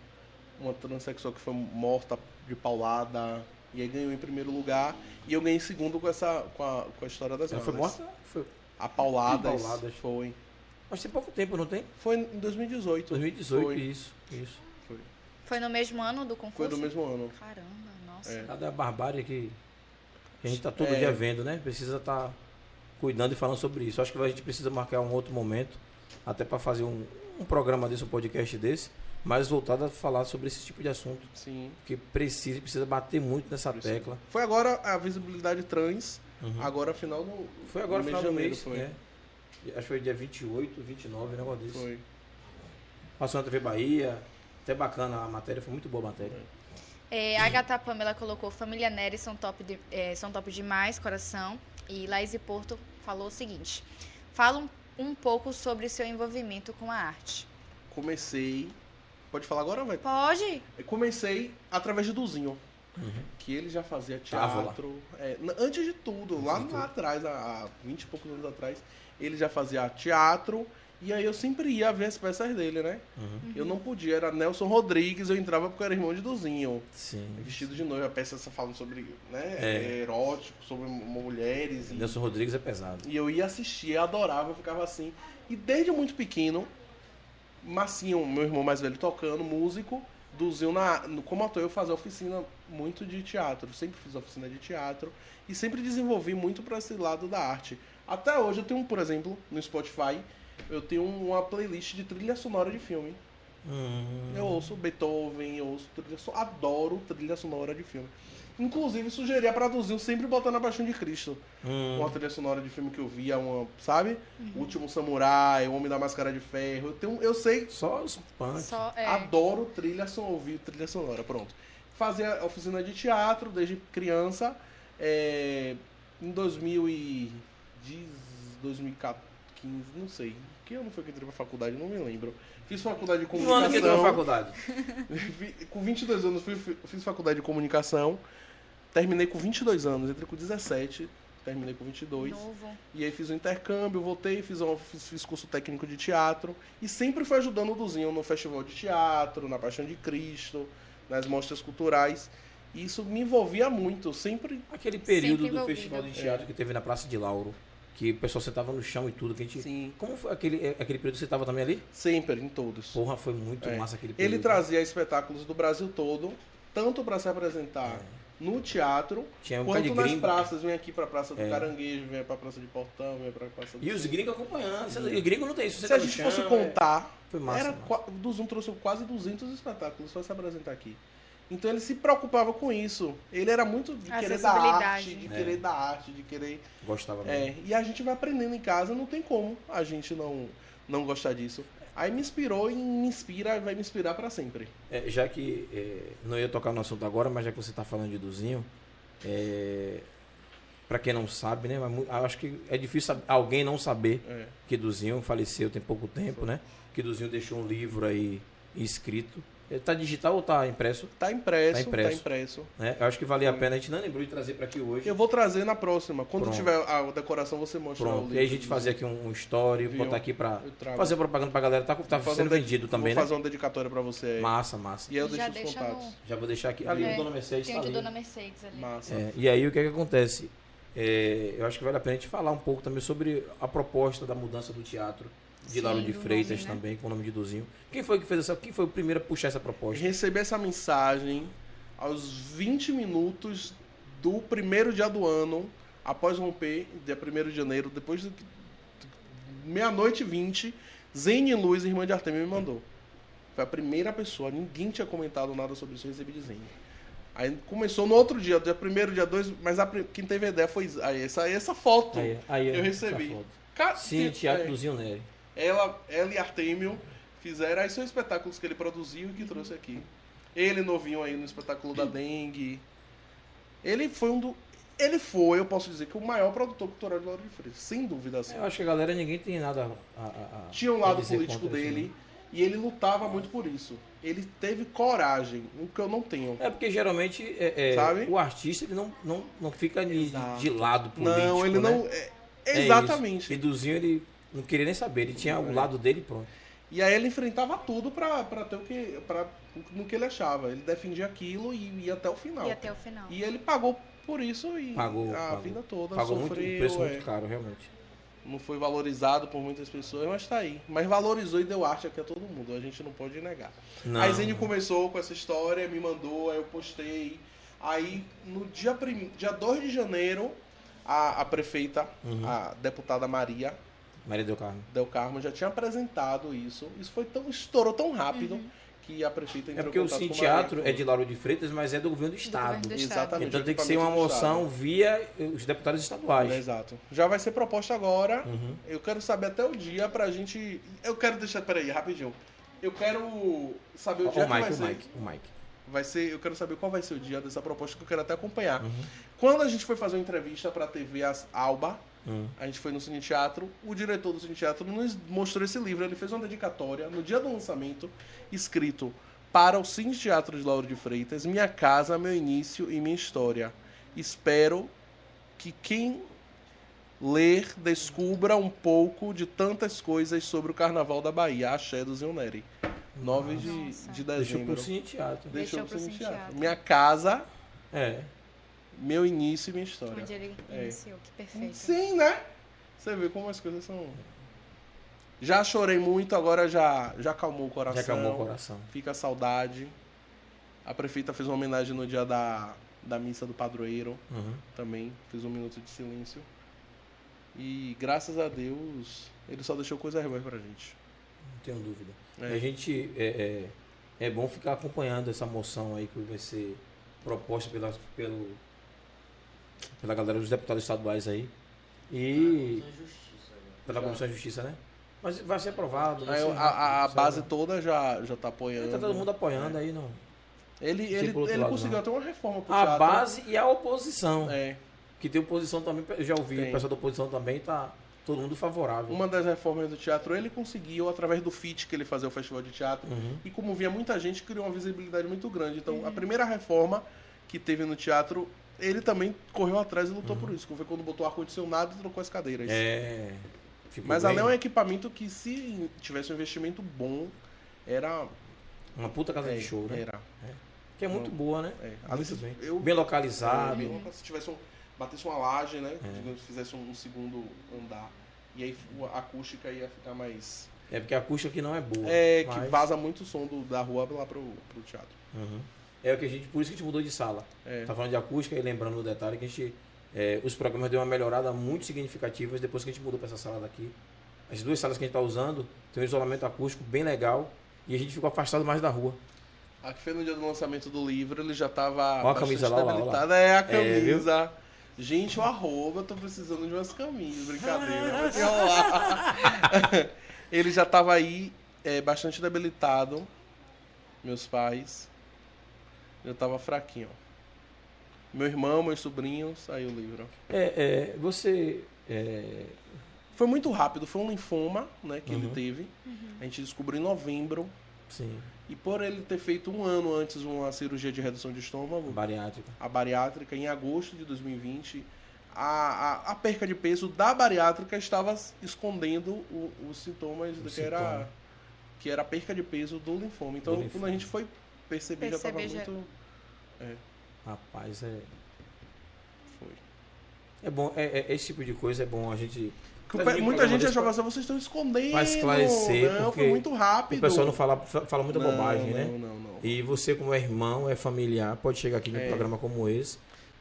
[SPEAKER 3] uma transexual que foi morta de paulada. E aí ganhou em primeiro lugar. E eu ganhei em segundo com essa. com a, com a história das
[SPEAKER 1] Ela foi
[SPEAKER 3] malas.
[SPEAKER 1] morta? Foi...
[SPEAKER 3] A pauladas.
[SPEAKER 1] A pauladas.
[SPEAKER 3] Foi.
[SPEAKER 1] Mas tem pouco tempo, não tem?
[SPEAKER 3] Foi em 2018.
[SPEAKER 1] 2018,
[SPEAKER 3] Foi,
[SPEAKER 1] isso, isso.
[SPEAKER 3] foi.
[SPEAKER 2] Foi no mesmo ano do concurso?
[SPEAKER 3] Foi do mesmo ano.
[SPEAKER 2] Caramba, nossa.
[SPEAKER 3] É.
[SPEAKER 1] Cada barbárie que que a gente tá todo
[SPEAKER 3] É.
[SPEAKER 1] dia vendo, né? Precisa estar cuidando e falando sobre isso. Acho que a gente precisa marcar um outro momento, até para fazer um, um programa desse, um podcast desse, mais voltado a falar sobre esse tipo de assunto.
[SPEAKER 3] Sim.
[SPEAKER 1] Porque precisa, precisa bater muito nessa
[SPEAKER 3] Precisa.
[SPEAKER 1] tecla.
[SPEAKER 3] Foi agora a visibilidade trans.
[SPEAKER 1] Uhum.
[SPEAKER 3] Agora final do.
[SPEAKER 1] Foi agora
[SPEAKER 3] do
[SPEAKER 1] final do
[SPEAKER 3] janeiro,
[SPEAKER 1] mês, né? Acho que foi dia 28, 29, um negócio desse.
[SPEAKER 3] Foi.
[SPEAKER 1] Passou na TV Bahia, até bacana a matéria, foi muito boa a matéria.
[SPEAKER 2] É, a Agatha Pamela colocou Família Nery são top, de- é, são top demais, coração. E Laís Porto falou o seguinte: fala um, um pouco sobre seu envolvimento com a arte.
[SPEAKER 3] Comecei. Pode falar agora, vai.
[SPEAKER 2] Pode?
[SPEAKER 3] Eu Comecei através de Duzinho. Que ele já fazia
[SPEAKER 1] Tava Uhum. lá.
[SPEAKER 3] teatro. É, n- antes de tudo,
[SPEAKER 1] Antes
[SPEAKER 3] lá,
[SPEAKER 1] de tudo.
[SPEAKER 3] lá atrás, há há 20 e poucos anos atrás, ele já fazia teatro. E aí eu sempre ia ver as peças dele, né?
[SPEAKER 1] Uhum,
[SPEAKER 3] Eu não podia, era Nelson Rodrigues, eu entrava porque eu era irmão de Duzinho.
[SPEAKER 1] Sim.
[SPEAKER 3] Vestido de noiva, a peça só falando sobre né,
[SPEAKER 1] É.
[SPEAKER 3] erótico, sobre mulheres. E,
[SPEAKER 1] Nelson Rodrigues é pesado.
[SPEAKER 3] e eu ia assistir, eu adorava, eu ficava assim. E desde muito pequeno, Massinho, meu irmão mais velho, tocando, músico, Duzinho na, no, como ator, eu fazia oficina muito de teatro, sempre fiz oficina de teatro e sempre desenvolvi muito para esse lado da arte. Até hoje eu tenho, por exemplo, no Spotify, eu tenho uma playlist de trilha sonora de filme. Eu ouço Beethoven, eu ouço trilha sonora, adoro trilha sonora de filme. Inclusive, sugeri a produzir um sempre botando a Paixão de Cristo.
[SPEAKER 1] Hum,
[SPEAKER 3] Uma trilha sonora de filme que eu via, uma, sabe?
[SPEAKER 5] Uhum.
[SPEAKER 3] Último Samurai, O Homem da Máscara de Ferro. Eu, tenho, um, eu sei,
[SPEAKER 1] Só os punks.
[SPEAKER 2] Só, é.
[SPEAKER 3] adoro trilha sonora, ouvir trilha sonora, pronto. Fazia oficina de teatro desde criança. é, em 2010, 2015, não sei. Que ano foi que eu entrei pra faculdade? Não me lembro. Fiz faculdade de
[SPEAKER 5] Um
[SPEAKER 3] comunicação.
[SPEAKER 5] ano que entrou na faculdade.
[SPEAKER 3] Vi- com 22 anos fui, fui- fiz faculdade de comunicação, terminei com 22 anos, entrei com 17, terminei com 22.
[SPEAKER 2] Novo.
[SPEAKER 3] E aí fiz um intercâmbio, voltei, fiz, um, fiz, fiz curso técnico de teatro e sempre fui ajudando o Duzinho no festival de teatro, na Paixão de Cristo, nas mostras culturais. E isso me envolvia muito, eu sempre
[SPEAKER 1] Aquele período
[SPEAKER 2] Sempre
[SPEAKER 1] do
[SPEAKER 2] envolvido.
[SPEAKER 1] festival de teatro que teve na Praça de Lauro, que o pessoal sentava no chão e tudo, que a gente.
[SPEAKER 3] sim,
[SPEAKER 1] Como foi aquele, é, aquele período que você tava também ali?
[SPEAKER 3] sempre em todos.
[SPEAKER 1] Porra, foi muito
[SPEAKER 3] É.
[SPEAKER 1] massa aquele período.
[SPEAKER 3] Ele trazia espetáculos do Brasil todo, tanto para se apresentar no teatro
[SPEAKER 1] Tinha É. um bocado de
[SPEAKER 3] Quanto nas
[SPEAKER 1] gringo. É.
[SPEAKER 3] praças, vem aqui pra Praça do Caranguejo, vem pra Praça de Portão, vem pra Praça do
[SPEAKER 1] E os gringos acompanhando. Você- E gringo não tem isso. Você
[SPEAKER 3] Se
[SPEAKER 1] tá
[SPEAKER 3] a
[SPEAKER 1] no
[SPEAKER 3] gente
[SPEAKER 1] chão,
[SPEAKER 3] fosse
[SPEAKER 1] é.
[SPEAKER 3] contar,
[SPEAKER 1] Foi massa.
[SPEAKER 3] era
[SPEAKER 1] massa.
[SPEAKER 3] qua- o Duzum trouxe quase 200 espetáculos pra se apresentar aqui. Então ele se preocupava com isso. Ele era muito de
[SPEAKER 2] A
[SPEAKER 3] querer da arte,
[SPEAKER 2] acessibilidade.
[SPEAKER 3] de
[SPEAKER 1] É.
[SPEAKER 3] querer da arte, de querer.
[SPEAKER 1] Gostava mesmo.
[SPEAKER 3] é, e a gente vai aprendendo em casa, não tem como a gente não, não gostar disso. Aí me inspirou e me inspira, vai me inspirar pra sempre.
[SPEAKER 1] É, já que é, não ia tocar no assunto agora, mas já que você está falando de Duzinho, é, para quem não sabe, né? mas mu- eu acho que é difícil sab- alguém não saber
[SPEAKER 3] É.
[SPEAKER 1] que Duzinho faleceu tem pouco tempo, né? Que Duzinho deixou um livro aí escrito. É, Tá digital ou tá impresso?
[SPEAKER 3] Tá impresso,
[SPEAKER 1] Tá impresso.
[SPEAKER 3] Tá impresso.
[SPEAKER 1] Né? Eu acho que valia a pena. A gente não lembrou de trazer para aqui hoje.
[SPEAKER 3] Eu vou trazer na próxima. Quando
[SPEAKER 1] Pronto.
[SPEAKER 3] tiver a decoração, você mostra o
[SPEAKER 1] Pronto.
[SPEAKER 3] livro.
[SPEAKER 1] E aí a gente fazer aqui um, um story,
[SPEAKER 3] Viu?
[SPEAKER 1] botar aqui para
[SPEAKER 3] Eu trago.
[SPEAKER 1] fazer propaganda pra galera. Tá, tá
[SPEAKER 3] Vou fazer
[SPEAKER 1] sendo
[SPEAKER 3] um de-
[SPEAKER 1] vendido também,
[SPEAKER 3] Vou
[SPEAKER 1] né?
[SPEAKER 3] fazer uma dedicatória pra você aí.
[SPEAKER 1] Massa, massa.
[SPEAKER 3] E aí eu
[SPEAKER 2] Já
[SPEAKER 3] deixo os
[SPEAKER 2] deixa
[SPEAKER 3] contatos.
[SPEAKER 2] no...
[SPEAKER 1] Já vou deixar aqui. Ali,
[SPEAKER 2] É.
[SPEAKER 1] o Dona Mercedes
[SPEAKER 2] Tem
[SPEAKER 1] tá
[SPEAKER 2] o de
[SPEAKER 1] ali.
[SPEAKER 2] Dona Mercedes ali.
[SPEAKER 3] Massa.
[SPEAKER 1] É, e aí o que, é que acontece? É, eu acho que vale a pena a gente falar um pouco também sobre a proposta da mudança do teatro de
[SPEAKER 2] Sim,
[SPEAKER 1] Lauro de
[SPEAKER 2] do
[SPEAKER 1] Freitas
[SPEAKER 2] nome, né?
[SPEAKER 1] também, com o nome de Duzinho. Quem foi que fez essa? Quem foi o primeiro a puxar essa proposta?
[SPEAKER 3] Recebi essa mensagem aos 20 minutos do primeiro dia do ano, após romper, dia 1 de janeiro, depois de meia-noite e 20, Zene Luz, irmã de Artemio, me mandou. Foi a primeira pessoa, ninguém tinha comentado nada sobre isso, eu recebi de Zene. Aí começou no outro dia, dia 1 dia 2, mas a pri- quem teve a ideia foi aí, essa, essa foto.
[SPEAKER 1] Aí, aí,
[SPEAKER 3] Eu
[SPEAKER 1] essa
[SPEAKER 3] recebi.
[SPEAKER 1] foto.
[SPEAKER 3] Cara,
[SPEAKER 1] Sim, Teatro
[SPEAKER 3] é.
[SPEAKER 1] Duzinho Neri.
[SPEAKER 3] Ela, ela e Artemio fizeram aí seus espetáculos que ele produziu e que trouxe aqui. Ele novinho aí no espetáculo da Dengue. Ele foi um do. Ele foi, eu posso dizer, que o maior produtor cultural de Lauro de Freitas, sem dúvida assim.
[SPEAKER 1] Eu acho que a galera ninguém tem nada a. a, a
[SPEAKER 3] Tinha um
[SPEAKER 1] a
[SPEAKER 3] lado
[SPEAKER 1] dizer
[SPEAKER 3] político
[SPEAKER 1] contra isso, né?
[SPEAKER 3] dele e ele lutava muito por isso. Ele teve coragem, o que eu não tenho.
[SPEAKER 1] né? É porque geralmente é, é,
[SPEAKER 3] Sabe?
[SPEAKER 1] o artista ele não, não, não fica de,
[SPEAKER 3] Exato.
[SPEAKER 1] de lado político.
[SPEAKER 3] não, ele
[SPEAKER 1] né?
[SPEAKER 3] não. é-
[SPEAKER 1] É isso.
[SPEAKER 3] exatamente.
[SPEAKER 1] E Duzinho ele não queria nem saber, ele tinha o
[SPEAKER 3] É.
[SPEAKER 1] lado dele e pronto.
[SPEAKER 3] E aí ele enfrentava tudo pra, pra ter o que. Pra, no que ele achava. Ele defendia aquilo e ia até o final.
[SPEAKER 2] E até o final.
[SPEAKER 3] E ele pagou por isso e
[SPEAKER 1] Pagou,
[SPEAKER 3] a
[SPEAKER 1] pagou.
[SPEAKER 3] vida toda
[SPEAKER 1] Pagou muito, um
[SPEAKER 3] sofreu,
[SPEAKER 1] preço
[SPEAKER 3] é.
[SPEAKER 1] muito caro, realmente.
[SPEAKER 3] não foi valorizado por muitas pessoas, mas tá aí. Mas valorizou e deu arte aqui a todo mundo, a gente não pode negar.
[SPEAKER 1] Não.
[SPEAKER 3] A Zene começou com essa história, me mandou, aí eu postei. Aí no dia, prim... dia 2 de janeiro, a, a prefeita,
[SPEAKER 1] Uhum.
[SPEAKER 3] a deputada Maria
[SPEAKER 1] Maria do Carmo. É
[SPEAKER 3] Del Carmo já tinha apresentado isso. Isso foi tão estourou tão rápido que a
[SPEAKER 1] É
[SPEAKER 3] prefeita entrou
[SPEAKER 1] porque
[SPEAKER 3] em
[SPEAKER 1] o
[SPEAKER 3] contato
[SPEAKER 1] Sim
[SPEAKER 3] com a
[SPEAKER 1] Teatro
[SPEAKER 3] Maria.
[SPEAKER 1] é de Lauro de Freitas, mas é do governo do Estado.
[SPEAKER 2] governo do Estado.
[SPEAKER 3] Exatamente.
[SPEAKER 1] Então tem que ser uma
[SPEAKER 3] equipamento do Estado.
[SPEAKER 1] moção via os deputados estaduais.
[SPEAKER 3] Exato. Já vai ser proposta agora.
[SPEAKER 1] Uhum.
[SPEAKER 3] Eu quero saber até o dia pra gente. Eu quero deixar. Peraí, rapidinho. Eu quero saber o
[SPEAKER 1] Ó,
[SPEAKER 3] dia
[SPEAKER 1] O
[SPEAKER 3] que vai
[SPEAKER 1] Mike,
[SPEAKER 3] ser.
[SPEAKER 1] o Mike, o Mike.
[SPEAKER 3] Vai ser. Eu quero saber qual vai ser o dia dessa proposta que eu quero até acompanhar.
[SPEAKER 1] Uhum.
[SPEAKER 3] Quando a gente foi fazer uma entrevista pra TV As- Alba,
[SPEAKER 1] Hum.
[SPEAKER 3] a gente foi no Cine Teatro, o diretor do Cine Teatro nos mostrou esse livro. Ele fez uma dedicatória no dia do lançamento, escrito Para o Cine Teatro de Lauro de Freitas, Minha Casa, Meu Início e Minha História. Espero que quem ler descubra um pouco de tantas coisas sobre o Carnaval da Bahia, Axé do Zinho Neri. 9 de,
[SPEAKER 2] Nossa.
[SPEAKER 3] de
[SPEAKER 1] Deixou
[SPEAKER 3] dezembro.
[SPEAKER 1] pro Cine Teatro.
[SPEAKER 3] Deixou pro Cine Teatro.
[SPEAKER 2] Teatro.
[SPEAKER 3] Minha Casa,
[SPEAKER 1] É.
[SPEAKER 3] Meu Início e Minha História.
[SPEAKER 2] Onde ele
[SPEAKER 3] É.
[SPEAKER 2] iniciou. Que perfeito.
[SPEAKER 3] Sim, né? Você vê como as coisas são. Já chorei muito, agora já, já acalmou o coração.
[SPEAKER 1] Já acalmou o coração.
[SPEAKER 3] Fica a saudade. A prefeita fez uma homenagem no dia da, da missa do padroeiro
[SPEAKER 1] Uhum.
[SPEAKER 3] também, fez um minuto de silêncio. E graças a Deus, ele só deixou coisa boa pra gente.
[SPEAKER 1] Não tenho dúvida.
[SPEAKER 3] É.
[SPEAKER 1] E A gente é, é, é bom ficar acompanhando essa moção aí que vai ser proposta pela, pelo, pela galera dos deputados estaduais aí. E
[SPEAKER 5] Justiça agora.
[SPEAKER 1] pela Comissão de Justiça, né? Mas vai ser aprovado. vai
[SPEAKER 3] Aí
[SPEAKER 1] ser-
[SPEAKER 3] a, a- a
[SPEAKER 1] sei
[SPEAKER 3] base
[SPEAKER 1] lá.
[SPEAKER 3] toda já, já tá É.
[SPEAKER 1] É,
[SPEAKER 3] apoiando.
[SPEAKER 1] né? Tá todo mundo apoiando aí, não.
[SPEAKER 3] Ele, ele,
[SPEAKER 1] pelo outro
[SPEAKER 3] ele
[SPEAKER 1] lado,
[SPEAKER 3] conseguiu
[SPEAKER 1] não.
[SPEAKER 3] até uma reforma pro
[SPEAKER 1] A
[SPEAKER 3] teatro.
[SPEAKER 1] base e a oposição.
[SPEAKER 3] É.
[SPEAKER 1] Que tem oposição também, eu já ouvi,
[SPEAKER 3] Tem.
[SPEAKER 1] o pessoal da oposição também tá todo mundo favorável.
[SPEAKER 3] Uma das reformas do teatro ele conseguiu através do FIT que ele fazia o festival de teatro.
[SPEAKER 1] Uhum.
[SPEAKER 3] E como via muita gente, criou uma visibilidade muito grande. Então, a primeira reforma que teve no teatro, ele também correu atrás e lutou por isso. Foi quando botou ar-condicionado e trocou as cadeiras.
[SPEAKER 1] Uhum. É. Ficou
[SPEAKER 3] Mas
[SPEAKER 1] bem.
[SPEAKER 3] ali é um equipamento que, se tivesse um investimento bom, era.
[SPEAKER 1] Uma puta casa
[SPEAKER 3] é,
[SPEAKER 1] de show, né?
[SPEAKER 3] Era.
[SPEAKER 1] Que é muito boa, né?
[SPEAKER 3] É.
[SPEAKER 1] Muito
[SPEAKER 3] Ali, se-
[SPEAKER 1] bem.
[SPEAKER 3] eu-
[SPEAKER 1] Bem localizado.
[SPEAKER 3] Europa, se tivesse um, batesse uma laje,
[SPEAKER 1] É.
[SPEAKER 3] né? Digamos, fizesse um, um segundo andar. E aí a acústica ia ficar mais.
[SPEAKER 1] É porque a acústica aqui não é boa.
[SPEAKER 3] É, que
[SPEAKER 1] mas-
[SPEAKER 3] vaza muito o som do- da rua lá pro, pro teatro.
[SPEAKER 1] Uhum. É o que a gente. Por isso que a gente mudou de sala.
[SPEAKER 3] É.
[SPEAKER 1] Tá falando de acústica e lembrando o detalhe que a gente. é, os programas deu uma melhorada muito significativa depois que a gente mudou para essa sala daqui. As duas salas que a gente tá usando tem um isolamento acústico bem legal e a gente ficou afastado mais da rua.
[SPEAKER 3] Aqui foi no dia do lançamento do livro, ele já tava
[SPEAKER 1] Ó a camisa lá, ó lá, ó lá.
[SPEAKER 3] debilitada. É a
[SPEAKER 1] É, viu?
[SPEAKER 3] camisa. Gente, o arroba, eu tô precisando de umas camisas, brincadeira.
[SPEAKER 1] Ah,
[SPEAKER 3] vai ter lá. ele já tava aí é, bastante debilitado, meus pais. Já tava fraquinho. Meu irmão, meus sobrinhos, saiu o livro.
[SPEAKER 1] É, é, você. é,
[SPEAKER 3] Foi muito rápido, foi um linfoma, né, que ele
[SPEAKER 1] Uhum.
[SPEAKER 3] teve. A gente descobriu em novembro.
[SPEAKER 1] sim,
[SPEAKER 3] E por ele ter feito um ano antes uma cirurgia de redução de estômago,
[SPEAKER 1] bariátrica.
[SPEAKER 3] a bariátrica em agosto de 2020. A, a, a perca de peso da bariátrica estava s- escondendo o- os sintomas do que era
[SPEAKER 1] sintoma.
[SPEAKER 3] que era a perca de peso do linfoma. Então,
[SPEAKER 1] Do
[SPEAKER 3] quando
[SPEAKER 1] linfoma.
[SPEAKER 3] a gente foi perceber, já estava
[SPEAKER 2] Perceber já-
[SPEAKER 3] muito
[SPEAKER 1] Rapaz, é.
[SPEAKER 3] foi.
[SPEAKER 1] É bom, é, é- esse tipo de coisa é bom a gente.
[SPEAKER 3] Que
[SPEAKER 1] Mas
[SPEAKER 3] pe-
[SPEAKER 1] ninguém
[SPEAKER 3] muita
[SPEAKER 1] programa
[SPEAKER 3] gente
[SPEAKER 1] desse
[SPEAKER 3] achava
[SPEAKER 1] pra-
[SPEAKER 3] assim, vocês estão escondendo.
[SPEAKER 1] Pra esclarecer,
[SPEAKER 3] não,
[SPEAKER 1] porque
[SPEAKER 3] foi muito rápido.
[SPEAKER 1] O pessoal não fala, fala muita bobagem, né?
[SPEAKER 3] Não, é. não, não.
[SPEAKER 1] E você, como é irmão, é familiar, pode chegar aqui num
[SPEAKER 3] É.
[SPEAKER 1] programa como esse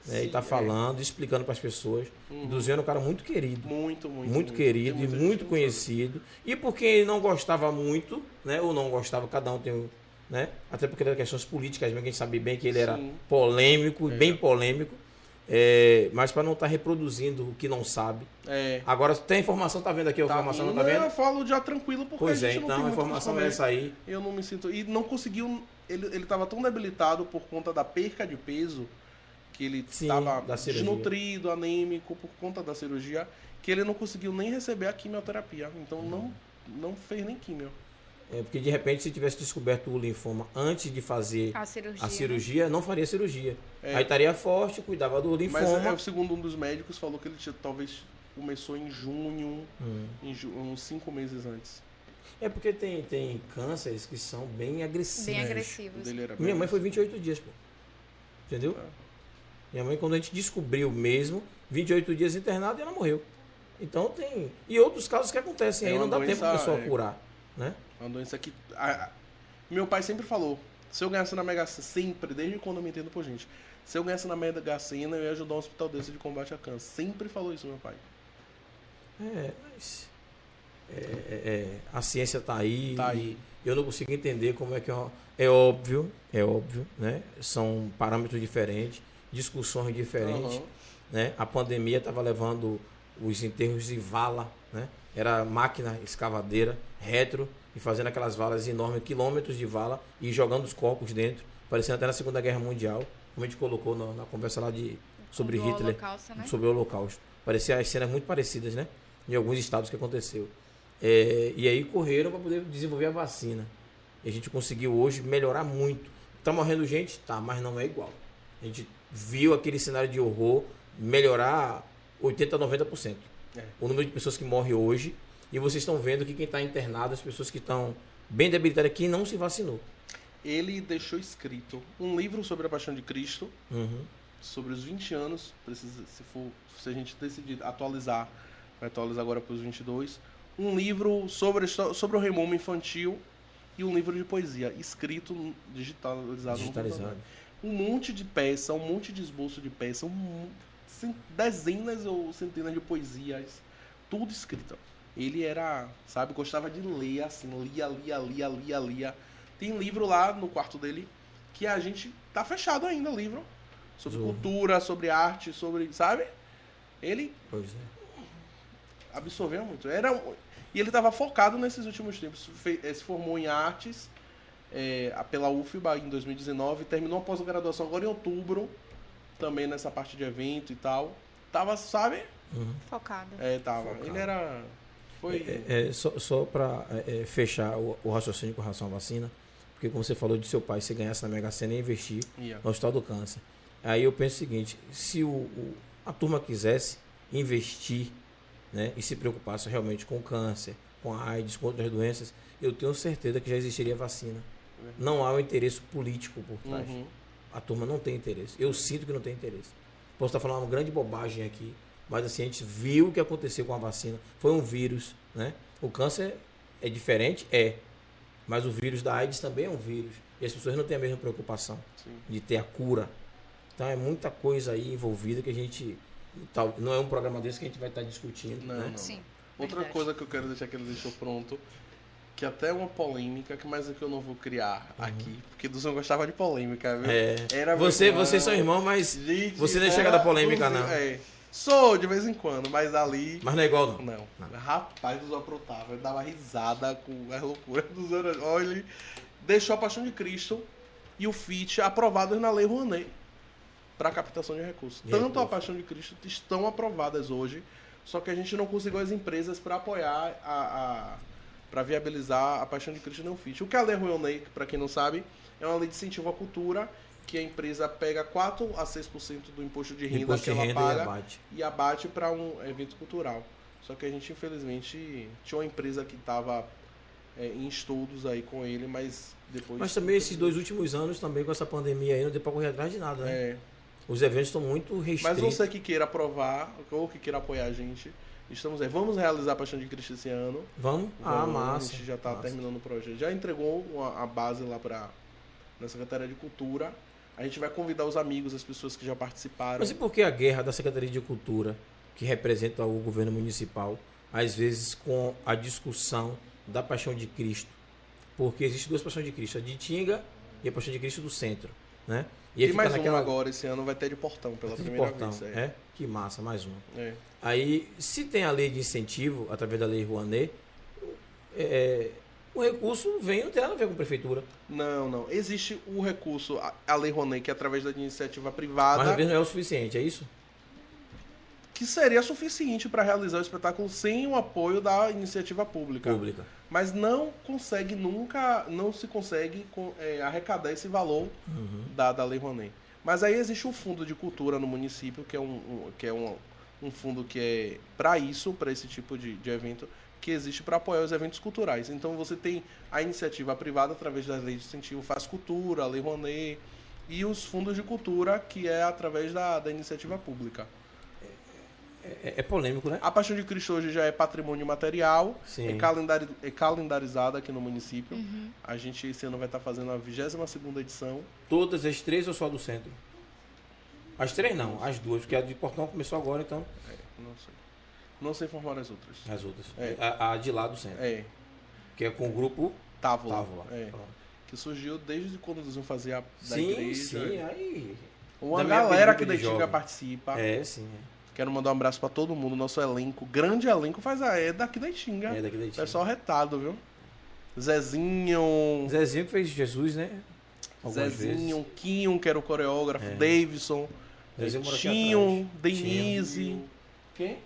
[SPEAKER 1] né,
[SPEAKER 3] Sim,
[SPEAKER 1] e tá
[SPEAKER 3] é.
[SPEAKER 1] falando, explicando para as pessoas.
[SPEAKER 3] Uhum. Muito,
[SPEAKER 1] Duzinho era um cara muito querido, muito,
[SPEAKER 3] muito, muito.
[SPEAKER 1] querido
[SPEAKER 3] Tem
[SPEAKER 1] e
[SPEAKER 3] muita gente
[SPEAKER 1] muito
[SPEAKER 3] que não sabe.
[SPEAKER 1] conhecido. E por quem não gostava muito, né, ou não gostava, cada um tem um. Né, até porque era questões políticas mesmo, que a gente sabe bem que ele era
[SPEAKER 3] Sim.
[SPEAKER 1] polêmico, bem polêmico. é, mas para não estar reproduzindo o que não sabe.
[SPEAKER 3] É.
[SPEAKER 1] Agora, tem informação, tá vendo aqui a informação, não tá
[SPEAKER 3] Eu
[SPEAKER 1] vendo?
[SPEAKER 3] falo já tranquilo é, porque
[SPEAKER 1] Pois
[SPEAKER 3] a
[SPEAKER 1] é,
[SPEAKER 3] gente não tem
[SPEAKER 1] então a
[SPEAKER 3] muito o que
[SPEAKER 1] informação é
[SPEAKER 3] esconder.
[SPEAKER 1] essa aí.
[SPEAKER 3] Eu não me sinto. E não conseguiu. Ele, ele tava tão debilitado por conta da perca de peso que ele
[SPEAKER 1] Sim,
[SPEAKER 3] tava
[SPEAKER 1] da cirurgia.
[SPEAKER 3] desnutrido, anêmico por conta da cirurgia, que ele não conseguiu nem receber a quimioterapia. Então não, não fez nem quimio.
[SPEAKER 1] É, porque de repente, se tivesse descoberto o linfoma antes de fazer
[SPEAKER 2] A cirurgia.
[SPEAKER 1] a
[SPEAKER 2] né?
[SPEAKER 1] cirurgia, não faria cirurgia. Aí estaria forte, cuidava do
[SPEAKER 3] É. Mas
[SPEAKER 1] linfoma.
[SPEAKER 3] é, segundo um dos médicos falou que ele tinha, talvez começou em junho,
[SPEAKER 1] Hum.
[SPEAKER 3] em ju- uns cinco meses antes.
[SPEAKER 1] É porque tem, tem cânceres que são bem agressivos.
[SPEAKER 2] Bem assim.
[SPEAKER 3] O
[SPEAKER 2] agressivos.
[SPEAKER 3] dele era
[SPEAKER 1] Minha
[SPEAKER 3] bem-
[SPEAKER 1] mãe foi 28 dias, pô. Entendeu?
[SPEAKER 3] É.
[SPEAKER 1] Minha mãe, quando a gente descobriu mesmo, 28 dias internada e ela morreu. Então tem. E outros casos que acontecem
[SPEAKER 3] É
[SPEAKER 1] aí,
[SPEAKER 3] uma
[SPEAKER 1] não dá tempo
[SPEAKER 3] doença,
[SPEAKER 1] da pessoa
[SPEAKER 3] é.
[SPEAKER 1] curar. Né?
[SPEAKER 3] Uma doença que. a- a- meu pai sempre falou: se eu ganhasse na Mega Sena, sempre, desde quando eu me entendo por gente, se eu ganhasse na Mega Sena, eu ia ajudar um hospital desse de combate a câncer. Sempre falou isso, meu pai.
[SPEAKER 1] É, mas. é, é, é, a ciência tá aí.
[SPEAKER 3] Tá aí.
[SPEAKER 1] e Eu não consigo entender como é que é. uma- É óbvio, é óbvio, né? São parâmetros diferentes, discussões diferentes.
[SPEAKER 3] Aham.
[SPEAKER 1] né? A pandemia estava levando os enterros de vala, né? Era máquina escavadeira, retro, e fazendo aquelas valas enormes, quilômetros de vala, e jogando os corpos dentro, parecendo até na Segunda Guerra Mundial, como a gente colocou na, na conversa lá de, sobre
[SPEAKER 2] Do
[SPEAKER 1] Hitler,
[SPEAKER 2] Holocausto,
[SPEAKER 3] Uhum.
[SPEAKER 2] né?
[SPEAKER 1] sobre o Holocausto. Parecia as cenas muito parecidas, né? Em alguns estados que aconteceu. É, e aí correram para poder desenvolver a vacina. E a gente conseguiu hoje melhorar muito. Tá morrendo gente? Tá, mas não é igual. A gente viu aquele cenário de horror melhorar 80, 90%.
[SPEAKER 3] É.
[SPEAKER 1] O número de pessoas que morrem hoje. E vocês estão vendo que quem está internado, as pessoas que estão bem debilitadas, quem não se vacinou.
[SPEAKER 3] Ele deixou escrito um livro sobre a paixão de Cristo,
[SPEAKER 1] Uhum.
[SPEAKER 3] sobre os 20 anos. Precisa, se, for, se a gente decidir atualizar, vai atualizar agora para os 22. Um livro sobre, a histó- sobre o remumo infantil e um livro de poesia, escrito, digitalizado. no
[SPEAKER 1] Digitalizado.
[SPEAKER 3] computador. Um monte de peça, um monte de esboço de peça, um mon- cen- dezenas ou centenas de poesias, tudo escrito. Ele era, sabe, gostava de ler, assim, lia, lia, lia, lia, lia. Tem livro lá no quarto dele que a gente tá fechado ainda, livro. Sobre
[SPEAKER 1] Zorro.
[SPEAKER 3] cultura, sobre arte, sobre, sabe? Ele
[SPEAKER 1] Pois é.
[SPEAKER 3] absorveu muito. Era um- e ele estava focado nesses últimos tempos. Fe- eh, Se formou em artes eh, pela UFBA em 2019, terminou a pós-graduação agora em outubro, também nessa parte de evento e tal. Tava, sabe?
[SPEAKER 1] Uhum.
[SPEAKER 2] Focado.
[SPEAKER 3] É, tava.
[SPEAKER 1] Focado.
[SPEAKER 3] Ele era. Foi.
[SPEAKER 1] É, é, só só para fechar o, o raciocínio com relação à vacina, porque como você falou de seu pai, se ganhasse na Mega Sena e investir
[SPEAKER 3] Ia.
[SPEAKER 1] no Hospital do Câncer. Aí eu penso o seguinte, se o, o- a turma quisesse investir né, e se preocupasse realmente com o câncer, com a AIDS, com outras doenças, eu tenho certeza que já existiria vacina.
[SPEAKER 3] É Verdade.
[SPEAKER 1] Não há um interesse político por trás.
[SPEAKER 3] Uhum.
[SPEAKER 1] A turma não tem interesse. Eu sinto que não tem interesse. Posso estar falando uma grande bobagem aqui, mas assim, a gente viu o que aconteceu com a vacina. Foi um vírus, né? O câncer é diferente? É. Mas o vírus da AIDS também é um vírus. E as pessoas não têm a mesma preocupação
[SPEAKER 3] Sim.
[SPEAKER 1] de ter a cura. Então é muita coisa aí envolvida que a gente. tal- Não é um programa desse que a gente vai estar discutindo.
[SPEAKER 3] Não,
[SPEAKER 1] né?
[SPEAKER 3] não.
[SPEAKER 2] Sim.
[SPEAKER 3] Outra
[SPEAKER 2] Verdade.
[SPEAKER 3] coisa que eu quero deixar que ele deixou pronto, que até é uma polêmica, que- mas é que eu não vou criar aqui, porque Duzão gostava de polêmica, viu?
[SPEAKER 1] Uhum. É,
[SPEAKER 3] Era
[SPEAKER 1] você,
[SPEAKER 3] meu
[SPEAKER 1] vocês são
[SPEAKER 3] irmão.
[SPEAKER 1] irmãos, mas.
[SPEAKER 3] Gente,
[SPEAKER 1] Você não
[SPEAKER 3] era
[SPEAKER 1] chega da polêmica,
[SPEAKER 3] tudo-
[SPEAKER 1] não.
[SPEAKER 3] né? é. sou de vez em quando, mas ali.
[SPEAKER 1] Mas não é igual, não.
[SPEAKER 3] Não. Rapaz, dos aprontava. Ele dava risada com as loucuras dos anos. Olha, ele deixou a Paixão de Cristo e o FIT aprovados na Lei Rouanet para captação de recursos.
[SPEAKER 1] De
[SPEAKER 3] Tanto a
[SPEAKER 1] recursos.
[SPEAKER 3] Paixão de Cristo estão aprovadas hoje, só que a gente não conseguiu as empresas para apoiar a. para viabilizar a Paixão de Cristo no FIT. O que é a Lei Rouanet, para quem não sabe, é uma lei de incentivo à cultura que a empresa pega 4 a 6% do imposto de renda
[SPEAKER 1] Imposto de
[SPEAKER 3] que ela
[SPEAKER 1] renda e
[SPEAKER 3] paga
[SPEAKER 1] abate.
[SPEAKER 3] e abate para um evento cultural. Só que a gente, infelizmente, tinha uma empresa que estava em estudos aí com ele, mas depois.
[SPEAKER 1] Mas também esses dois últimos anos, também com essa pandemia aí, não deu pra correr atrás de nada, né?
[SPEAKER 3] É,
[SPEAKER 1] Os eventos estão muito
[SPEAKER 3] mas
[SPEAKER 1] restritos.
[SPEAKER 3] você que queira aprovar ou que queira apoiar a gente, estamos aí. Vamos realizar a Paixão de Cristo esse ano.
[SPEAKER 1] Vamos? Ah,
[SPEAKER 3] Vamos,
[SPEAKER 1] massa.
[SPEAKER 3] A gente já está
[SPEAKER 1] massa.
[SPEAKER 3] terminando o projeto. Já entregou uma- a base lá para na Secretaria de Cultura. A gente vai convidar os amigos, as pessoas que já participaram.
[SPEAKER 1] Mas e por que a guerra da Secretaria de Cultura, que representa o governo municipal, às vezes com a discussão da Paixão de Cristo? Porque existem duas Paixões de Cristo, a de Tinga e a Paixão de Cristo do Centro, né? E aí
[SPEAKER 3] Tem
[SPEAKER 1] fica
[SPEAKER 3] mais
[SPEAKER 1] naquela
[SPEAKER 3] uma agora esse ano, vai ter de portão pela
[SPEAKER 1] de
[SPEAKER 3] primeira
[SPEAKER 1] portão,
[SPEAKER 3] vez.
[SPEAKER 1] é? Que massa, mais uma.
[SPEAKER 3] É. É.
[SPEAKER 1] Aí, se tem a lei de incentivo, através da lei Rouanet, é, o recurso vem, não tem nada a ver com a prefeitura.
[SPEAKER 3] Não, não. Existe o recurso, a- a Lei Rouanet, que é através da iniciativa
[SPEAKER 1] Mas às
[SPEAKER 3] privada,
[SPEAKER 1] vezes não é o suficiente, é isso?
[SPEAKER 3] que seria suficiente para realizar o espetáculo sem o apoio da iniciativa pública.
[SPEAKER 1] Pública.
[SPEAKER 3] Mas não consegue nunca, não se consegue co- é, arrecadar esse valor
[SPEAKER 1] Uhum.
[SPEAKER 3] da, da Lei Rouanet. Mas aí existe um fundo de cultura no município, que é um, um- que é um, um fundo que é para isso, para esse tipo de, de evento, que existe para apoiar os eventos culturais. Então você tem a iniciativa privada, através da Lei de Incentivo Faz Cultura, a Lei Rouanet, e os fundos de cultura, que é através da, da iniciativa pública.
[SPEAKER 1] É, é polêmico, né?
[SPEAKER 3] A Paixão de Cristo hoje já é patrimônio material,
[SPEAKER 1] Sim.
[SPEAKER 3] é, calendari, é calendarizada aqui no município. A gente esse ano vai estar fazendo a 22ª edição.
[SPEAKER 1] Todas as três ou só do centro? As três não, as duas, porque a de Portão começou agora, então
[SPEAKER 3] É, Não sei. Não sei informar as outras.
[SPEAKER 1] as outras.
[SPEAKER 3] É.
[SPEAKER 1] A, a de lá do centro,
[SPEAKER 3] É,
[SPEAKER 1] que é com o grupo
[SPEAKER 3] Távola.
[SPEAKER 1] Távola.
[SPEAKER 3] É,
[SPEAKER 1] Pronto.
[SPEAKER 3] que surgiu desde quando eles iam fazer a da
[SPEAKER 1] Sim,
[SPEAKER 3] igreja.
[SPEAKER 1] sim, aí.
[SPEAKER 3] Uma
[SPEAKER 1] Da minha
[SPEAKER 3] galera
[SPEAKER 1] película
[SPEAKER 3] que da
[SPEAKER 1] de
[SPEAKER 3] Itinga
[SPEAKER 1] jovem.
[SPEAKER 3] participa.
[SPEAKER 1] É, sim.
[SPEAKER 3] Quero mandar um abraço pra todo mundo, nosso elenco, grande elenco, faz a é daqui da Itinga.
[SPEAKER 1] É, é daqui da Itinga.
[SPEAKER 3] Pessoal retado, viu? Zezinho,
[SPEAKER 1] Zezinho que fez Jesus, né? Algumas
[SPEAKER 3] Zezinho,
[SPEAKER 1] vezes. É.
[SPEAKER 3] Quinho, que era o coreógrafo, Davidson,
[SPEAKER 1] Zezinho mora aqui
[SPEAKER 3] Tinho,
[SPEAKER 1] atrás.
[SPEAKER 3] Denise, quem?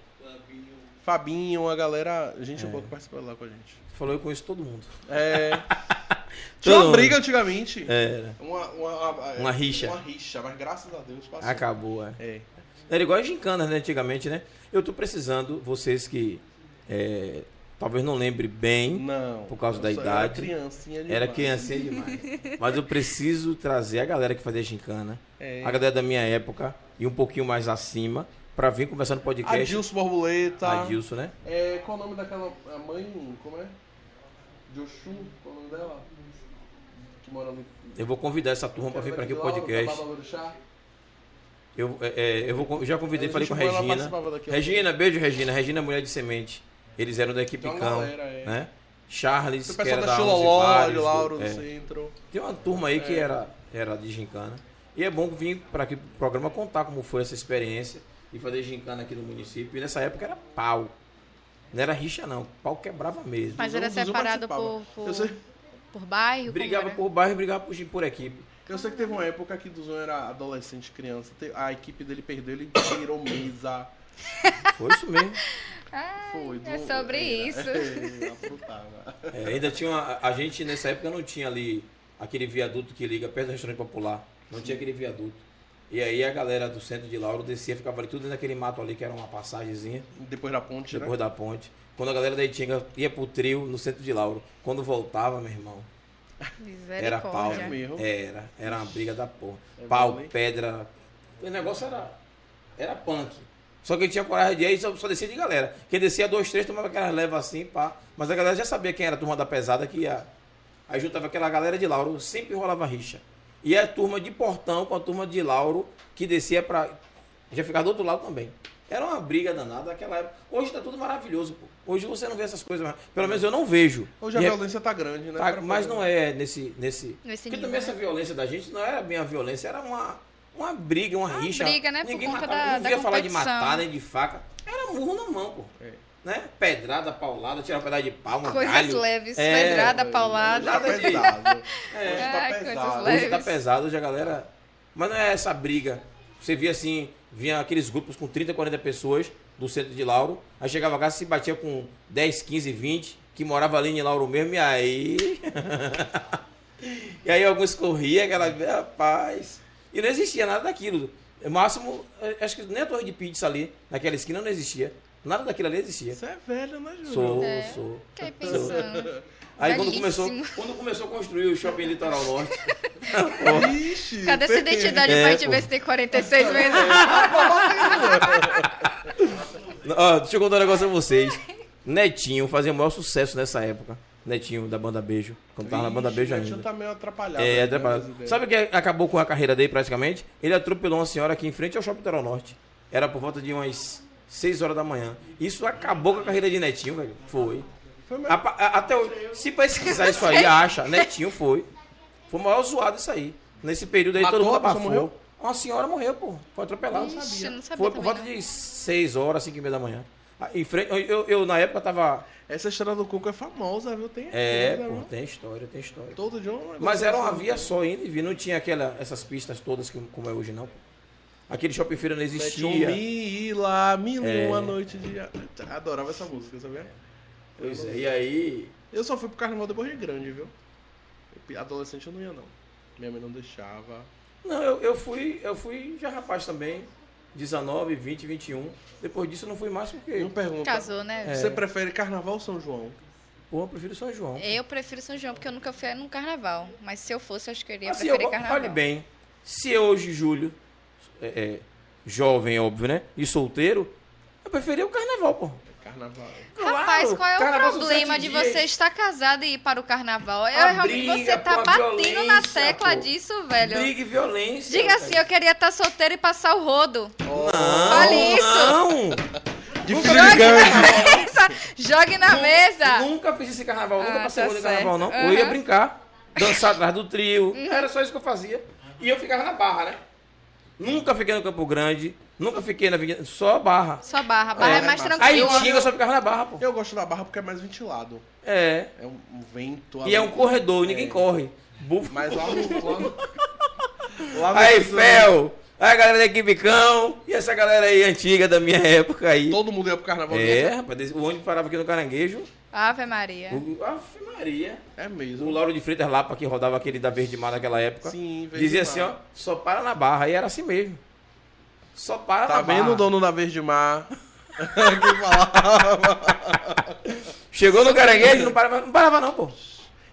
[SPEAKER 3] Fabinho, a galera, gente
[SPEAKER 1] É.
[SPEAKER 3] boa que participou lá com a gente.
[SPEAKER 1] Falou eu conheço todo mundo.
[SPEAKER 3] É.
[SPEAKER 1] Todo
[SPEAKER 3] Tinha uma
[SPEAKER 1] mundo.
[SPEAKER 3] briga antigamente.
[SPEAKER 1] Era.
[SPEAKER 3] Uma, uma,
[SPEAKER 1] Uma rixa.
[SPEAKER 3] Uma rixa, mas graças a Deus passou.
[SPEAKER 1] Acabou, é.
[SPEAKER 3] É.
[SPEAKER 1] Era igual a gincana, né? Antigamente, né? Eu tô precisando, vocês que é, talvez não lembre bem,
[SPEAKER 3] Não.
[SPEAKER 1] Por causa
[SPEAKER 3] eu
[SPEAKER 1] da
[SPEAKER 3] só Era
[SPEAKER 1] idade.
[SPEAKER 3] criancinha demais.
[SPEAKER 1] Era criancinha demais. Mas eu preciso trazer a galera que fazia gincana,
[SPEAKER 3] É.
[SPEAKER 1] a galera da minha época e um pouquinho mais acima, pra vir conversar no podcast.
[SPEAKER 3] tá? Adilson Borboleta.
[SPEAKER 1] Adilson, né?
[SPEAKER 3] É, qual o nome daquela a mãe? Como é? Joshu, qual é o nome dela? Que mora no. é
[SPEAKER 1] Eu vou convidar essa turma para vir para aqui o podcast. Eu, é, é, eu vou con- eu já convidei,
[SPEAKER 3] A
[SPEAKER 1] falei
[SPEAKER 3] gente
[SPEAKER 1] com a
[SPEAKER 3] chegou, ela
[SPEAKER 1] Regina.
[SPEAKER 3] participava daqui, ó.
[SPEAKER 1] Regina, beijo, Regina. Regina, é mulher de semente. Eles eram da equipe
[SPEAKER 3] Tem uma
[SPEAKER 1] Cão,
[SPEAKER 3] galera, é.
[SPEAKER 1] né? Charles,
[SPEAKER 3] O
[SPEAKER 1] que
[SPEAKER 3] pessoal
[SPEAKER 1] era
[SPEAKER 3] da
[SPEAKER 1] da
[SPEAKER 3] Chiloló,
[SPEAKER 1] Onze
[SPEAKER 3] de Lauro É.
[SPEAKER 1] Vares,
[SPEAKER 3] do
[SPEAKER 1] do- é.
[SPEAKER 3] Centro.
[SPEAKER 1] Tem uma turma aí que era, era de gincana. E é bom vir para aqui pro programa contar como foi essa experiência e fazer gincana aqui no município. E nessa época era pau. Não era rixa, não. Pau quebrava mesmo.
[SPEAKER 2] Mas era
[SPEAKER 3] Os um
[SPEAKER 2] separado
[SPEAKER 3] participava.
[SPEAKER 2] por, por,
[SPEAKER 3] Eu sei,
[SPEAKER 2] por bairro?
[SPEAKER 1] Brigava
[SPEAKER 2] como
[SPEAKER 1] por bairro, brigava por, por equipe.
[SPEAKER 3] eu sei que teve uma época que do Zon era adolescente, criança. Te- A equipe dele perdeu, ele tirou mesa.
[SPEAKER 1] Foi isso mesmo.
[SPEAKER 3] Foi,
[SPEAKER 2] é sobre isso.
[SPEAKER 3] É, aprontava.
[SPEAKER 1] É, ainda tinha. uma- a gente nessa época não tinha ali aquele viaduto que liga perto do restaurante popular. Não tinha aquele viaduto. E aí a galera do centro de Lauro descia, ficava ali tudo naquele mato ali, que era uma passagemzinha,
[SPEAKER 3] Depois da ponte, né?
[SPEAKER 1] depois da ponte. Quando a galera da Itinga ia pro trio no centro de Lauro. Quando voltava, meu irmão, era pau.
[SPEAKER 3] É mesmo?
[SPEAKER 1] Era. Era uma briga da porra.
[SPEAKER 3] É
[SPEAKER 1] pau,
[SPEAKER 3] mesmo, hein?
[SPEAKER 1] pedra. O negócio era. Era punk. Só que tinha coragem de ir, só, só descia de galera. Quem descia dois, três, tomava aquelas levas assim, pá. Mas a galera já sabia quem era a turma da pesada que ia. Aí juntava aquela galera de Lauro, sempre rolava rixa. E a turma de Portão com a turma de Lauro, que descia pra. Já ficava do outro lado também. Era uma briga danada naquela época. Hoje tá tudo maravilhoso, pô. Hoje você não vê essas coisas mais. Pelo menos eu não vejo.
[SPEAKER 3] Hoje a
[SPEAKER 1] E é-
[SPEAKER 3] violência tá grande, né?
[SPEAKER 1] Tá, mas não é nesse. nesse...
[SPEAKER 2] Nesse
[SPEAKER 1] Porque
[SPEAKER 2] nível,
[SPEAKER 1] também
[SPEAKER 2] né?
[SPEAKER 1] essa violência da gente não era bem a violência, era uma, uma briga, uma,
[SPEAKER 2] Uma
[SPEAKER 1] rixa.
[SPEAKER 2] briga, né, por
[SPEAKER 1] Ninguém
[SPEAKER 2] conta
[SPEAKER 1] matava,
[SPEAKER 2] da-
[SPEAKER 1] não
[SPEAKER 2] da
[SPEAKER 1] ia falar de
[SPEAKER 2] competição.
[SPEAKER 1] matar, nem de faca. Era murro na mão, pô.
[SPEAKER 3] É.
[SPEAKER 1] Né? Pedrada, paulada, tirar pedaço de palma.
[SPEAKER 2] Coisas
[SPEAKER 1] galho.
[SPEAKER 2] leves,
[SPEAKER 1] É,
[SPEAKER 2] pedrada,
[SPEAKER 3] Hoje tá
[SPEAKER 2] paulada.
[SPEAKER 1] Nada de-
[SPEAKER 3] pesado.
[SPEAKER 1] É.
[SPEAKER 3] Hoje tá
[SPEAKER 2] Ai, coisas
[SPEAKER 3] pesado.
[SPEAKER 2] leves.
[SPEAKER 1] Hoje tá pesado, hoje a galera. Mas não é essa briga. Você via assim, vinha aqueles grupos com 30, 40 pessoas do centro de Lauro. Aí chegava a casa se batia com 10, 15, 20, que morava ali em Lauro mesmo, e aí. e aí alguns corriam, aquela. Rapaz. E não existia nada daquilo. O máximo, eh, acho que nem a torre de pizza ali, naquela esquina, não existia. Nada daquilo ali existia.
[SPEAKER 3] Você é velho, né, Júlio?
[SPEAKER 1] Sou,
[SPEAKER 2] É.
[SPEAKER 1] sou.
[SPEAKER 2] Fiquei pensando.
[SPEAKER 1] Aí quando
[SPEAKER 2] Belíssimo.
[SPEAKER 1] começou, quando começou a construir o shopping Litoral Norte.
[SPEAKER 3] Ixi,
[SPEAKER 2] Cadê essa
[SPEAKER 3] perdeu.
[SPEAKER 2] identidade
[SPEAKER 1] É,
[SPEAKER 2] pra gente
[SPEAKER 1] pô.
[SPEAKER 2] ver se tem 46 meses?
[SPEAKER 1] Ó, deixa eu contar um negócio a vocês. Netinho fazia o maior sucesso nessa época. Netinho da banda Beijo. Quando tava na banda
[SPEAKER 3] Ixi,
[SPEAKER 1] Beijo
[SPEAKER 3] Netinho
[SPEAKER 1] ainda.
[SPEAKER 3] tá meio atrapalhado.
[SPEAKER 1] É,
[SPEAKER 3] né,
[SPEAKER 1] atrapalhado.
[SPEAKER 3] nas ideias.
[SPEAKER 1] Sabe o que é? acabou com a carreira dele praticamente? Ele atropelou uma senhora aqui em frente ao Shopping Litoral Norte. Era por volta de umas 6 horas da manhã. Isso acabou com a carreira de Netinho, velho. Foi.
[SPEAKER 3] Foi mesmo.
[SPEAKER 1] A- a- até hoje. Se pesquisar isso aí, acha. Netinho foi. Foi o maior zoado isso aí. Nesse período aí
[SPEAKER 3] Matou?
[SPEAKER 1] todo mundo
[SPEAKER 3] A pessoa
[SPEAKER 1] abafou.
[SPEAKER 3] morreu?
[SPEAKER 1] Uma senhora morreu, pô. Foi atropelada.
[SPEAKER 2] Ixi, eu não sabia
[SPEAKER 1] Foi por
[SPEAKER 2] também,
[SPEAKER 1] volta
[SPEAKER 2] não.
[SPEAKER 1] de 6 horas, 5 e meia da manhã. Ah, Em frente, eu, eu- eu, na época tava.
[SPEAKER 3] Essa história do Cuco é famosa, viu? Tem
[SPEAKER 1] É,
[SPEAKER 3] aqui, né,
[SPEAKER 1] pô,
[SPEAKER 3] viu?
[SPEAKER 1] tem história, tem história.
[SPEAKER 3] Todo dia um
[SPEAKER 1] Mas era uma via só indo e vindo, não tinha aquela, essas pistas todas que, como é hoje, não. pô. Aquele shopping feira
[SPEAKER 3] um
[SPEAKER 1] não existia.
[SPEAKER 3] Mila, Milu,
[SPEAKER 1] É.
[SPEAKER 3] uma noite de... Adorava essa música, sabia?
[SPEAKER 1] Pois é, e aí.
[SPEAKER 3] Eu só fui pro carnaval depois de grande, viu? Eu- Adolescente eu não ia, não. Minha mãe não deixava.
[SPEAKER 1] Não, eu, eu fui, eu fui já rapaz também. 19, 20, 21. Depois disso eu não fui mais porque.
[SPEAKER 3] Não pergunta.
[SPEAKER 2] Casou, né?
[SPEAKER 3] Você prefere carnaval ou São João?
[SPEAKER 1] Pô, eu prefiro São João.
[SPEAKER 2] Eu prefiro São João, porque eu nunca fui num carnaval. Mas se eu fosse, eu acho que eu iria
[SPEAKER 1] Assim, eu,
[SPEAKER 2] preferir
[SPEAKER 1] go-
[SPEAKER 2] carnaval.
[SPEAKER 1] olhe bem, se eu hoje, Júlio, é, é, jovem, óbvio, né? E solteiro, eu preferia o carnaval, pô.
[SPEAKER 3] Carnaval.
[SPEAKER 2] Rapaz,
[SPEAKER 1] Claro,
[SPEAKER 2] qual é
[SPEAKER 1] carnaval
[SPEAKER 2] o
[SPEAKER 1] são
[SPEAKER 2] problema
[SPEAKER 1] sete
[SPEAKER 2] de
[SPEAKER 1] dias.
[SPEAKER 2] você estar casado e ir para o carnaval? É
[SPEAKER 1] A
[SPEAKER 2] realmente
[SPEAKER 1] briga,
[SPEAKER 2] você tá
[SPEAKER 1] pô, a
[SPEAKER 2] batendo na
[SPEAKER 1] violência,
[SPEAKER 2] tecla
[SPEAKER 1] pô.
[SPEAKER 2] disso, velho.
[SPEAKER 1] Briga e violência.
[SPEAKER 2] Diga assim, eu queria estar solteiro e passar o rodo.
[SPEAKER 1] Não,
[SPEAKER 2] Fale isso.
[SPEAKER 1] não.
[SPEAKER 3] De
[SPEAKER 1] Nunca
[SPEAKER 3] filho
[SPEAKER 1] mais-
[SPEAKER 3] de grande.
[SPEAKER 2] Jogue na
[SPEAKER 1] Nu-
[SPEAKER 2] mesa.
[SPEAKER 1] Nunca fiz esse carnaval, nunca
[SPEAKER 2] Ah,
[SPEAKER 1] passei
[SPEAKER 2] tá
[SPEAKER 1] rolê de
[SPEAKER 2] certo.
[SPEAKER 1] carnaval, não. Eu
[SPEAKER 2] Aham. Uhum.
[SPEAKER 1] ia brincar, dançar atrás do trio. Era só isso que eu fazia. E eu ficava na barra, né? Nunca fiquei no Campo Grande, nunca fiquei na Avenida. Só barra.
[SPEAKER 2] Só barra. Barra é,
[SPEAKER 3] É,
[SPEAKER 2] mais
[SPEAKER 3] mas-
[SPEAKER 1] Aí
[SPEAKER 2] tranquilo.
[SPEAKER 1] tinha, eu só ficava na barra, pô.
[SPEAKER 3] Eu gosto da barra porque é mais ventilado.
[SPEAKER 1] É.
[SPEAKER 3] É um um vento.
[SPEAKER 1] E é um
[SPEAKER 3] ali.
[SPEAKER 1] corredor, ninguém corre. Bufo.
[SPEAKER 3] Mas lá no. Lá no, lá no
[SPEAKER 1] Aí, Fel, a galera da equipe Cão e essa galera aí antiga da minha época aí.
[SPEAKER 3] Todo mundo ia pro carnaval.
[SPEAKER 1] É, rapaz, o ônibus parava aqui no Caranguejo.
[SPEAKER 2] Ave Maria.
[SPEAKER 1] O, Ave Maria.
[SPEAKER 3] É
[SPEAKER 1] O
[SPEAKER 3] mesmo.
[SPEAKER 1] um Lauro de Freitas Lapa, que rodava aquele da Verde Mar naquela época,
[SPEAKER 3] Sim, Verde
[SPEAKER 1] dizia
[SPEAKER 3] Mar.
[SPEAKER 1] assim, ó, só para na barra. E era assim mesmo. Só para
[SPEAKER 3] Tá
[SPEAKER 1] na
[SPEAKER 3] vendo o
[SPEAKER 1] barra.
[SPEAKER 3] dono da Verde Mar? que falava.
[SPEAKER 1] Chegou no Caranguejo, não parava não, parava não pô.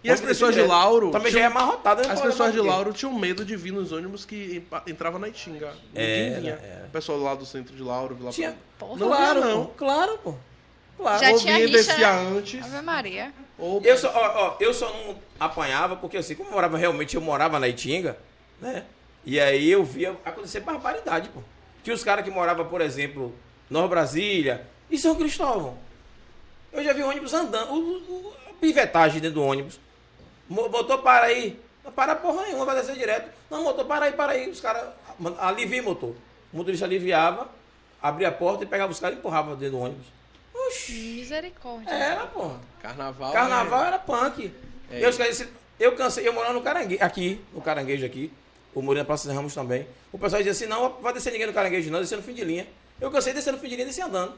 [SPEAKER 3] E as
[SPEAKER 1] Ônibus
[SPEAKER 3] pessoas de
[SPEAKER 1] direto.
[SPEAKER 3] Lauro.
[SPEAKER 1] Também já
[SPEAKER 3] tinham-
[SPEAKER 1] é amarrotado. né?
[SPEAKER 3] As
[SPEAKER 1] Pô,
[SPEAKER 3] pessoas de
[SPEAKER 1] porque-
[SPEAKER 3] Lauro tinham medo de vir nos ônibus que empa- entrava na Itinga. Ninguém
[SPEAKER 1] Era,
[SPEAKER 3] vinha.
[SPEAKER 1] era.
[SPEAKER 3] O pessoal lá do centro de Lauro, Vila
[SPEAKER 1] Tinha...
[SPEAKER 3] Palma.
[SPEAKER 2] Porra.
[SPEAKER 3] Não
[SPEAKER 1] claro,
[SPEAKER 3] vinha, não.
[SPEAKER 1] pô, claro, pô. Claro.
[SPEAKER 2] Já tinha
[SPEAKER 3] Ouvia
[SPEAKER 2] rixa,
[SPEAKER 3] descia
[SPEAKER 2] né?
[SPEAKER 3] antes.
[SPEAKER 2] Ave Maria.
[SPEAKER 3] Ou...
[SPEAKER 1] Eu só, ó, ó, eu só não apanhava, porque assim, como eu morava realmente, eu morava na Itinga, né? E aí eu via acontecer barbaridade, pô. Tinha os caras que moravam, por exemplo, Nova Brasília e São Cristóvão. Eu já vi ônibus andando, o, o, a pivetagem dentro do ônibus. Mo- Botou para aí. Não para porra nenhuma, vai descer direto. Não, motor, para aí, para aí. Os caras man- alivia, motor. O motorista aliviava, abria a porta e pegava os caras e empurrava dentro do ônibus. Oxi,
[SPEAKER 2] Misericórdia.
[SPEAKER 1] era, porra.
[SPEAKER 3] Carnaval. né?
[SPEAKER 1] Carnaval era punk.
[SPEAKER 3] É
[SPEAKER 1] Eu, esqueci- eu cansei, eu morava no caranguejo, aqui, no caranguejo aqui. O Moreno Praça de Ramos também. O pessoal dizia assim, não, vai descer ninguém no caranguejo, não, descer no fim de linha. Eu cansei de descer no fim de linha e descer andando.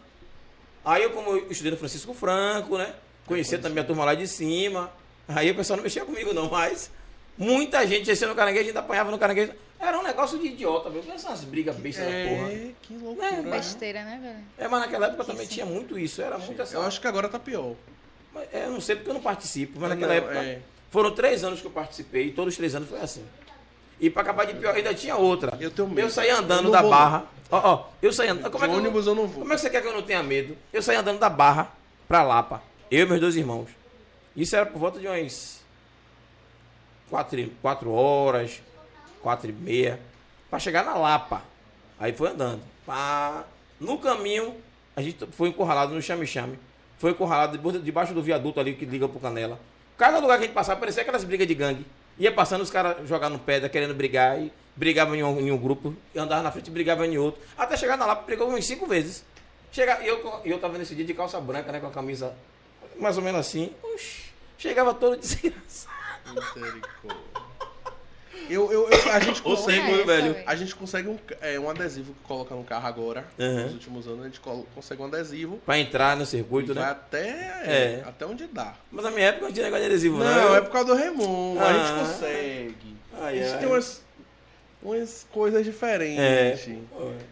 [SPEAKER 1] Aí eu, como eu estudei no Francisco Franco, né? Conhecia também a turma lá de cima. Aí o pessoal não mexia comigo, não, mas muita gente descia no caranguejo, ainda apanhava no caranguejo. Era um negócio de idiota, viu? Pensa umas brigas bestas da porra.
[SPEAKER 3] É, que loucura.
[SPEAKER 1] Né,
[SPEAKER 3] né?
[SPEAKER 2] Besteira, né, velho?
[SPEAKER 1] É, mas naquela época também tinha muito isso, era muito essa.
[SPEAKER 3] Eu acho que agora tá pior.
[SPEAKER 1] Mas, é, eu não sei porque eu não participo, mas
[SPEAKER 3] Não,
[SPEAKER 1] naquela época.
[SPEAKER 3] é.
[SPEAKER 1] Foram três anos que eu participei e todos os três anos foi assim. E pra acabar de pior, ainda tinha outra.
[SPEAKER 3] Eu tenho medo.
[SPEAKER 1] Eu saí
[SPEAKER 3] Eu
[SPEAKER 1] andando
[SPEAKER 3] não
[SPEAKER 1] da
[SPEAKER 3] vou,
[SPEAKER 1] barra. Ó, ó, eu saí andando. Como
[SPEAKER 3] De
[SPEAKER 1] é que eu-
[SPEAKER 3] ônibus eu não vou.
[SPEAKER 1] Como é que você quer que eu não tenha medo? Eu saí andando da barra pra Lapa. Eu e meus dois irmãos. Isso era por volta de umas quatro, e- quatro horas, quatro e meia, pra chegar na Lapa. Aí foi andando. Pá. No caminho, a gente foi encurralado no chame-chame. Foi encurralado debo- debaixo do viaduto ali que liga pro Canela. Cada lugar que a gente passava, parecia aquelas brigas de gangue. Ia passando os caras jogando pedra, querendo brigar, e brigavam em um, em um grupo, e andava na frente, brigava em outro. Até chegar na Lapa, brigou umas cinco vezes. Chega, e eu, co- e eu tava nesse dia de calça branca, né, com a camisa mais ou menos assim. Oxi, chegava todo desgraçado.
[SPEAKER 3] Misericórdia. Eu, eu, eu- a gente
[SPEAKER 1] Ou
[SPEAKER 3] consegue.
[SPEAKER 1] sem- Sim, velho.
[SPEAKER 3] A gente consegue um, é, um adesivo que coloca no carro agora.
[SPEAKER 1] Uhum.
[SPEAKER 3] Nos últimos anos a gente colo- consegue um adesivo.
[SPEAKER 1] Pra entrar no
[SPEAKER 3] e
[SPEAKER 1] circuito,
[SPEAKER 3] vai
[SPEAKER 1] né?
[SPEAKER 3] até,
[SPEAKER 1] É.
[SPEAKER 3] até onde dá.
[SPEAKER 1] Mas na minha época não tinha negócio de adesivo,
[SPEAKER 3] Não,
[SPEAKER 1] não.
[SPEAKER 3] é por causa do Raimundo. A
[SPEAKER 1] né? Ah.
[SPEAKER 3] gente consegue.
[SPEAKER 1] Ai,
[SPEAKER 3] a gente
[SPEAKER 1] ai.
[SPEAKER 3] tem umas, umas coisas diferentes. né,
[SPEAKER 1] É.
[SPEAKER 3] Um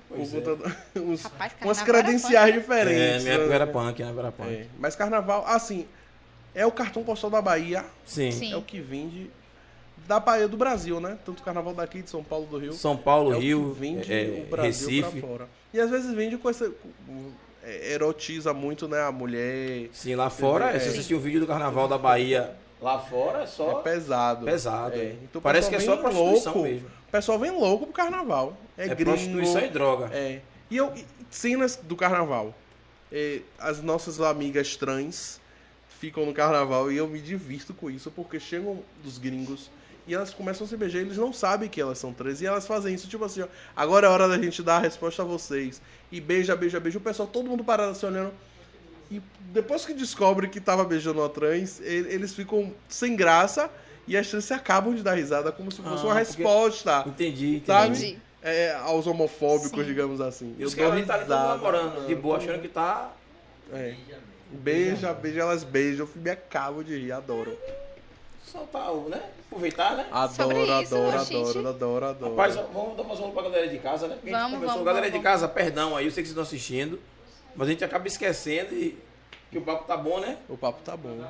[SPEAKER 1] Pois é.
[SPEAKER 3] computador- uns-
[SPEAKER 2] Rapaz,
[SPEAKER 3] umas
[SPEAKER 2] carnaval era
[SPEAKER 3] credenciais
[SPEAKER 2] punk,
[SPEAKER 1] É,
[SPEAKER 3] diferentes.
[SPEAKER 1] minha época
[SPEAKER 3] né?
[SPEAKER 1] era punk, né? Era punk.
[SPEAKER 3] É, Mas carnaval, assim, é o cartão postal da Bahia.
[SPEAKER 1] Sim.
[SPEAKER 2] Sim.
[SPEAKER 3] É o que vende da Bahia do Brasil, né? Tanto o carnaval daqui de São Paulo do Rio.
[SPEAKER 1] São Paulo,
[SPEAKER 3] é
[SPEAKER 1] Rio,
[SPEAKER 3] o que vende
[SPEAKER 1] é,
[SPEAKER 3] o Brasil
[SPEAKER 1] Recife.
[SPEAKER 3] pra fora. E às vezes vende com essa. com- é, erotiza muito, né? A mulher.
[SPEAKER 1] Sim, lá fora,
[SPEAKER 3] É.
[SPEAKER 1] se assistir um vídeo do Carnaval da Bahia lá fora, é só
[SPEAKER 3] É pesado.
[SPEAKER 1] pesado.
[SPEAKER 3] É,
[SPEAKER 1] é.
[SPEAKER 3] então o
[SPEAKER 1] Parece que é só
[SPEAKER 3] pessoal vem
[SPEAKER 1] prostituição
[SPEAKER 3] louco.
[SPEAKER 1] mesmo.
[SPEAKER 3] O pessoal vem louco pro carnaval. É,
[SPEAKER 1] É,
[SPEAKER 3] gringo.
[SPEAKER 1] prostituição e droga.
[SPEAKER 3] É. E eu, e cenas do carnaval. É, as nossas amigas trans ficam no carnaval e eu me divirto com isso, porque chegam dos gringos e elas começam a se beijar e eles não sabem que elas são trans. E elas fazem isso, tipo assim, ó, agora é hora da gente dar a resposta a vocês. E beija, beija, beija. O pessoal, todo mundo parado se olhando. E depois que descobre que tava beijando a trans, e- eles ficam sem graça e as trans se acabam de dar risada como se fosse
[SPEAKER 1] Ah,
[SPEAKER 3] uma
[SPEAKER 1] porque-
[SPEAKER 3] resposta
[SPEAKER 1] Entendi,
[SPEAKER 3] É. Sabe?
[SPEAKER 1] entendi.
[SPEAKER 2] Entendi.
[SPEAKER 3] é, aos homofóbicos,
[SPEAKER 2] Sim.
[SPEAKER 3] digamos assim.
[SPEAKER 1] E os
[SPEAKER 3] Eu dou
[SPEAKER 1] caras ali tá ali todo
[SPEAKER 3] risada.
[SPEAKER 1] namorando, de boa, achando que tá.
[SPEAKER 3] É. Beija, beija, elas beijam. Eu me acabo de rir, adoro.
[SPEAKER 1] Só tá, né? Aproveitar, né?
[SPEAKER 3] Adoro,
[SPEAKER 2] Sobre isso,
[SPEAKER 3] adoro,
[SPEAKER 2] gente.
[SPEAKER 3] adoro, adoro, adoro.
[SPEAKER 1] Rapaz, vamos dar mais uma pra galera de casa, né? Porque a gente
[SPEAKER 2] Vamos,
[SPEAKER 1] conversou.
[SPEAKER 2] vamos,
[SPEAKER 1] galera
[SPEAKER 2] vamos,
[SPEAKER 1] de casa, perdão aí, eu sei que vocês estão assistindo, mas a gente acaba esquecendo e que o papo tá bom, né?
[SPEAKER 3] O papo tá bom.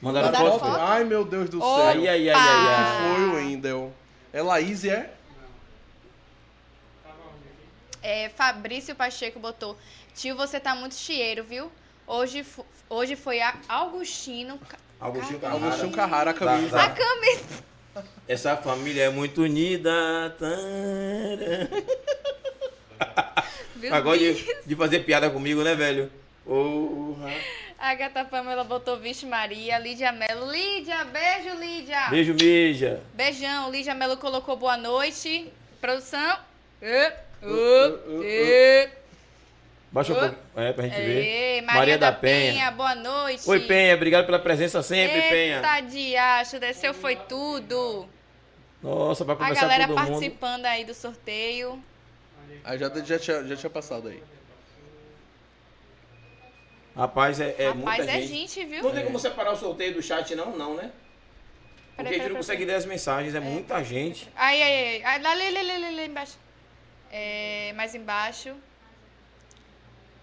[SPEAKER 1] Mandaram
[SPEAKER 2] Mandaram
[SPEAKER 1] foto?
[SPEAKER 2] foto?
[SPEAKER 3] Ai, meu Deus do
[SPEAKER 2] Opa!
[SPEAKER 1] Ai,
[SPEAKER 3] céu.
[SPEAKER 1] ai, ai, ai, ai.
[SPEAKER 2] Ah.
[SPEAKER 3] Foi o Wendel. É Laís, é?
[SPEAKER 2] É, Fabrício Pacheco botou: Tio, você tá muito chieiro, viu? Hoje, fo- hoje foi a Augustino. Ca-
[SPEAKER 1] Agostinho Carrara.
[SPEAKER 3] Augustinho Carrara, a camisa.
[SPEAKER 1] Tá,
[SPEAKER 2] A camisa.
[SPEAKER 1] Essa família é muito unida. Tará.
[SPEAKER 2] Viu?
[SPEAKER 1] Agora de, de fazer piada comigo, né, velho? Porra.
[SPEAKER 2] A Gata Pamela botou: Vixe Maria. Lídia Melo. Lídia, beijo, Lídia.
[SPEAKER 1] Beijo, mija.
[SPEAKER 2] Beijão. Lídia Melo colocou boa noite. Produção. Ê,
[SPEAKER 3] Uh,
[SPEAKER 2] ê,
[SPEAKER 3] uh, uh,
[SPEAKER 2] ê.
[SPEAKER 1] Baixa um
[SPEAKER 2] Ô.
[SPEAKER 1] pouco. É, pra gente ver.
[SPEAKER 2] Ê, Maria,
[SPEAKER 1] Maria
[SPEAKER 2] da,
[SPEAKER 1] da
[SPEAKER 2] Penha.
[SPEAKER 1] Penha.
[SPEAKER 2] boa noite.
[SPEAKER 1] Oi, Penha. Obrigado pela presença sempre, Penha.
[SPEAKER 2] Eita, diacho, desceu né? foi tudo.
[SPEAKER 1] Nossa, vai
[SPEAKER 2] A
[SPEAKER 1] conversar
[SPEAKER 2] galera
[SPEAKER 1] todo mundo.
[SPEAKER 2] participando aí do sorteio.
[SPEAKER 3] Ah, já, já, tinha, já tinha passado aí.
[SPEAKER 1] Rapaz, é, é muita
[SPEAKER 2] Rapaz, é
[SPEAKER 1] gente.
[SPEAKER 2] gente, viu?
[SPEAKER 1] Não tem como separar o sorteio do chat, não, não, né? Porque a gente
[SPEAKER 2] Peraí,
[SPEAKER 1] não
[SPEAKER 2] peraí, peraí.
[SPEAKER 1] consegue ler as mensagens, é muita gente.
[SPEAKER 2] Aí, aí, aí. aí lá, lê, lê, lê, lê, lê embaixo. É, mais embaixo.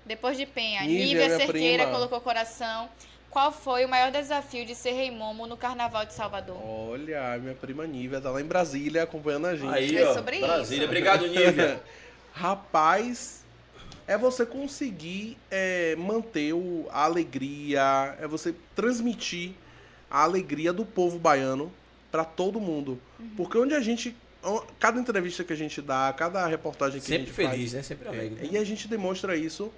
[SPEAKER 2] Depois de Penha.
[SPEAKER 3] Nívia,
[SPEAKER 2] Nívia
[SPEAKER 3] minha
[SPEAKER 2] Cerqueira
[SPEAKER 3] prima.
[SPEAKER 2] colocou coração. Qual foi o maior desafio de ser rei momo no Carnaval de Salvador?
[SPEAKER 3] Olha, minha prima Nívia tá lá em É Brasília acompanhando a gente.
[SPEAKER 1] Aí,
[SPEAKER 2] É
[SPEAKER 1] ó.
[SPEAKER 2] sobre isso.
[SPEAKER 1] Brasília. Obrigado, Nívia.
[SPEAKER 3] Rapaz, é você conseguir é, manter o- a alegria, é você transmitir a alegria do povo baiano para todo mundo.
[SPEAKER 1] Uhum.
[SPEAKER 3] Porque onde a gente. o- Cada entrevista que a gente dá, cada reportagem que a
[SPEAKER 1] Sempre
[SPEAKER 3] gente
[SPEAKER 1] feliz,
[SPEAKER 3] faz.
[SPEAKER 1] né? Sempre
[SPEAKER 3] é,
[SPEAKER 1] alegre.
[SPEAKER 3] E a gente demonstra isso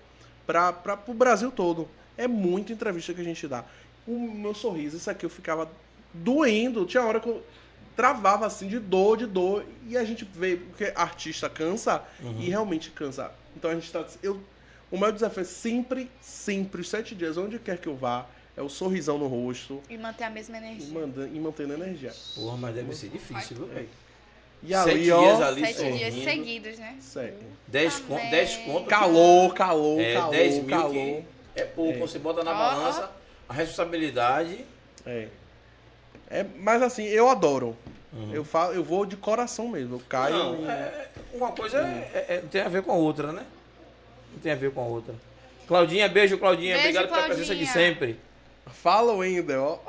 [SPEAKER 3] para o Brasil todo. É muita entrevista que a gente dá. O meu sorriso, isso aqui eu ficava doendo. Tinha hora que eu travava assim de dor, de dor. E a gente vê, porque artista cansa,
[SPEAKER 1] Uhum.
[SPEAKER 3] e realmente cansa. Então a gente tá. Eu, o meu desafio é sempre, sempre, os sete dias, onde quer que eu vá, é o sorrisão no rosto
[SPEAKER 1] Oh.
[SPEAKER 2] E manter a mesma
[SPEAKER 3] e,
[SPEAKER 2] energia.
[SPEAKER 3] manda- e mantendo a energia.
[SPEAKER 1] Porra, mas deve ser difícil, viu, velho?
[SPEAKER 3] E ali,
[SPEAKER 1] Sete
[SPEAKER 3] ó.
[SPEAKER 1] dias ali
[SPEAKER 2] Sete dias
[SPEAKER 1] sorrindo.
[SPEAKER 2] seguidos, né?
[SPEAKER 3] Sério.
[SPEAKER 1] Dez con-
[SPEAKER 2] Amém.
[SPEAKER 1] dez conto.
[SPEAKER 3] Calor, calor,
[SPEAKER 1] É,
[SPEAKER 3] calor,
[SPEAKER 1] 10 mil
[SPEAKER 3] calor.
[SPEAKER 1] que é pouco.
[SPEAKER 3] É.
[SPEAKER 1] Você bota na
[SPEAKER 2] Ó, ó.
[SPEAKER 1] balança a responsabilidade.
[SPEAKER 3] É. É, mas assim, eu adoro.
[SPEAKER 1] Uhum.
[SPEAKER 3] Eu, falo, eu vou de coração mesmo. Eu caio.
[SPEAKER 1] Não,
[SPEAKER 3] e-
[SPEAKER 1] é- uma coisa é- é- é- não tem a ver com a outra, né? Não tem a ver com a outra. Claudinha, beijo, Claudinha.
[SPEAKER 2] Beijo,
[SPEAKER 1] Obrigado pela presença de
[SPEAKER 2] Claudinha.
[SPEAKER 1] sempre.
[SPEAKER 3] Falo ainda, ó.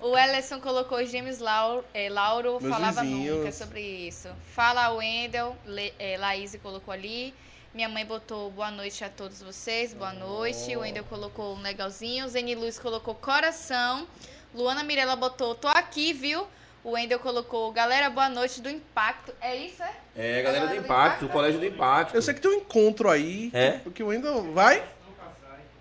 [SPEAKER 2] O Ellison colocou James Lauro, eh, Lauro
[SPEAKER 3] Meus
[SPEAKER 2] falava
[SPEAKER 3] vizinhos.
[SPEAKER 2] nunca sobre isso. Fala Wendel, Le, eh, Laís colocou ali. Minha mãe botou boa noite a todos vocês, boa
[SPEAKER 3] Oh.
[SPEAKER 2] noite. O Wendel colocou um legalzinho. Zeni Luz colocou coração. Luana Mirella botou tô aqui, viu? O Wendel colocou galera, boa noite do impacto. É isso, é?
[SPEAKER 1] É, galera do Impacto, o Colégio do Impacto.
[SPEAKER 3] Eu sei que tem um encontro aí.
[SPEAKER 1] É?
[SPEAKER 3] Que o ainda vai.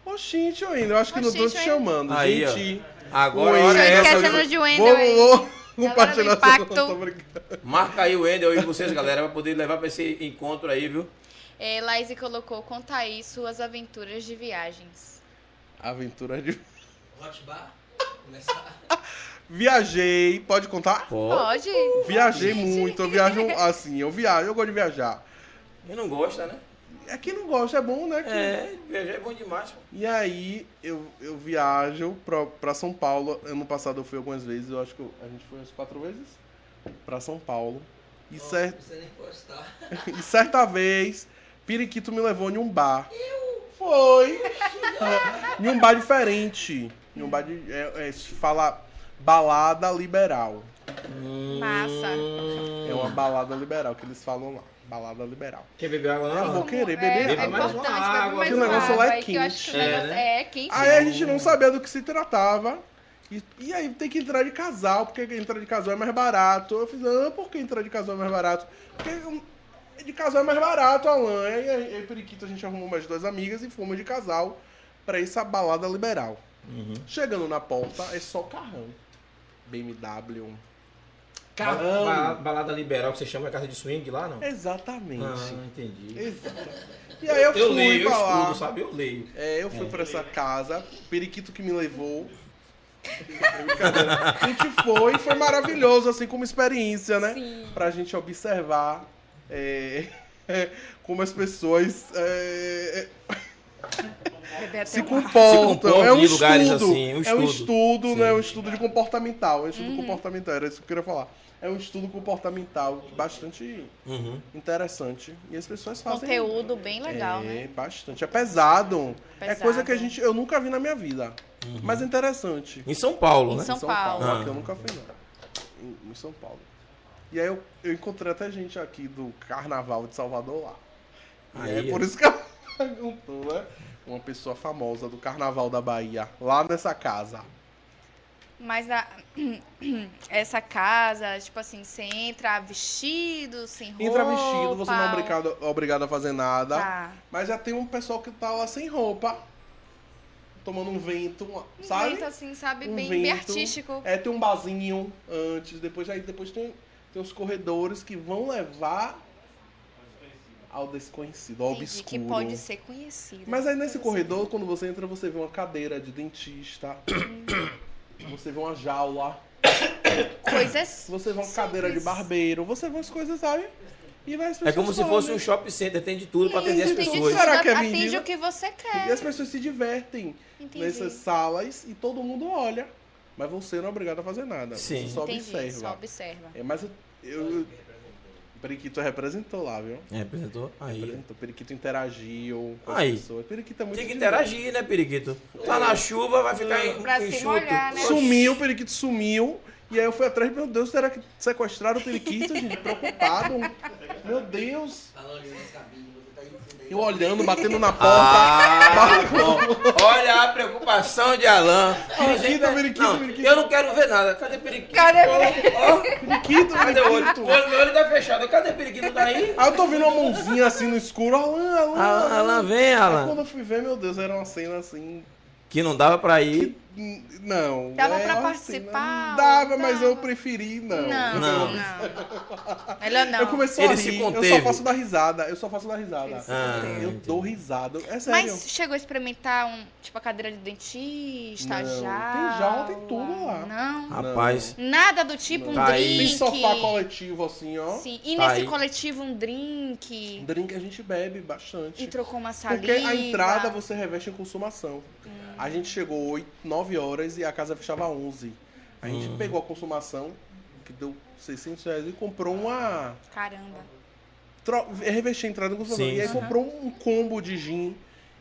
[SPEAKER 3] Oxente, eu ainda. Eu acho que não tô te
[SPEAKER 2] Oxente, eu ainda.
[SPEAKER 3] chamando.
[SPEAKER 1] Aí, ó.
[SPEAKER 3] gente.
[SPEAKER 1] Agora,
[SPEAKER 3] Oi,
[SPEAKER 1] olha
[SPEAKER 3] gente,
[SPEAKER 1] essa.
[SPEAKER 2] esquecendo
[SPEAKER 1] viu?
[SPEAKER 2] de
[SPEAKER 3] Vou,
[SPEAKER 2] Wendel aí.
[SPEAKER 3] vou
[SPEAKER 2] Galera
[SPEAKER 3] compartilhar
[SPEAKER 2] do
[SPEAKER 3] essa-
[SPEAKER 2] impacto.
[SPEAKER 3] tô brincando.
[SPEAKER 2] né?
[SPEAKER 1] Marca aí o Wendel e vocês, galera, pra poder levar pra esse encontro aí, viu?
[SPEAKER 2] Eh, Laís colocou conta aí suas aventuras de viagens.
[SPEAKER 3] Aventura de.
[SPEAKER 5] Hot bar? Começar.
[SPEAKER 3] Viajei. Pode contar?
[SPEAKER 1] Pô,
[SPEAKER 2] Pode?
[SPEAKER 3] Viajei muito. Eu viajo assim. Eu viajo. Eu gosto de viajar.
[SPEAKER 1] quem não gosta, né?
[SPEAKER 3] É quem não gosta, é bom, né? Quem-
[SPEAKER 1] É, viajar é bom demais. pô.
[SPEAKER 3] E aí eu, eu viajo pra, pra São Paulo. Ano passado eu fui algumas vezes, eu acho que eu- a gente foi umas quatro vezes pra São Paulo. E,
[SPEAKER 5] Não
[SPEAKER 3] cer-
[SPEAKER 5] precisa nem postar.
[SPEAKER 3] e certa vez, Periquito me levou em um bar. Foi! em um bar diferente. Em um bar de. É, é, se fala balada liberal.
[SPEAKER 2] Massa.
[SPEAKER 3] É uma balada liberal que eles falam lá. Balada liberal.
[SPEAKER 1] Quer beber água
[SPEAKER 3] Eu
[SPEAKER 1] não?
[SPEAKER 3] vou querer
[SPEAKER 2] é,
[SPEAKER 3] beber
[SPEAKER 2] É
[SPEAKER 1] água.
[SPEAKER 2] importante,
[SPEAKER 1] Mais uma água,
[SPEAKER 2] água,
[SPEAKER 1] que
[SPEAKER 2] beber
[SPEAKER 1] o
[SPEAKER 2] mais
[SPEAKER 3] negócio
[SPEAKER 2] água.
[SPEAKER 3] lá é
[SPEAKER 2] aí que eu acho que o
[SPEAKER 1] quente. É,
[SPEAKER 2] negócio é quente.
[SPEAKER 3] Aí a gente não sabia do que se tratava. E, e aí tem que entrar de casal, porque entrar de casal é mais barato. Eu fiz, ah, por que entrar de casal é mais barato? Porque hum, de casal é mais barato, Alan. Aí, aí, aí periquito, a gente arrumou mais duas amigas e fomos de casal pra essa balada liberal. Chegando na porta, é só carrão. BMW. Carrão.
[SPEAKER 1] Ba- Balada liberal que você chama é casa de swing lá, não?
[SPEAKER 3] Exatamente.
[SPEAKER 1] Ah, entendi.
[SPEAKER 3] Exatamente. E aí eu,
[SPEAKER 1] Eu
[SPEAKER 3] fui
[SPEAKER 1] leio, eu
[SPEAKER 3] pra lá.
[SPEAKER 1] estudo, sabe? Eu leio.
[SPEAKER 3] É, eu fui pra essa casa, periquito que me levou. Brincadeira. a gente foi, foi maravilhoso, assim, como experiência, né?
[SPEAKER 2] Sim.
[SPEAKER 3] Pra gente observar é, como as pessoas é,
[SPEAKER 2] Beber até
[SPEAKER 3] se
[SPEAKER 2] um-
[SPEAKER 3] comportam.
[SPEAKER 1] comportam
[SPEAKER 3] É um
[SPEAKER 1] em lugares
[SPEAKER 3] estudo,
[SPEAKER 1] assim, um
[SPEAKER 3] é
[SPEAKER 1] estudo.
[SPEAKER 3] um estudo, né?
[SPEAKER 1] Sim.
[SPEAKER 3] Um estudo de comportamental, é um estudo
[SPEAKER 2] Uhum.
[SPEAKER 3] comportamental, era isso que eu queria falar. É um estudo comportamental bastante
[SPEAKER 1] Uhum.
[SPEAKER 3] interessante e as pessoas fazem
[SPEAKER 2] é conteúdo bem legal,
[SPEAKER 3] é,
[SPEAKER 2] né?
[SPEAKER 3] bastante. É pesado. É
[SPEAKER 2] Pesado.
[SPEAKER 3] coisa que a gente, eu nunca vi na minha vida. Mas é interessante.
[SPEAKER 1] Em São Paulo,
[SPEAKER 2] Em
[SPEAKER 1] né?
[SPEAKER 2] São Paulo.
[SPEAKER 1] Uhum. Ah.
[SPEAKER 3] que eu nunca fui, não. Em, em São Paulo. E aí eu, eu encontrei até gente aqui do Carnaval de Salvador lá. E
[SPEAKER 1] Aí,
[SPEAKER 3] é por isso que ela perguntou, né? Uma pessoa famosa do Carnaval da Bahia, lá nessa casa.
[SPEAKER 2] Mas na- essa casa, tipo assim, você entra vestido, sem roupa.
[SPEAKER 3] Entra vestido, você não é obrigado, obrigado a fazer nada.
[SPEAKER 2] Tá.
[SPEAKER 3] Mas já tem um pessoal que tá lá sem roupa, tomando um vento, uma-
[SPEAKER 2] Um
[SPEAKER 3] sabe?
[SPEAKER 2] jeito assim, sabe?
[SPEAKER 3] Um
[SPEAKER 2] bem, bem
[SPEAKER 3] vento.
[SPEAKER 2] artístico.
[SPEAKER 3] É, tem um barzinho antes, depois aí depois tem, tem os corredores que vão levar ao desconhecido, ao
[SPEAKER 2] Entendi,
[SPEAKER 3] obscuro.
[SPEAKER 2] que pode ser conhecido.
[SPEAKER 3] Mas aí nesse
[SPEAKER 2] Coisa
[SPEAKER 3] corredor, quando você entra, você vê uma cadeira de dentista.
[SPEAKER 2] Hum.
[SPEAKER 3] você vê uma jaula.
[SPEAKER 2] assim. Coisas.
[SPEAKER 3] Você vê uma
[SPEAKER 2] Simples.
[SPEAKER 3] cadeira de barbeiro. Você vê as coisas, sabe? E vai as
[SPEAKER 1] É
[SPEAKER 3] pessoas
[SPEAKER 1] como se
[SPEAKER 3] falando.
[SPEAKER 1] fosse um shopping center, tem de tudo pra atender as
[SPEAKER 2] Isso, entendi,
[SPEAKER 1] pessoas.
[SPEAKER 2] tudo,
[SPEAKER 3] Será que é
[SPEAKER 2] Atende
[SPEAKER 3] menino?
[SPEAKER 2] o que você
[SPEAKER 3] E
[SPEAKER 2] quer.
[SPEAKER 3] as pessoas se divertem
[SPEAKER 2] Entendi.
[SPEAKER 3] nessas salas e todo mundo olha. Mas você não é obrigado a fazer nada.
[SPEAKER 1] Sim.
[SPEAKER 3] Você só
[SPEAKER 2] Entendi,
[SPEAKER 3] observa.
[SPEAKER 2] só observa.
[SPEAKER 3] É, mas eu, eu, Periquito representou lá, viu?
[SPEAKER 1] É, apresentou? Aí.
[SPEAKER 3] Representou. Periquito interagiu com
[SPEAKER 1] Aí.
[SPEAKER 3] as pessoas. Periquito é muito
[SPEAKER 1] Tem que
[SPEAKER 3] divertido.
[SPEAKER 1] interagir, né, periquito? Tá na chuva, vai ficar em,
[SPEAKER 2] Pra se
[SPEAKER 1] enxuto.
[SPEAKER 2] molhar, né?
[SPEAKER 3] Sumiu, o Periquito sumiu. E aí eu fui atrás, meu Deus, será que sequestraram o Periquito, gente? Preocupado. Meu Deus.
[SPEAKER 5] Falando nesse cabinho, você tá aí, você tá aí.
[SPEAKER 3] Eu olhando, batendo na porta.
[SPEAKER 1] Ah, bom. Olha a preocupação de Alain.
[SPEAKER 3] Periquito, periquito,
[SPEAKER 1] Não,
[SPEAKER 3] periquito.
[SPEAKER 1] Eu não quero ver nada. Cadê periquito?
[SPEAKER 2] Cadê
[SPEAKER 1] Ó,
[SPEAKER 3] Periquito,
[SPEAKER 1] cadê o olho?
[SPEAKER 3] periquito.
[SPEAKER 1] O olho- Meu olho tá fechado. Cadê periquito? Tá aí?
[SPEAKER 3] Aí eu tô vendo uma mãozinha assim no escuro. Alan, Ah, Alan.
[SPEAKER 1] Alain, Alain, vem,
[SPEAKER 3] Aí
[SPEAKER 1] Alain.
[SPEAKER 3] quando eu fui ver, meu Deus, era uma cena assim.
[SPEAKER 1] Que não dava pra ir.
[SPEAKER 3] hum, Não.
[SPEAKER 2] Dava
[SPEAKER 3] era
[SPEAKER 2] pra
[SPEAKER 3] uma cena-
[SPEAKER 2] participar,
[SPEAKER 3] Não dava, mas
[SPEAKER 2] dava.
[SPEAKER 3] eu preferi não.
[SPEAKER 2] Não,
[SPEAKER 1] Não.
[SPEAKER 2] não. Melhor não.
[SPEAKER 3] Eu comecei
[SPEAKER 1] Ele
[SPEAKER 3] a
[SPEAKER 1] se
[SPEAKER 3] rir, eu
[SPEAKER 1] conteve.
[SPEAKER 3] só posso dar risada, eu só posso dar risada.
[SPEAKER 1] Ah,
[SPEAKER 3] eu
[SPEAKER 1] entendi.
[SPEAKER 3] dou risada, é sério.
[SPEAKER 2] é Mas chegou a experimentar um, tipo, a cadeira de dentista, já.
[SPEAKER 3] Não, tem
[SPEAKER 2] jaula?
[SPEAKER 3] jaula, tem tudo lá.
[SPEAKER 2] Não.
[SPEAKER 1] Rapaz.
[SPEAKER 2] Nada do tipo um
[SPEAKER 1] Tá aí.
[SPEAKER 2] drink.
[SPEAKER 3] Tem sofá coletivo assim, ó.
[SPEAKER 2] Sim. E
[SPEAKER 1] Tá
[SPEAKER 2] nesse
[SPEAKER 1] aí.
[SPEAKER 2] coletivo um drink.
[SPEAKER 3] Drink a gente bebe bastante.
[SPEAKER 2] Entrou com uma saliva. Hum.
[SPEAKER 3] Porque a entrada você reveste em consumação. A gente chegou 8, 9 horas e a casa fechava 11. A gente
[SPEAKER 1] Hum.
[SPEAKER 3] pegou a consumação, que deu 600 reais, e comprou uma.
[SPEAKER 2] Caramba.
[SPEAKER 3] tro- Revesti a entrada em consumação.
[SPEAKER 1] Sim,
[SPEAKER 3] e aí
[SPEAKER 1] sim.
[SPEAKER 3] comprou um combo de gin.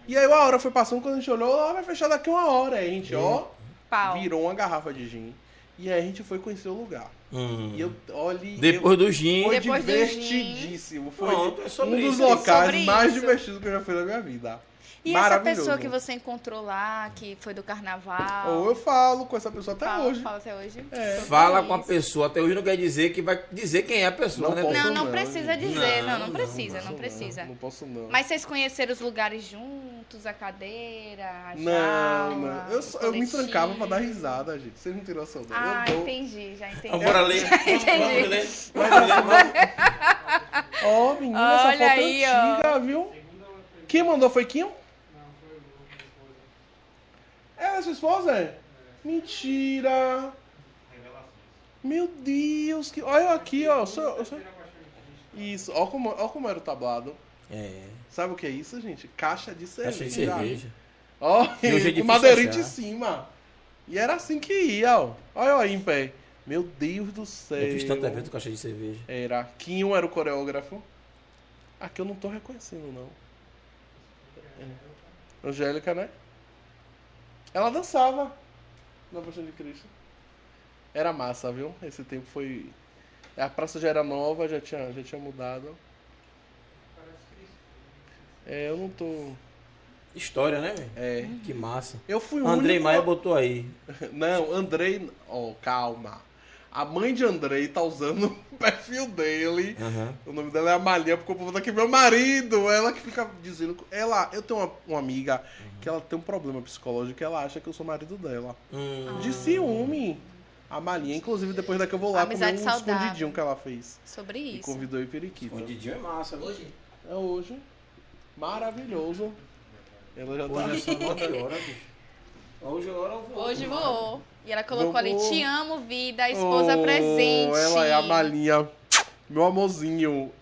[SPEAKER 3] E aí a hora foi passando, quando a gente olhou, ó, vai fechar daqui uma hora. Aí a
[SPEAKER 1] Hum.
[SPEAKER 3] gente, ó,
[SPEAKER 2] Pau.
[SPEAKER 3] virou uma garrafa de gin. E aí a gente foi conhecer o lugar.
[SPEAKER 1] Hum.
[SPEAKER 3] E eu, olha.
[SPEAKER 1] Depois do gin.
[SPEAKER 3] Foi
[SPEAKER 2] Depois do
[SPEAKER 3] divertidíssimo. Foi
[SPEAKER 1] Pronto, é sobre
[SPEAKER 3] um dos
[SPEAKER 1] isso.
[SPEAKER 3] locais
[SPEAKER 2] Sobre
[SPEAKER 3] mais
[SPEAKER 2] isso.
[SPEAKER 3] divertidos que eu já fui na minha vida.
[SPEAKER 2] E essa
[SPEAKER 3] Maravilhoso.
[SPEAKER 2] pessoa que você encontrou lá, que foi do carnaval.
[SPEAKER 3] Ou eu falo com essa pessoa até
[SPEAKER 2] fala,
[SPEAKER 3] hoje.
[SPEAKER 2] Fala até hoje.
[SPEAKER 3] É.
[SPEAKER 2] Sobre
[SPEAKER 1] Fala com a
[SPEAKER 2] isso.
[SPEAKER 1] pessoa. Até hoje não quer dizer que vai dizer quem é a pessoa,
[SPEAKER 3] Não
[SPEAKER 1] né?
[SPEAKER 3] posso.
[SPEAKER 2] Não, não
[SPEAKER 3] Não,
[SPEAKER 2] precisa dizer. Não, não,
[SPEAKER 1] não,
[SPEAKER 2] precisa,
[SPEAKER 1] não,
[SPEAKER 2] não, precisa.
[SPEAKER 3] Não, posso não.
[SPEAKER 2] Mas vocês conheceram os lugares juntos, a cadeira, a jaula,
[SPEAKER 3] não, não. Eu, só-
[SPEAKER 2] o
[SPEAKER 3] eu me
[SPEAKER 2] coletivo?
[SPEAKER 3] trancava pra dar risada, gente. Vocês não tiram noção. não.
[SPEAKER 2] Ah,
[SPEAKER 3] eu dou.
[SPEAKER 2] entendi, já entendi.
[SPEAKER 1] Vamos então, bora ler. Vamos ler. Vamos ler. vamos-
[SPEAKER 3] Ó, menina, essa
[SPEAKER 2] Olha
[SPEAKER 3] foto
[SPEAKER 2] aí,
[SPEAKER 3] é antiga, viu? Quem mandou foi Kim? Ela é sua esposa? Mentira! Meu Deus, que. Olha eu aqui, ó. eu sou- eu sou- Isso, ó como, ó como era o tablado.
[SPEAKER 1] É,
[SPEAKER 3] Sabe o que é isso, gente? Caixa de cerveja.
[SPEAKER 1] caixa de cerveja.
[SPEAKER 3] Ó,
[SPEAKER 1] E hoje é difícil
[SPEAKER 3] o madeirite em
[SPEAKER 1] achar.
[SPEAKER 3] cima. E era assim que ia, ó. Olha eu aí em pé. Meu Deus do céu.
[SPEAKER 1] Eu fiz tanto evento com caixa de cerveja.
[SPEAKER 3] Era. Quinho era o coreógrafo. Aqui eu não tô reconhecendo, não. É. Angélica, né? Ela dançava na Paixão de Cristo. Era massa, viu? Esse tempo foi. A praça já era nova, já tinha, já tinha mudado. É, eu não tô.
[SPEAKER 1] História, né, velho?
[SPEAKER 3] É.
[SPEAKER 1] Que massa.
[SPEAKER 3] Eu fui o
[SPEAKER 1] Andrei
[SPEAKER 3] único-
[SPEAKER 1] Maia botou aí.
[SPEAKER 3] Não, Andrei. Oh, calma. A mãe de Andrei tá usando o perfil dele.
[SPEAKER 1] Aham.
[SPEAKER 3] O nome dela é Amalia, porque o povo tá aqui, meu marido. Ela que fica dizendo. Ela, eu tenho uma, uma amiga que ela tem um problema psicológico, ela acha que eu sou marido dela.
[SPEAKER 1] Hum.
[SPEAKER 3] De ciúme. A Malinha, inclusive, depois daqui eu vou lá comer um
[SPEAKER 2] Amizade saudável.
[SPEAKER 3] escondidinho que ela fez.
[SPEAKER 2] Sobre
[SPEAKER 3] E
[SPEAKER 2] isso.
[SPEAKER 3] convidou o Periquito.
[SPEAKER 1] é massa, viu?
[SPEAKER 5] Hoje,
[SPEAKER 3] É hoje. Maravilhoso. Ela já tá.
[SPEAKER 1] Hoje é só 9 horas, bicho. Hoje é hora eu vou.
[SPEAKER 2] Hoje voou. E ela colocou
[SPEAKER 3] Vovô.
[SPEAKER 2] ali, te amo, vida, esposa é
[SPEAKER 3] Oh,
[SPEAKER 2] presente.
[SPEAKER 3] Ela é a Malinha. Meu amorzinho.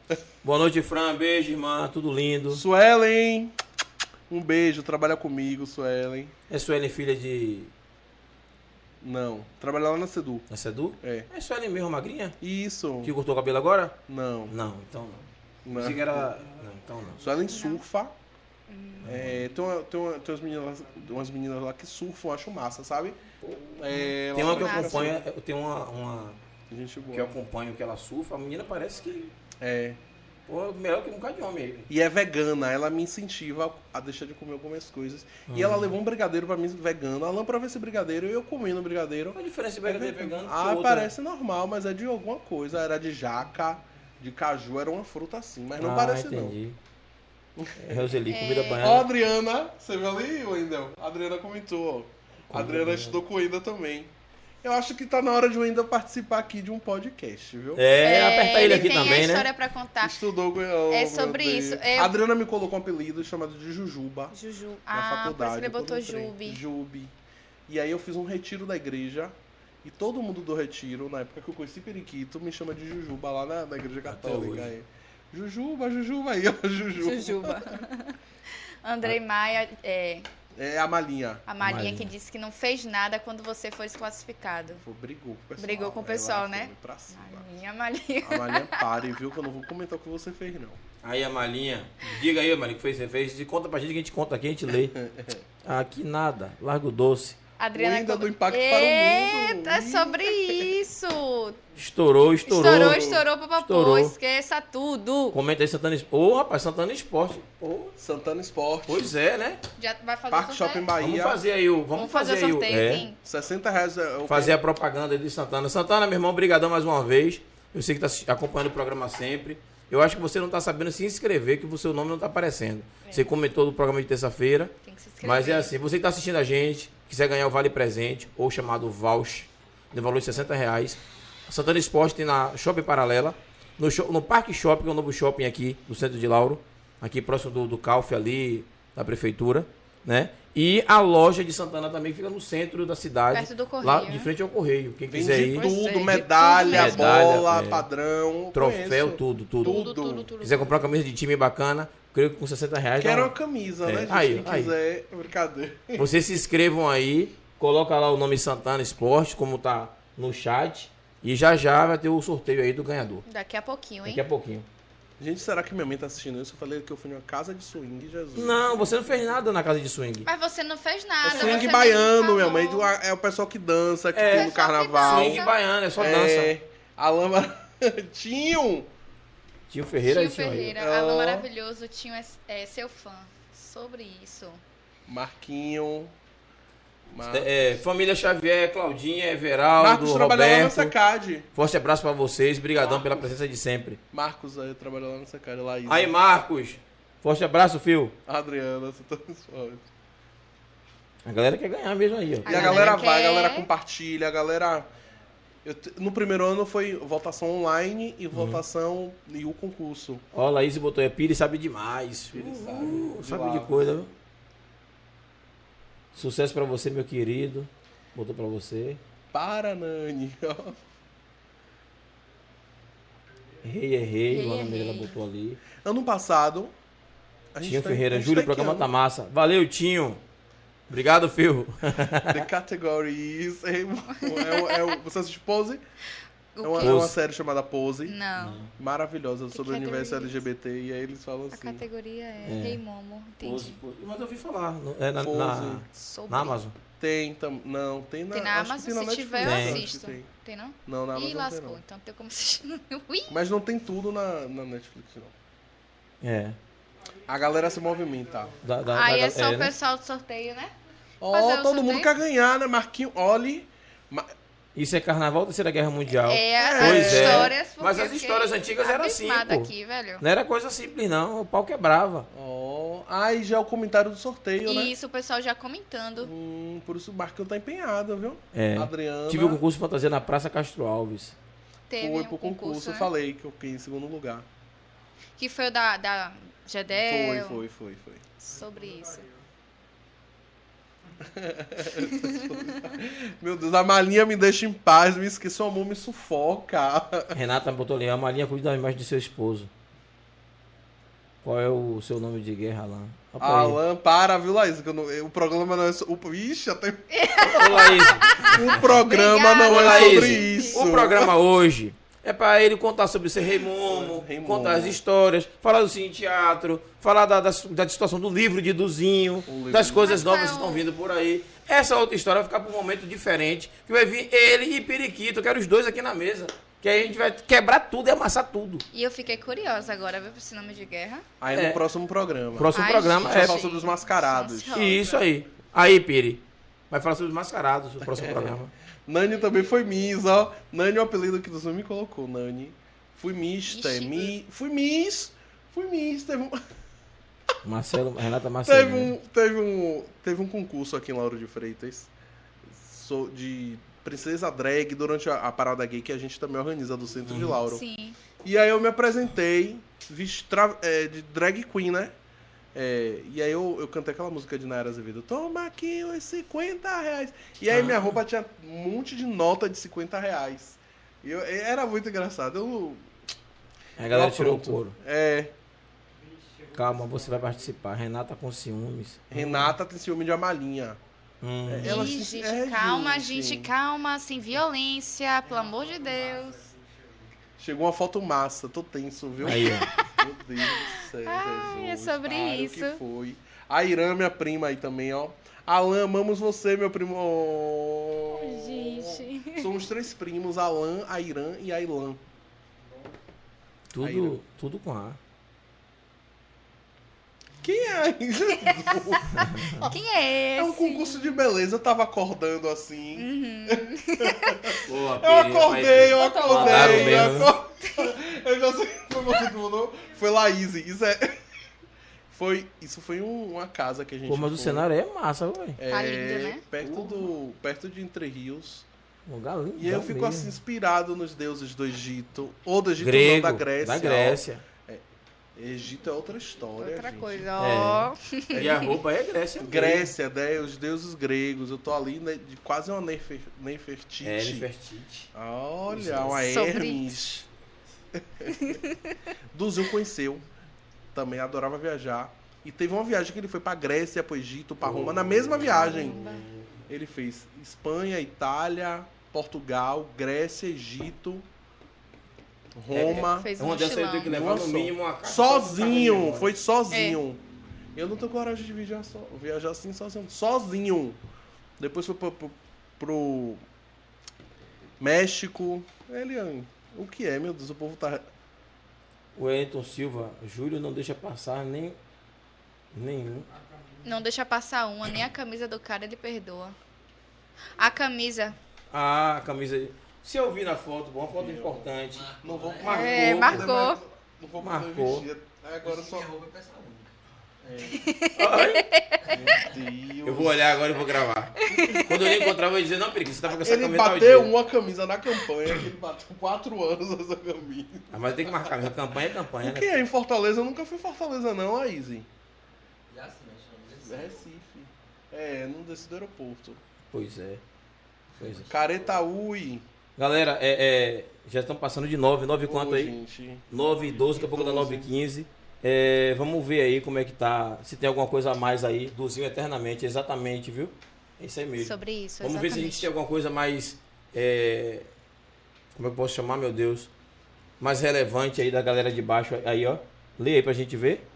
[SPEAKER 1] Boa noite, Fran. Beijo, irmã. Tá Tudo lindo.
[SPEAKER 3] Suelen. Um beijo, trabalha comigo, Suelen.
[SPEAKER 1] É Suelen, filha de.
[SPEAKER 3] Não, trabalha lá na Sedu.
[SPEAKER 1] É Sedu?
[SPEAKER 3] É.
[SPEAKER 1] É Suelen mesmo, magrinha?
[SPEAKER 3] Isso.
[SPEAKER 1] Que cortou o cabelo agora?
[SPEAKER 3] Não,
[SPEAKER 1] Não, então não.
[SPEAKER 3] não.
[SPEAKER 1] Pensei que era. Não, então não.
[SPEAKER 3] Suelen surfa. É, tem uma- tem, uma- tem umas, meninas, umas meninas lá que surfam, eu acho massa, sabe? É,
[SPEAKER 1] Tem
[SPEAKER 3] lá
[SPEAKER 1] uma que eu
[SPEAKER 3] na-
[SPEAKER 1] acompanho, eu tenho uma, uma
[SPEAKER 3] Gente boa.
[SPEAKER 1] que eu acompanho que ela surfa, a menina parece que.
[SPEAKER 3] É.
[SPEAKER 1] Pô, melhor que um bocado de homem aí. velho.
[SPEAKER 3] E é vegana, ela me incentiva a deixar de comer algumas coisas.
[SPEAKER 1] Hum.
[SPEAKER 3] E ela levou um brigadeiro pra mim vegano. Ela pra ver esse brigadeiro e eu comendo o brigadeiro.
[SPEAKER 1] Qual a diferença de brigadeiro pegando? que
[SPEAKER 3] Ah,
[SPEAKER 1] outra?
[SPEAKER 3] parece normal, mas é de alguma coisa. Era de jaca, de caju, era uma fruta assim, mas não
[SPEAKER 1] ah,
[SPEAKER 3] parece
[SPEAKER 1] entendi. É, Roseli, comida
[SPEAKER 3] não. Ó, a
[SPEAKER 1] banhada.
[SPEAKER 3] Adriana, você viu ali, Wendel? A Adriana comentou, ó. A Adriana estudou com o Wendel também. Eu acho que tá na hora de o Wendel participar aqui de um podcast, viu?
[SPEAKER 1] É, aperta ele aqui
[SPEAKER 2] tem a
[SPEAKER 1] também, né?
[SPEAKER 2] história pra contar.
[SPEAKER 3] Estudou com o
[SPEAKER 2] Tá. É sobre isso, é-
[SPEAKER 3] A Adriana me colocou um apelido chamado de Jujuba.
[SPEAKER 2] Juju.
[SPEAKER 3] na
[SPEAKER 2] Ah, por isso
[SPEAKER 3] faculdade.
[SPEAKER 2] que ele
[SPEAKER 3] quando eu
[SPEAKER 2] botou
[SPEAKER 3] entrei.
[SPEAKER 2] Jubi.
[SPEAKER 3] Jubi. E aí eu fiz um retiro da igreja. E todo mundo do retiro, na época que eu conheci Periquito, me chama de Jujuba lá na, na igreja católica.
[SPEAKER 1] hoje.
[SPEAKER 3] é. Jujuba, Jujuba aí, ó, Jujuba. Ah.
[SPEAKER 2] Jujuba. Andrei Maia, é,
[SPEAKER 3] É a malinha.
[SPEAKER 2] a Marinha
[SPEAKER 1] Marinha.
[SPEAKER 2] que disse que não fez nada quando você foi desclassificado.
[SPEAKER 3] Pô, brigou com o pessoal.
[SPEAKER 2] Brigou com o
[SPEAKER 3] Ela
[SPEAKER 2] pessoal,
[SPEAKER 3] foi
[SPEAKER 2] né?
[SPEAKER 3] pra cima.
[SPEAKER 2] Marinha, Marinha.
[SPEAKER 3] A malinha pare, viu? Que eu não vou comentar o que você fez, não.
[SPEAKER 1] Aí a Malinha, diga aí, Malinha, o que foi que você fez? E conta pra gente que a gente conta aqui, a gente lê. Aqui nada, Largo Doce.
[SPEAKER 2] Adriana
[SPEAKER 3] Moída do
[SPEAKER 2] Cobra.
[SPEAKER 3] impacto para o mundo.
[SPEAKER 2] Eita, é sobre isso.
[SPEAKER 1] Estourou, estourou.
[SPEAKER 2] Estourou, estourou, papapô.
[SPEAKER 1] Estourou.
[SPEAKER 2] Esqueça tudo.
[SPEAKER 1] Comenta aí Santana Esporte. Ô, rapaz, Santana Esporte.
[SPEAKER 3] Pô, Santana Esporte.
[SPEAKER 1] Pois é, né?
[SPEAKER 2] Já vai fazer
[SPEAKER 3] Parque
[SPEAKER 2] o sorteio?
[SPEAKER 3] Shopping
[SPEAKER 1] Vamos
[SPEAKER 3] Bahia.
[SPEAKER 1] fazer aí o. Vamos,
[SPEAKER 2] Vamos fazer, o
[SPEAKER 1] aí
[SPEAKER 2] sorteio,
[SPEAKER 1] é.
[SPEAKER 2] sim.
[SPEAKER 3] 60 reais é o
[SPEAKER 1] Fazer a propaganda de Santana. Santana, meu irmão, brigadão mais uma vez. Eu sei que está acompanhando o programa sempre. Eu acho que você não está sabendo se inscrever, que o seu nome não está aparecendo. Você comentou do programa de terça-feira.
[SPEAKER 2] Tem que se inscrever.
[SPEAKER 1] Mas é assim, você que está assistindo a gente, quiser ganhar o Vale Presente, ou chamado Vouch, no valor de 60 reais. A Santana Esporte tem na Shopping Paralela, no, sho- no Parque Shopping, que é o novo shopping aqui, no centro de Lauro, aqui próximo do, do Calf ali, da prefeitura, né? E a loja de Santana também fica no centro da cidade.
[SPEAKER 2] Perto do Correio,
[SPEAKER 1] Lá
[SPEAKER 2] né?
[SPEAKER 1] de frente ao Correio. Quem
[SPEAKER 3] Vende
[SPEAKER 1] quiser ir,
[SPEAKER 2] Pois é, de
[SPEAKER 3] tudo,
[SPEAKER 2] tudo
[SPEAKER 3] medalha,
[SPEAKER 1] mesmo.
[SPEAKER 3] bola,
[SPEAKER 1] Medalha, é.
[SPEAKER 3] padrão.
[SPEAKER 1] troféu,
[SPEAKER 3] conheço.
[SPEAKER 1] tudo, tudo,
[SPEAKER 2] Tudo, tudo, tudo.
[SPEAKER 1] Quiser comprar uma camisa de time bacana, creio que com 60 reais. dá
[SPEAKER 3] Quero
[SPEAKER 1] uma-
[SPEAKER 3] uma camisa,
[SPEAKER 1] É.
[SPEAKER 3] né, gente?
[SPEAKER 1] Aí,
[SPEAKER 3] Quem
[SPEAKER 1] aí.
[SPEAKER 3] quiser, é brincadeira.
[SPEAKER 1] Vocês se inscrevam aí, coloca lá o nome Santana Esporte, como tá no chat, e já já vai ter o sorteio aí do ganhador.
[SPEAKER 2] Daqui a pouquinho, hein?
[SPEAKER 1] Daqui a pouquinho.
[SPEAKER 3] Gente, será que minha mãe tá assistindo isso? Eu falei que eu fui numa casa de swing, Jesus.
[SPEAKER 1] Não, você não fez nada na casa de swing.
[SPEAKER 2] Mas você não fez
[SPEAKER 3] É
[SPEAKER 2] nada.
[SPEAKER 3] swing
[SPEAKER 2] você um
[SPEAKER 3] baiano,
[SPEAKER 2] mesmo
[SPEAKER 3] minha mãe.
[SPEAKER 2] falou.
[SPEAKER 3] É o pessoal que dança, que
[SPEAKER 1] É.
[SPEAKER 3] tem no
[SPEAKER 2] Pessoal que
[SPEAKER 3] carnaval.
[SPEAKER 1] Swing baiano, é só
[SPEAKER 3] É,
[SPEAKER 1] dança.
[SPEAKER 3] A lama. um. Tinho!
[SPEAKER 1] Tio Ferreira
[SPEAKER 2] Tio
[SPEAKER 1] e tio Ferreira.
[SPEAKER 2] Ferreira,
[SPEAKER 3] Ó.
[SPEAKER 2] alô maravilhoso, Tinho é, é seu fã. Sobre isso.
[SPEAKER 3] Marquinho. Mar...
[SPEAKER 1] É, é, família Xavier, Claudinha, Everaldo,
[SPEAKER 3] Marcos trabalhou lá na
[SPEAKER 1] Roberto.
[SPEAKER 3] SACAD.
[SPEAKER 1] Forte abraço pra vocês, brigadão
[SPEAKER 3] Marcos.
[SPEAKER 1] pela presença de sempre.
[SPEAKER 3] Marcos aí trabalhou lá na SACAD. Laís. né?
[SPEAKER 1] Aí, Marcos. Forte abraço, Fio.
[SPEAKER 3] Adriana, você tá suave.
[SPEAKER 1] A galera quer ganhar mesmo aí, ó.
[SPEAKER 3] E a
[SPEAKER 2] A
[SPEAKER 3] galera
[SPEAKER 2] galera
[SPEAKER 3] vai, a
[SPEAKER 2] quer.
[SPEAKER 3] galera compartilha, a galera. Eu te- No primeiro ano foi votação online
[SPEAKER 1] Uhum.
[SPEAKER 3] e votação e o concurso.
[SPEAKER 1] Ó, Laís botou, é Pires sabe demais. Pires
[SPEAKER 3] sabe, de
[SPEAKER 1] sabe de
[SPEAKER 3] lá.
[SPEAKER 1] coisa, viu? Sucesso pra você, meu querido. Botou pra você.
[SPEAKER 3] Para, Nani. ó.
[SPEAKER 1] Rei é rei,
[SPEAKER 2] Rei
[SPEAKER 1] Luana
[SPEAKER 2] é
[SPEAKER 1] Mirella
[SPEAKER 2] rei.
[SPEAKER 1] botou ali.
[SPEAKER 3] Ano passado. a gente
[SPEAKER 1] Tinho
[SPEAKER 3] tá- a
[SPEAKER 1] Ferreira,
[SPEAKER 3] gente
[SPEAKER 1] Júlio, o
[SPEAKER 3] tá em que
[SPEAKER 1] programa tá
[SPEAKER 3] ano?
[SPEAKER 1] massa. Valeu, Tinho. Obrigado, Fio.
[SPEAKER 3] The Categories. É, um- é, um- é, um- você assiste Pose? É uma,
[SPEAKER 2] quê? Hum.
[SPEAKER 3] é uma
[SPEAKER 1] Pose.
[SPEAKER 3] série chamada Pose.
[SPEAKER 2] Não.
[SPEAKER 3] Maravilhosa,
[SPEAKER 2] The
[SPEAKER 3] sobre o universo
[SPEAKER 2] Categories.
[SPEAKER 3] LGBT. E aí eles falam
[SPEAKER 2] A
[SPEAKER 3] assim.
[SPEAKER 2] categoria é
[SPEAKER 1] É.
[SPEAKER 2] Rei Momo. Entendi.
[SPEAKER 1] Mas eu ouvi falar. no- É na,
[SPEAKER 3] Pose.
[SPEAKER 1] na,
[SPEAKER 2] Sobre.
[SPEAKER 1] na Amazon.
[SPEAKER 3] Tem, tam, não, tem na,
[SPEAKER 2] Tem na
[SPEAKER 3] acho que tem
[SPEAKER 2] Amazon,
[SPEAKER 3] na
[SPEAKER 2] se tiver, eu
[SPEAKER 3] Netflix, acho que
[SPEAKER 2] assisto.
[SPEAKER 3] tem.
[SPEAKER 2] Tem não?
[SPEAKER 3] Não, na Amazon
[SPEAKER 2] Ih,
[SPEAKER 3] não tem,
[SPEAKER 2] lascou.
[SPEAKER 3] não.
[SPEAKER 2] Então não tem como assistir. Ui.
[SPEAKER 3] Mas não tem tudo na, na Netflix, não.
[SPEAKER 1] É.
[SPEAKER 3] A galera se movimenta.
[SPEAKER 1] Da, da-
[SPEAKER 2] Aí
[SPEAKER 1] da-
[SPEAKER 2] é só
[SPEAKER 1] é,
[SPEAKER 2] o
[SPEAKER 1] né?
[SPEAKER 2] pessoal do sorteio, né?
[SPEAKER 3] Ó,
[SPEAKER 2] Mas é o
[SPEAKER 3] todo mundo
[SPEAKER 2] sorteio?
[SPEAKER 3] quer ganhar, né? Marquinho, olhe. Ma-
[SPEAKER 1] Isso é carnaval ou terceira guerra mundial?
[SPEAKER 2] É,
[SPEAKER 1] Pois
[SPEAKER 2] as
[SPEAKER 1] é.
[SPEAKER 2] histórias. porque
[SPEAKER 1] Mas
[SPEAKER 2] eu
[SPEAKER 1] as
[SPEAKER 2] fiquei
[SPEAKER 1] histórias antigas eram assim,
[SPEAKER 2] abismada
[SPEAKER 1] pô.
[SPEAKER 2] aqui, velho.
[SPEAKER 1] Não era coisa simples, não. O pau quebrava.
[SPEAKER 3] Ó. Ah, e já é o comentário do sorteio, né?
[SPEAKER 2] Isso, o pessoal já comentando.
[SPEAKER 3] Hum, por isso o Marquinho tá empenhado, viu?
[SPEAKER 1] É.
[SPEAKER 3] Adriana.
[SPEAKER 1] Tive o concurso de fantasia na Praça Castro Alves.
[SPEAKER 2] Teve
[SPEAKER 3] foi
[SPEAKER 2] um
[SPEAKER 3] pro concurso,
[SPEAKER 2] concurso,
[SPEAKER 3] eu
[SPEAKER 2] né?
[SPEAKER 3] falei que eu fiquei em segundo lugar.
[SPEAKER 2] que foi o da, da Gedel.
[SPEAKER 3] Foi, foi, foi, foi.
[SPEAKER 2] Sobre isso.
[SPEAKER 3] Meu Deus, a malinha me deixa em paz, me esqueceu, amor, me sufoca.
[SPEAKER 1] Renata botou ali, "É a Marinha cuida da imagem de seu esposo. Qual é o seu nome de guerra, Alan? Opa aí.
[SPEAKER 3] Alan, para, viu, Laís? Que eu não- o programa não é sobre. Ixi, até.
[SPEAKER 1] Ô, Laís,
[SPEAKER 3] O programa
[SPEAKER 2] Obrigada,
[SPEAKER 3] não
[SPEAKER 1] ô,
[SPEAKER 3] é
[SPEAKER 1] Laís,
[SPEAKER 3] sobre isso.
[SPEAKER 1] o programa hoje é pra ele contar sobre ser Rei Momo,
[SPEAKER 3] Rei Momo.
[SPEAKER 1] contar as histórias, falar do cine teatro, falar da, da, da situação do livro de Duzinho,
[SPEAKER 3] O livro
[SPEAKER 1] das
[SPEAKER 3] de-
[SPEAKER 1] coisas
[SPEAKER 2] Mas
[SPEAKER 1] novas que
[SPEAKER 2] não.
[SPEAKER 1] estão vindo por aí. Essa outra história vai ficar pra um momento diferente, que vai vir ele e Periquito. Eu quero os dois aqui na mesa. Que aí a gente vai quebrar tudo e amassar tudo.
[SPEAKER 2] E eu fiquei curiosa agora, viu, pra esse nome de guerra.
[SPEAKER 3] Aí
[SPEAKER 1] É.
[SPEAKER 3] no próximo programa.
[SPEAKER 1] Próximo
[SPEAKER 2] Ai,
[SPEAKER 1] programa
[SPEAKER 2] gente,
[SPEAKER 1] é
[SPEAKER 3] falar sobre os mascarados.
[SPEAKER 2] Nossa,
[SPEAKER 1] E isso aí. Aí, Piri. Vai falar sobre os mascarados no próximo programa.
[SPEAKER 3] Nani também foi Miss, ó. Nani é o apelido que o Zoom me colocou, Nani. Fui Mister,
[SPEAKER 2] Ixi.
[SPEAKER 3] mi... fui Miss, fui Miss. Teve
[SPEAKER 1] Assim,
[SPEAKER 3] um,
[SPEAKER 1] Marcelo, Renata
[SPEAKER 3] teve,
[SPEAKER 1] Marcelo.
[SPEAKER 3] um, teve, um, teve um concurso aqui em Lauro de Freitas so- de princesa drag durante a, a parada gay que a gente também organiza do centro de Lauro.
[SPEAKER 2] Sim.
[SPEAKER 3] E aí eu me apresentei vesti- tra- é, de drag queen, né? É, e aí eu, eu cantei aquela música de Nayara Azevedo. Toma aqui os 50 reais. E aí
[SPEAKER 1] Ah.
[SPEAKER 3] minha roupa tinha um monte de nota de 50 reais. E eu- e era muito engraçado. Eu,
[SPEAKER 1] A galera
[SPEAKER 3] eu
[SPEAKER 1] tirou o
[SPEAKER 3] apronto.
[SPEAKER 1] couro.
[SPEAKER 3] É,
[SPEAKER 1] Calma, você vai participar. Renata com ciúmes.
[SPEAKER 3] Renata tem ciúme de Amalinha.
[SPEAKER 1] Hum.
[SPEAKER 3] Ela
[SPEAKER 2] Ih,
[SPEAKER 3] se-
[SPEAKER 2] gente,
[SPEAKER 3] é,
[SPEAKER 2] calma,
[SPEAKER 3] gente.
[SPEAKER 2] gente. calma, sem violência, pelo amor de Deus.
[SPEAKER 3] Chegou uma foto massa. Tô tenso, viu?
[SPEAKER 1] Aí, ó.
[SPEAKER 3] Meu Deus. Certo,
[SPEAKER 2] Ai, é
[SPEAKER 3] Jesus,
[SPEAKER 2] sobre
[SPEAKER 3] para o que
[SPEAKER 2] isso.
[SPEAKER 3] foi. A Irã, minha prima aí também, ó. Alan, amamos você, meu primo. Oh.
[SPEAKER 2] Gente.
[SPEAKER 3] Somos três primos, Alan, a Irã e a Ilan.
[SPEAKER 1] Tudo,
[SPEAKER 3] Aí, né?
[SPEAKER 1] tudo com A.
[SPEAKER 3] Quem é?
[SPEAKER 2] Quem é esse?
[SPEAKER 3] É um concurso de beleza, eu tava acordando assim.
[SPEAKER 2] Uhum.
[SPEAKER 3] Eu acordei, eu
[SPEAKER 2] Botaram mesmo,
[SPEAKER 3] acordei, eu
[SPEAKER 1] né?
[SPEAKER 3] acordei. Eu já sei foi você que mandou. Foi Laís, isso é. Foi, isso foi um- uma casa que a gente.
[SPEAKER 1] Pô, mas o
[SPEAKER 3] foi.
[SPEAKER 1] cenário é massa, velho.
[SPEAKER 3] É,
[SPEAKER 2] Tá lindo, né?
[SPEAKER 3] Perto, do, perto de Entre Rios.
[SPEAKER 1] Um Lugar lindo.
[SPEAKER 3] E aí eu fico assim, inspirado nos deuses do Egito. Ou do Egito,
[SPEAKER 1] Grego,
[SPEAKER 3] não, da Grécia.
[SPEAKER 1] Da Grécia.
[SPEAKER 3] ó. Egito é outra história.
[SPEAKER 2] Outra
[SPEAKER 3] gente.
[SPEAKER 1] É.
[SPEAKER 2] coisa, ó.
[SPEAKER 1] E a roupa é Grécia. mesmo.
[SPEAKER 3] Grécia, né? Os deuses gregos. Eu tô ali né, de quase uma Nefer, Nefertiti.
[SPEAKER 1] É, Nefertiti.
[SPEAKER 3] Olha, uma
[SPEAKER 2] Sobre
[SPEAKER 3] Hermes. Duzil conheceu. Também adorava viajar. E teve uma viagem que ele foi pra Grécia, pro Egito, pra Roma. Na mesma viagem,
[SPEAKER 2] Caramba.
[SPEAKER 3] ele fez Espanha, Itália, Portugal, Grécia, Egito, Roma.
[SPEAKER 2] Fez um
[SPEAKER 1] É Uma dessas eu
[SPEAKER 2] mochilão.
[SPEAKER 1] tenho que levar no
[SPEAKER 3] Nossa.
[SPEAKER 1] mínimo uma caixa
[SPEAKER 3] Sozinho,
[SPEAKER 1] só pra
[SPEAKER 3] foi sozinho. Eu não tenho coragem de viajar, só, viajar assim sozinho. Sozinho. Depois foi pro, pro- pro México. Eliane, o que é, meu Deus? O povo tá.
[SPEAKER 1] O Wellington Silva, Júlio não deixa passar nem um. nenhum.
[SPEAKER 2] Não deixa passar uma, nem a camisa do cara ele perdoa. A camisa.
[SPEAKER 1] Ah, a camisa. Se eu vi na foto, bom, uma foto importante.
[SPEAKER 3] Não vou né,
[SPEAKER 1] Marcou,
[SPEAKER 2] É, marcou.
[SPEAKER 3] Não vou
[SPEAKER 1] Marcou.
[SPEAKER 3] vestir. Agora só.
[SPEAKER 5] Minha roupa é peça única.
[SPEAKER 1] Ai,
[SPEAKER 3] Meu
[SPEAKER 1] eu
[SPEAKER 3] Deus.
[SPEAKER 1] vou olhar agora e vou gravar. Quando eu lhe encontrar, eu vou dizer, não, Periquito, você tava com essa
[SPEAKER 3] Ele
[SPEAKER 1] camisa tal
[SPEAKER 3] bateu um.
[SPEAKER 1] dia.
[SPEAKER 3] uma camisa na campanha, que ele bateu quatro anos essa camisa.
[SPEAKER 1] Ah, mas tem que marcar, minha campanha é campanha,
[SPEAKER 3] O
[SPEAKER 1] né?
[SPEAKER 3] que é em Fortaleza? Eu nunca fui em Fortaleza, não, a Easy.
[SPEAKER 5] Já se mexe, não
[SPEAKER 3] É
[SPEAKER 5] precisa.
[SPEAKER 3] Recife. É, não desci do aeroporto.
[SPEAKER 1] Pois é. Pois é.
[SPEAKER 3] Caretaúi.
[SPEAKER 1] Galera, é, é, já estão passando de 9, 9 quanto
[SPEAKER 3] Ô,
[SPEAKER 1] aí?
[SPEAKER 3] gente.
[SPEAKER 1] 9 e 12, daqui a pouco dá 9 e 15. É, vamos ver aí como é que tá, se tem alguma coisa a mais aí. Duzinho eternamente, exatamente, viu? É isso aí mesmo.
[SPEAKER 2] Sobre isso,
[SPEAKER 1] Vamos ver se a gente
[SPEAKER 2] exatamente.
[SPEAKER 1] tem alguma coisa mais. é, Como é eu posso chamar, meu Deus? Mais relevante aí da galera de baixo. Aí, ó. Lê aí pra gente ver.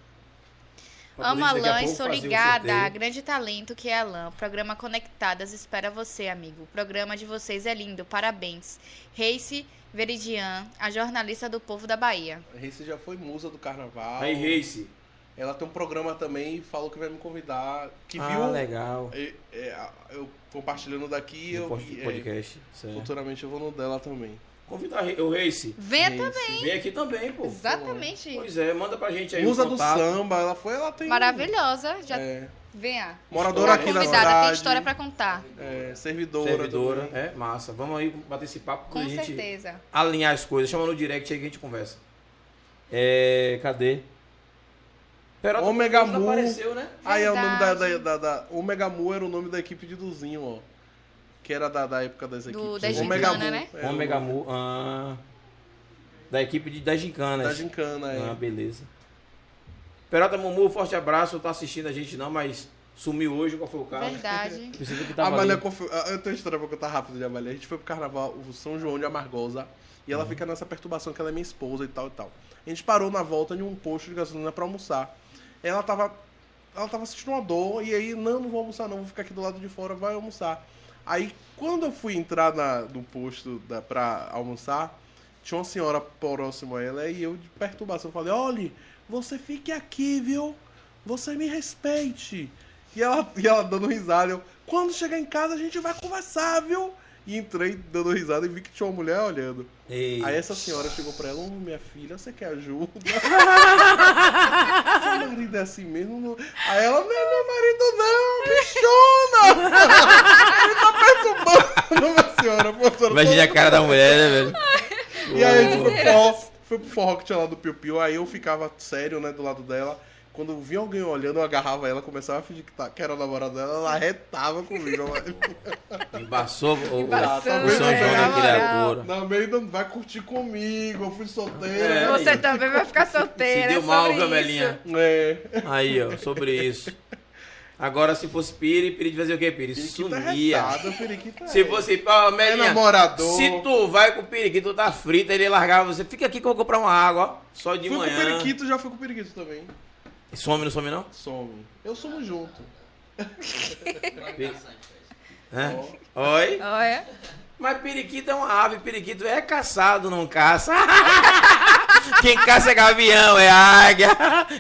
[SPEAKER 1] Pra
[SPEAKER 2] Amo
[SPEAKER 1] poder daqui a
[SPEAKER 2] Alain,
[SPEAKER 1] pouco
[SPEAKER 2] estou
[SPEAKER 1] fazer o
[SPEAKER 2] ligada.
[SPEAKER 1] sorteio.
[SPEAKER 2] Grande talento que é Alain. Programa Conectadas espera você, amigo. O programa de vocês é lindo, parabéns. Reice Veridian, a jornalista do povo da Bahia.
[SPEAKER 3] Reis já foi musa do carnaval.
[SPEAKER 1] Aí, Race.
[SPEAKER 3] Ela tem um programa também e falou que vai me convidar. Que
[SPEAKER 1] ah,
[SPEAKER 3] viu
[SPEAKER 1] legal.
[SPEAKER 3] é, é, a- eu compartilhando daqui,
[SPEAKER 1] Do
[SPEAKER 3] eu,
[SPEAKER 1] post-
[SPEAKER 3] é,
[SPEAKER 1] podcast. né? certo.
[SPEAKER 3] futuramente eu vou no dela também.
[SPEAKER 1] Convida a Re- o Race.
[SPEAKER 2] Venta,
[SPEAKER 1] Vem aqui também, pô.
[SPEAKER 2] exatamente.
[SPEAKER 1] Pois é, manda pra gente aí. o
[SPEAKER 3] Musa do
[SPEAKER 1] contato.
[SPEAKER 3] samba, ela foi, ela tem. um,
[SPEAKER 2] Maravilhosa. Já
[SPEAKER 3] É,
[SPEAKER 2] vem a
[SPEAKER 3] moradora
[SPEAKER 1] Tá
[SPEAKER 3] aqui da
[SPEAKER 2] convidada,
[SPEAKER 3] cidade.
[SPEAKER 2] tem história pra contar.
[SPEAKER 3] é, servidora.
[SPEAKER 1] Servidora.
[SPEAKER 3] também.
[SPEAKER 1] É, massa. Vamos aí bater esse papo pra
[SPEAKER 2] Com
[SPEAKER 1] gente
[SPEAKER 2] certeza.
[SPEAKER 1] alinhar as coisas. Chama no direct aí que a gente conversa. É. Cadê? Peralta
[SPEAKER 3] Ômega
[SPEAKER 1] Cruz não
[SPEAKER 3] Mu.
[SPEAKER 1] apareceu, né?
[SPEAKER 3] Aí é o nome da, da,
[SPEAKER 2] Verdade.
[SPEAKER 3] da, da- Omega Mu era o nome da equipe de Duzinho, ó. Que era da, da época das
[SPEAKER 2] Do-
[SPEAKER 3] equipes.
[SPEAKER 2] da
[SPEAKER 3] Omega
[SPEAKER 2] Gincana,
[SPEAKER 3] Mu,
[SPEAKER 2] né?
[SPEAKER 3] é,
[SPEAKER 1] Ômega Mu. ah, da equipe de, das Gincanas.
[SPEAKER 3] Da Gincana, é.
[SPEAKER 1] Ah, beleza. Peralta Mumu, forte abraço. Não tá assistindo a gente não, mas sumiu hoje. Qual foi o caso?
[SPEAKER 2] Verdade.
[SPEAKER 1] Precisa que
[SPEAKER 3] A
[SPEAKER 1] tava
[SPEAKER 3] Amália
[SPEAKER 1] ali.
[SPEAKER 3] confi- ah, Eu tenho uma história pra contar rápido de Amália. A gente foi pro carnaval, o São João de Amargosa, e
[SPEAKER 1] Uhum.
[SPEAKER 3] ela fica nessa perturbação que ela é minha esposa e tal e tal. A gente parou na volta de um posto de gasolina pra almoçar. Ela tava. Ela tava sentindo uma dor, e aí, não, não vou almoçar, não, vou ficar aqui do lado de fora, vai almoçar. Aí, quando eu fui entrar na, no posto da, pra almoçar, tinha uma senhora próxima a ela, e eu, de perturbação, falei: olhe, você fique aqui, viu? Você me respeite. E ela, e ela dando risada. Eu, quando chegar em casa a gente vai conversar, viu? E entrei dando risada e vi que tinha uma mulher olhando.
[SPEAKER 1] Ei.
[SPEAKER 3] Aí é essa senhora chegou pra ela, ô minha filha, você quer ajuda? Seu marido é assim mesmo? não?" Aí ela, não é meu marido não, bichona! Ele tá perturbando a senhora, pô, senhora.
[SPEAKER 1] Imagina a cara da mulher, né, velho?
[SPEAKER 3] assim, E aí tipo,
[SPEAKER 1] Ô,
[SPEAKER 3] a gente foi pro forró, foi pro forró que tinha lá do Piu Piu, aí eu ficava sério, né, do lado dela. Quando eu via alguém olhando, eu agarrava ela, começava a fingir que, tá, que era a namorada dela, ela retava comigo. Ela...
[SPEAKER 1] Embaçou o, o,
[SPEAKER 2] Embaçou,
[SPEAKER 1] o São
[SPEAKER 3] né?
[SPEAKER 1] João
[SPEAKER 3] Na
[SPEAKER 1] da
[SPEAKER 2] moral.
[SPEAKER 1] criatura.
[SPEAKER 3] Na meio do... vai curtir comigo, eu fui
[SPEAKER 1] É.
[SPEAKER 3] solteira.
[SPEAKER 2] Você
[SPEAKER 1] aí.
[SPEAKER 2] também vai ficar
[SPEAKER 1] Se
[SPEAKER 2] solteira.
[SPEAKER 1] deu
[SPEAKER 2] é
[SPEAKER 1] mal,
[SPEAKER 2] sobre
[SPEAKER 1] viu,
[SPEAKER 2] isso.
[SPEAKER 1] Melinha?
[SPEAKER 3] É.
[SPEAKER 1] Aí, ó, sobre isso. Agora, se fosse Piri, Piri devia fazer o quê, Piri?
[SPEAKER 3] Periquito é
[SPEAKER 1] Sumia.
[SPEAKER 3] retado, periquito é-
[SPEAKER 1] se fosse, ó,
[SPEAKER 3] é
[SPEAKER 1] Melinha,
[SPEAKER 3] namorador.
[SPEAKER 1] se tu vai com o periquito, tu tá frita, ele largava você. Fica aqui que eu vou comprar uma água, ó. Só de
[SPEAKER 3] Fui com o
[SPEAKER 1] manhã.
[SPEAKER 3] periquito, já fui com o periquito também.
[SPEAKER 1] Some, não some, não?
[SPEAKER 3] Some. Eu somo junto.
[SPEAKER 5] Vai caçar
[SPEAKER 1] Vê.
[SPEAKER 5] em festa.
[SPEAKER 1] Hã?
[SPEAKER 3] Ó.
[SPEAKER 1] Oi?
[SPEAKER 2] Olha.
[SPEAKER 1] Mas periquito é uma ave, periquito é caçado, não caça. Quem caça é gavião, é águia,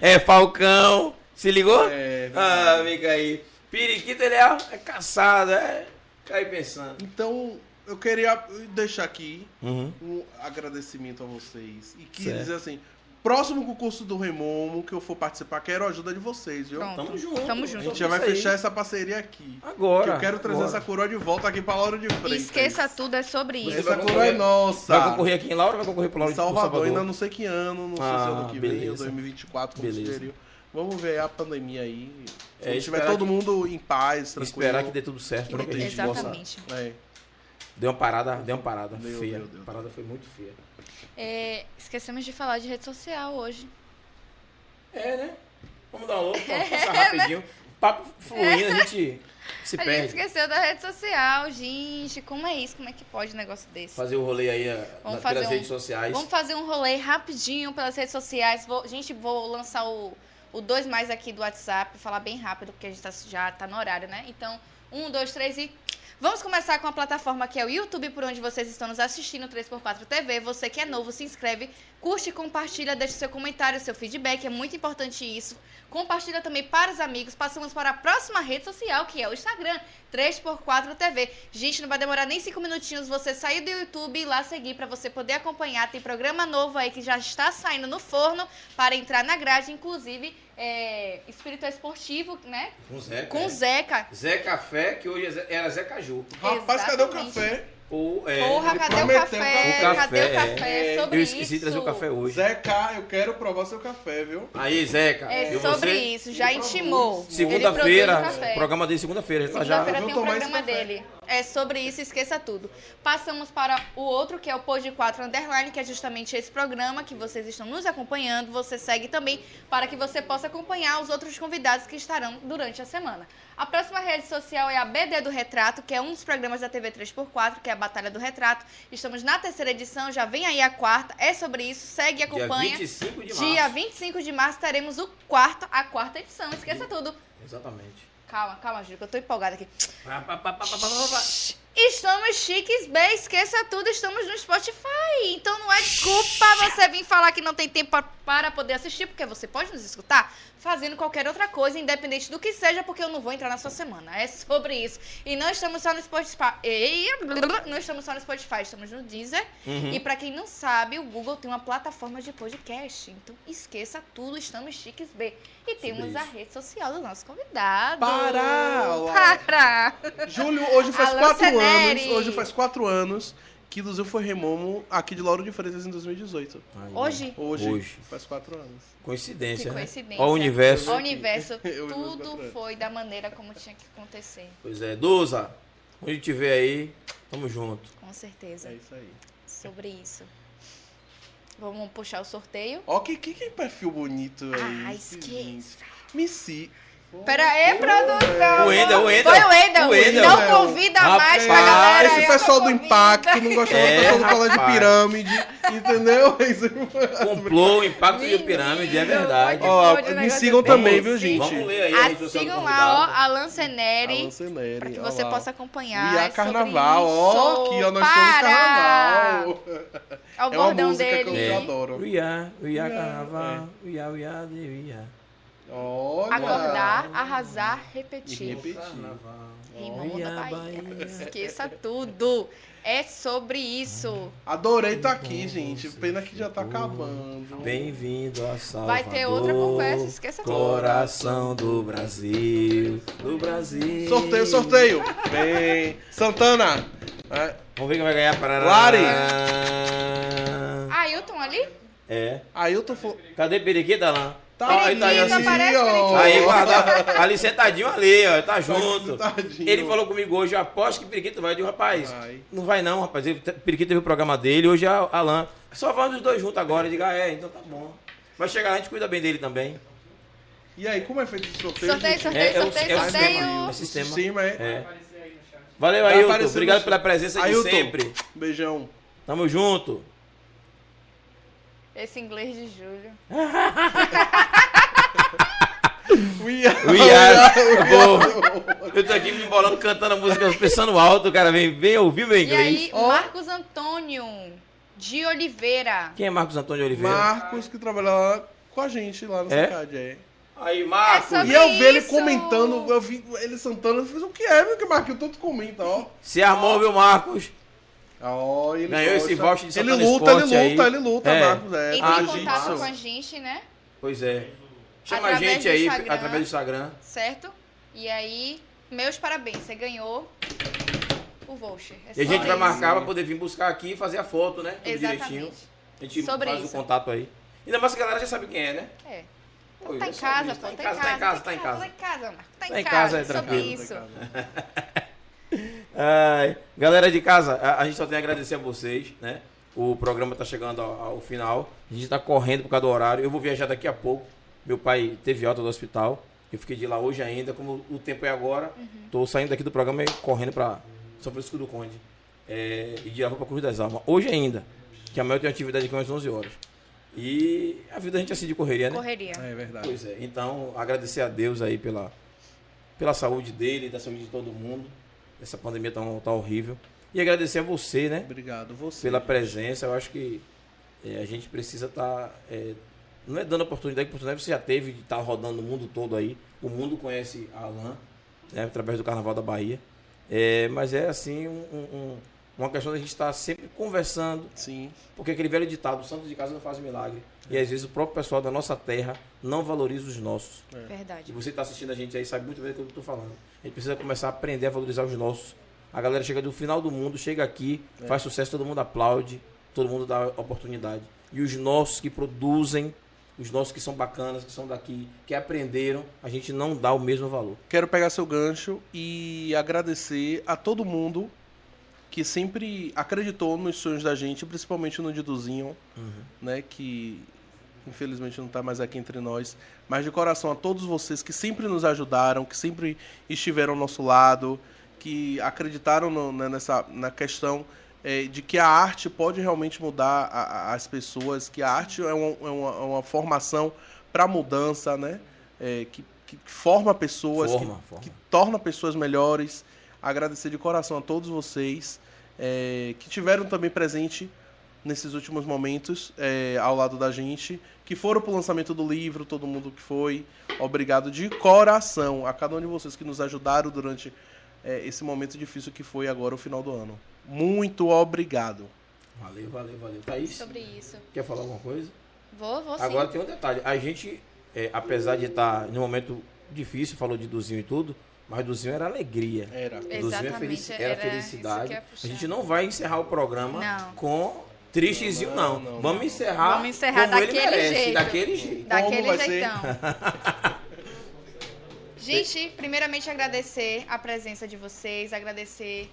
[SPEAKER 1] é falcão. Se ligou?
[SPEAKER 3] É,
[SPEAKER 1] ah, fica aí. Periquito, ele é, é caçado, é. Cai pensando.
[SPEAKER 3] Então, eu queria deixar aqui
[SPEAKER 1] Uhum.
[SPEAKER 3] um agradecimento a vocês. E que
[SPEAKER 1] Certo.
[SPEAKER 3] dizer assim, próximo concurso do Remomo que eu for participar, quero a ajuda de vocês, viu?
[SPEAKER 2] Pronto.
[SPEAKER 1] Tamo junto.
[SPEAKER 2] Tamo
[SPEAKER 3] A
[SPEAKER 2] junto.
[SPEAKER 3] gente já vai
[SPEAKER 1] Isso aí.
[SPEAKER 3] fechar essa parceria aqui. Que
[SPEAKER 1] Agora.
[SPEAKER 3] eu quero trazer essa coroa de volta aqui pra Lauro de Freitas.
[SPEAKER 2] Esqueça tudo, é sobre
[SPEAKER 1] Você
[SPEAKER 2] isso.
[SPEAKER 3] Essa
[SPEAKER 1] vai
[SPEAKER 3] coroa é
[SPEAKER 1] concorrer-
[SPEAKER 3] nossa.
[SPEAKER 1] Vai concorrer aqui em Laura ou vai concorrer pro Laura
[SPEAKER 3] Em
[SPEAKER 1] de
[SPEAKER 3] Salvador, ainda não sei que ano, não sei se é
[SPEAKER 1] Ah,
[SPEAKER 3] ano que vem,
[SPEAKER 1] beleza.
[SPEAKER 3] 2024, como
[SPEAKER 1] Beleza.
[SPEAKER 3] sugeriu. Vamos ver a pandemia aí. Se
[SPEAKER 1] É,
[SPEAKER 3] tiver
[SPEAKER 1] esperar
[SPEAKER 3] todo
[SPEAKER 1] que-
[SPEAKER 3] mundo em paz, tranquilo.
[SPEAKER 1] Esperar que dê tudo certo, né? Que a gente possa.
[SPEAKER 2] Exatamente.
[SPEAKER 3] É.
[SPEAKER 1] Deu uma parada, deu uma parada
[SPEAKER 3] Deu,
[SPEAKER 1] feia.
[SPEAKER 3] deu, deu.
[SPEAKER 1] A parada foi muito feia.
[SPEAKER 2] É, esquecemos de falar de rede social hoje.
[SPEAKER 1] É, né? Vamos dar um louco, passar rapidinho. Papo fluindo, a gente se
[SPEAKER 2] a gente
[SPEAKER 1] perde.
[SPEAKER 2] esqueceu da rede social, gente. Como é isso? Como é que pode um negócio desse?
[SPEAKER 1] Fazer o rolê aí eh, na-
[SPEAKER 2] Vamos fazer
[SPEAKER 1] pelas
[SPEAKER 2] um-
[SPEAKER 1] redes sociais.
[SPEAKER 2] Vamos fazer um rolê rapidinho pelas redes sociais. Vou- gente, vou lançar o, o dois mais aqui do WhatsApp, falar bem rápido, porque a gente tá- já tá no horário, né? Então, um, dois, três e. Vamos começar com a plataforma que é o YouTube, por onde vocês estão nos assistindo, 3x4 TV. Você que é novo, se inscreve, curte, compartilha, deixa seu comentário, seu feedback, é muito importante isso. Compartilha também para os amigos. Passamos para a próxima rede social, que é o Instagram, 3x4 TV. Gente, não vai demorar nem 5 minutinhos você sair do YouTube e ir lá seguir para você poder acompanhar. Tem programa novo aí que já está saindo no forno para entrar na grade, inclusive é, Espírito Esportivo, né?
[SPEAKER 1] Com o Zeca.
[SPEAKER 2] Com
[SPEAKER 1] é.
[SPEAKER 2] o Zeca.
[SPEAKER 1] Zé Café, que hoje é Zé- era Zé Caju.
[SPEAKER 3] Rapaz, cadê o
[SPEAKER 2] Exatamente.
[SPEAKER 3] café?
[SPEAKER 1] Ou, é,
[SPEAKER 2] Porra,
[SPEAKER 3] ele
[SPEAKER 2] cadê o
[SPEAKER 3] prometeu
[SPEAKER 2] café?
[SPEAKER 1] o café,
[SPEAKER 2] Cadê o
[SPEAKER 1] é.
[SPEAKER 2] café?
[SPEAKER 3] É,
[SPEAKER 2] Sobre
[SPEAKER 1] Eu esqueci de trazer o
[SPEAKER 2] isso.
[SPEAKER 1] café hoje.
[SPEAKER 3] Zeca, eu quero provar seu café, viu?
[SPEAKER 1] Aí, Zeca.
[SPEAKER 2] É
[SPEAKER 1] e
[SPEAKER 2] sobre
[SPEAKER 1] você?
[SPEAKER 2] isso, já
[SPEAKER 3] Ele produz.
[SPEAKER 2] intimou. Ele
[SPEAKER 1] Segunda-feira,
[SPEAKER 2] produz café.
[SPEAKER 1] programa dele segunda-feira, já tá já.
[SPEAKER 2] Segunda-feira
[SPEAKER 3] Eu
[SPEAKER 2] tem
[SPEAKER 3] vou
[SPEAKER 2] um
[SPEAKER 3] tomar esse
[SPEAKER 2] programa
[SPEAKER 3] café.
[SPEAKER 2] dele. É sobre isso, esqueça tudo. Passamos para o outro, que é o Pod 4 Underline, que é justamente esse programa que vocês estão nos acompanhando. Você segue também para que você possa acompanhar os outros convidados que estarão durante a semana. A próxima rede social é a BD do Retrato, que é um dos programas da TV 3x4, que é a Batalha do Retrato. Estamos na terceira edição, já vem aí a quarta. É sobre isso, segue
[SPEAKER 1] Dia
[SPEAKER 2] e acompanha.
[SPEAKER 1] 25 de março.
[SPEAKER 2] Dia 25 de março teremos o quarto, a quarta edição. Esqueça tudo.
[SPEAKER 1] Exatamente.
[SPEAKER 2] Calma, calma, Júlio, que eu tô empolgada aqui.
[SPEAKER 1] Pá, pá, pá, pá, pá, pá, pá, pá.
[SPEAKER 2] Estamos chiques, bem, esqueça tudo, estamos no Spotify. Então não é culpa você vir falar que não tem tempo pa- para poder assistir, porque você pode nos escutar fazendo qualquer outra coisa, independente do que seja, porque eu não vou entrar na sua semana. É sobre isso. E não estamos só no Spotify. Ei, Não estamos só no Spotify, estamos no Deezer.
[SPEAKER 1] Uhum.
[SPEAKER 2] E pra quem não sabe, o Google tem uma plataforma de podcast. Então esqueça tudo, estamos chiques B. E temos
[SPEAKER 1] isso.
[SPEAKER 2] a rede social do nosso convidado.
[SPEAKER 3] Pará, Laura.
[SPEAKER 2] Para!
[SPEAKER 1] Hum.
[SPEAKER 3] Júlio, hoje faz
[SPEAKER 2] Alan
[SPEAKER 3] quatro
[SPEAKER 2] Ceneri.
[SPEAKER 3] anos. Hoje faz quatro anos que Luzio foi remomo aqui de Lauro de Freitas em 2018.
[SPEAKER 1] Aí,
[SPEAKER 2] Hoje,
[SPEAKER 3] Hoje,
[SPEAKER 1] Hoje.
[SPEAKER 3] faz quatro anos.
[SPEAKER 1] Coincidência,
[SPEAKER 2] Que
[SPEAKER 1] né?
[SPEAKER 2] coincidência.
[SPEAKER 1] Ó o universo.
[SPEAKER 2] o universo,
[SPEAKER 3] Eu vi meus
[SPEAKER 2] tudo
[SPEAKER 3] quatro
[SPEAKER 2] foi da maneira como tinha que acontecer.
[SPEAKER 1] Pois é, Duza, onde tiver aí, tamo junto.
[SPEAKER 2] Com certeza.
[SPEAKER 3] É isso aí.
[SPEAKER 2] Sobre isso. Vamos puxar o sorteio?
[SPEAKER 3] Ó, que, que, que perfil bonito aí.
[SPEAKER 2] Ah,
[SPEAKER 3] esse
[SPEAKER 2] esqueça.
[SPEAKER 3] gente. Me si.
[SPEAKER 2] Pera aí, produção.
[SPEAKER 1] O Wendel, o Wendel.
[SPEAKER 2] Foi o Wendel.
[SPEAKER 1] O Wendel.
[SPEAKER 2] Não convida mais pra
[SPEAKER 1] Rapaz,
[SPEAKER 2] galera.
[SPEAKER 3] Ah, esse
[SPEAKER 2] eu
[SPEAKER 3] pessoal
[SPEAKER 2] não
[SPEAKER 3] do
[SPEAKER 2] convido.
[SPEAKER 3] impacto não gostava
[SPEAKER 1] É,
[SPEAKER 3] do pessoal do colégio
[SPEAKER 1] rapaz.
[SPEAKER 3] pirâmide, entendeu? Isso aí.
[SPEAKER 1] Complô, o impacto de
[SPEAKER 2] Menino,
[SPEAKER 1] pirâmide, é verdade.
[SPEAKER 2] pode-
[SPEAKER 3] Ó,
[SPEAKER 2] Pode, o
[SPEAKER 3] me
[SPEAKER 2] negócio
[SPEAKER 3] sigam
[SPEAKER 2] é bem
[SPEAKER 3] também, viu,
[SPEAKER 2] assim.
[SPEAKER 3] gente?
[SPEAKER 1] Vamos ler aí a um
[SPEAKER 2] Ah,
[SPEAKER 1] introdução do
[SPEAKER 2] sigam lá, ó,
[SPEAKER 1] convidado.
[SPEAKER 2] Alan Ceneri.
[SPEAKER 3] Alan Ceneri,
[SPEAKER 2] Pra que
[SPEAKER 3] ó
[SPEAKER 2] você
[SPEAKER 3] lá.
[SPEAKER 2] possa acompanhar.
[SPEAKER 3] E
[SPEAKER 2] É
[SPEAKER 3] a
[SPEAKER 2] sobre
[SPEAKER 3] carnaval, ó,
[SPEAKER 2] isso.
[SPEAKER 3] que ó, nós
[SPEAKER 2] Pará.
[SPEAKER 3] temos carnaval.
[SPEAKER 2] É o
[SPEAKER 3] É uma
[SPEAKER 2] bordão
[SPEAKER 3] música
[SPEAKER 2] dele.
[SPEAKER 3] que eu já adoro.
[SPEAKER 1] We are, we are
[SPEAKER 3] We are,
[SPEAKER 1] carnaval,
[SPEAKER 3] é.
[SPEAKER 1] we are, we are, we are.
[SPEAKER 3] Olha.
[SPEAKER 2] Acordar, arrasar, repetir.
[SPEAKER 3] Repetir.
[SPEAKER 2] Rimão
[SPEAKER 1] Olha
[SPEAKER 2] da
[SPEAKER 1] a
[SPEAKER 2] Bahia.
[SPEAKER 1] Bahia.
[SPEAKER 2] Esqueça tudo. É sobre isso.
[SPEAKER 3] Adorei estar aqui, gente.
[SPEAKER 1] Você
[SPEAKER 3] Pena que já tá
[SPEAKER 1] chegou.
[SPEAKER 3] acabando.
[SPEAKER 1] Bem-vindo a Salvador.
[SPEAKER 2] Vai ter outra conversa, esqueça tudo.
[SPEAKER 1] Coração do Brasil, do Brasil.
[SPEAKER 3] Sorteio, sorteio. Bem. Santana. É,
[SPEAKER 1] Vamos ver quem vai ganhar. Parará.
[SPEAKER 2] Ah, Ailton ali?
[SPEAKER 1] É.
[SPEAKER 3] Aí eu tô falando.
[SPEAKER 1] Cadê Periquita, Alain?
[SPEAKER 3] Tá
[SPEAKER 1] Ó,
[SPEAKER 3] aí,
[SPEAKER 1] ele tá aí,
[SPEAKER 2] Periquita,
[SPEAKER 1] assim.
[SPEAKER 2] parece
[SPEAKER 3] ó.
[SPEAKER 1] Aí, guardado. Ali sentadinho ali, ó. Tá junto.
[SPEAKER 3] sentadinho.
[SPEAKER 1] Ele falou comigo hoje, eu aposto que Periquito vai. Eu digo, rapaz,
[SPEAKER 3] Vai.
[SPEAKER 1] não vai não, rapaz. Ele- Periquito teve o programa dele, hoje é Alain. Só vamos os dois juntos agora. Eu digo, ah, é, então tá bom. Vai chegar lá, a gente cuida bem dele também.
[SPEAKER 3] E aí, como é feito esse sorteio?
[SPEAKER 2] Sorteio,
[SPEAKER 3] gente?
[SPEAKER 2] sorteio,
[SPEAKER 1] É, é o-
[SPEAKER 2] sorteio,
[SPEAKER 1] é o
[SPEAKER 2] sorteio.
[SPEAKER 1] sistema.
[SPEAKER 3] O
[SPEAKER 1] Sistema.
[SPEAKER 3] sistema é...
[SPEAKER 1] É. Valeu,
[SPEAKER 3] Tá
[SPEAKER 1] Ailton.
[SPEAKER 3] aparecendo
[SPEAKER 1] Obrigado
[SPEAKER 3] no-
[SPEAKER 1] pela presença de
[SPEAKER 3] Ailton.
[SPEAKER 1] sempre.
[SPEAKER 3] Beijão.
[SPEAKER 1] Tamo junto.
[SPEAKER 2] Esse inglês de Júlio.
[SPEAKER 3] We are-
[SPEAKER 1] We are-
[SPEAKER 3] we are-
[SPEAKER 1] Eu tô aqui me embolando, cantando a música, pensando alto, o cara vem, vem ouvir meu
[SPEAKER 2] E aí,
[SPEAKER 1] inglês.
[SPEAKER 3] Ó.
[SPEAKER 2] Marcos Antônio de Oliveira.
[SPEAKER 1] Quem é Marcos Antônio de Oliveira?
[SPEAKER 3] Marcos, que trabalha lá com a gente, lá na
[SPEAKER 1] É?
[SPEAKER 3] cidade, é.
[SPEAKER 1] Aí, Marcos.
[SPEAKER 2] É
[SPEAKER 3] E eu vi ele
[SPEAKER 2] isso.
[SPEAKER 3] comentando, eu vi ele sentando, eu fiz, o que é, meu que Marquinhos tanto comenta, ó.
[SPEAKER 1] Se armou, viu, Marcos?
[SPEAKER 3] Ó, ele
[SPEAKER 1] Ganhou esse voucher de
[SPEAKER 3] Ele
[SPEAKER 1] Santana
[SPEAKER 3] luta, ele
[SPEAKER 1] Esporte
[SPEAKER 3] luta,
[SPEAKER 1] aí.
[SPEAKER 3] ele luta,
[SPEAKER 1] É.
[SPEAKER 3] Marcos, é.
[SPEAKER 2] Entre
[SPEAKER 1] Ah,
[SPEAKER 2] em
[SPEAKER 1] gente,
[SPEAKER 2] contato
[SPEAKER 1] isso.
[SPEAKER 2] com a gente, né?
[SPEAKER 1] Pois é. Chama
[SPEAKER 2] Através
[SPEAKER 1] a gente
[SPEAKER 2] do
[SPEAKER 1] aí
[SPEAKER 2] Instagram.
[SPEAKER 1] através do Instagram.
[SPEAKER 2] Certo? E aí, meus parabéns, você ganhou o voucher. É
[SPEAKER 1] E a
[SPEAKER 2] só
[SPEAKER 1] gente vai
[SPEAKER 2] isso.
[SPEAKER 1] marcar pra poder vir buscar aqui e fazer a foto, né? Tudo direitinho.
[SPEAKER 2] Exatamente.
[SPEAKER 1] A gente
[SPEAKER 2] Sobre
[SPEAKER 1] faz
[SPEAKER 2] isso.
[SPEAKER 1] o contato aí. Ainda mais que a galera já sabe quem é, né?
[SPEAKER 2] É.
[SPEAKER 1] Pô,
[SPEAKER 2] Tá
[SPEAKER 1] já
[SPEAKER 2] em
[SPEAKER 1] sabe
[SPEAKER 2] casa,
[SPEAKER 1] disso.
[SPEAKER 2] pô.
[SPEAKER 1] Tá em casa, tá em casa, tá em casa.
[SPEAKER 2] Tá em casa, Marco.
[SPEAKER 1] Tá
[SPEAKER 2] Tá
[SPEAKER 1] em
[SPEAKER 2] em
[SPEAKER 1] casa, é
[SPEAKER 2] casa. Sobre
[SPEAKER 1] tranquilo.
[SPEAKER 2] isso.
[SPEAKER 1] Ai, galera de casa, a, a gente só tem a agradecer a vocês, né? O programa tá chegando ao, ao final. A gente tá correndo por causa do horário. Eu vou viajar daqui a pouco. Meu pai teve alta do hospital. Eu fiquei de lá hoje ainda. Como o tempo é agora, tô saindo daqui do programa e correndo pra São Francisco do Conde. É, e de lá vou pra Cruz das Almas. Hoje ainda, que amanhã eu tenho atividade aqui umas 11 horas. E a vida a gente é assim de correria, né?
[SPEAKER 2] Correria.
[SPEAKER 3] É verdade.
[SPEAKER 1] Pois é, então agradecer a Deus aí pela, pela saúde dele, da saúde de todo mundo. Essa pandemia tá, tá horrível. E agradecer a você, né?
[SPEAKER 3] Obrigado, você.
[SPEAKER 1] Pela presença. Eu acho que é, a gente precisa estar. não é dando oportunidade, que oportunidade você já teve de estar rodando o mundo todo aí. O mundo conhece a Alain, né, através do Carnaval da Bahia. É, mas é assim um- um- um- uma questão da gente estar sempre conversando,
[SPEAKER 3] Sim.
[SPEAKER 1] porque aquele velho ditado, santo de casa não faz milagre. E às vezes o próprio pessoal da nossa terra não valoriza os nossos. E
[SPEAKER 2] Verdade.
[SPEAKER 1] você está assistindo a gente aí sabe muito bem do que eu estou falando. A gente precisa começar a aprender a valorizar os nossos. A galera chega do final do mundo, chega aqui,
[SPEAKER 3] É.
[SPEAKER 1] faz sucesso, todo mundo aplaude, todo mundo dá oportunidade. E os nossos que produzem, os nossos que são bacanas, que são daqui, que aprenderam, a gente não dá o mesmo valor.
[SPEAKER 3] Quero pegar seu gancho e agradecer a todo mundo que sempre acreditou nos sonhos da gente, principalmente no Diduzinho, né, que infelizmente não tá mais aqui entre nós, mas de coração a todos vocês que sempre nos ajudaram, que sempre estiveram ao nosso lado, que acreditaram no- né, nessa na questão eh, de que a arte pode realmente mudar a- a- as pessoas, que a arte é uma, é uma- é uma formação para mudança, né, eh, que, que forma pessoas, que
[SPEAKER 1] Forma, forma.
[SPEAKER 3] que torna pessoas melhores. Agradecer de coração a todos vocês eh, que tiveram também presente nesses últimos momentos eh, ao lado da gente, que foram pro lançamento do livro, todo mundo que foi. Obrigado de coração a cada um de vocês que nos ajudaram durante eh, esse momento difícil que foi agora o final do ano. Muito obrigado.
[SPEAKER 1] Valeu, valeu, valeu. Thaís,
[SPEAKER 2] Sobre isso.
[SPEAKER 1] quer falar alguma coisa?
[SPEAKER 2] Vou, vou sim.
[SPEAKER 1] Agora tem um detalhe. A gente, é, apesar de estar num momento difícil, falou de Duzinho e tudo, mas Duzinho era alegria.
[SPEAKER 3] Era.
[SPEAKER 1] Inclusive,
[SPEAKER 2] Exatamente,
[SPEAKER 1] é felici- era,
[SPEAKER 2] era isso que
[SPEAKER 1] felicidade.
[SPEAKER 2] eu ia
[SPEAKER 1] A
[SPEAKER 2] puxar.
[SPEAKER 1] gente não vai encerrar o programa
[SPEAKER 2] Não.
[SPEAKER 1] com tristezinho, não.
[SPEAKER 3] Não, não,
[SPEAKER 1] Vamos
[SPEAKER 3] não.
[SPEAKER 1] encerrar.
[SPEAKER 2] Vamos encerrar
[SPEAKER 1] como ele
[SPEAKER 2] daquele
[SPEAKER 1] merece,
[SPEAKER 2] jeito.
[SPEAKER 1] Daquele jeito.
[SPEAKER 2] Daquele
[SPEAKER 3] vai ser?
[SPEAKER 2] jeitão. Gente, primeiramente agradecer a presença de vocês, agradecer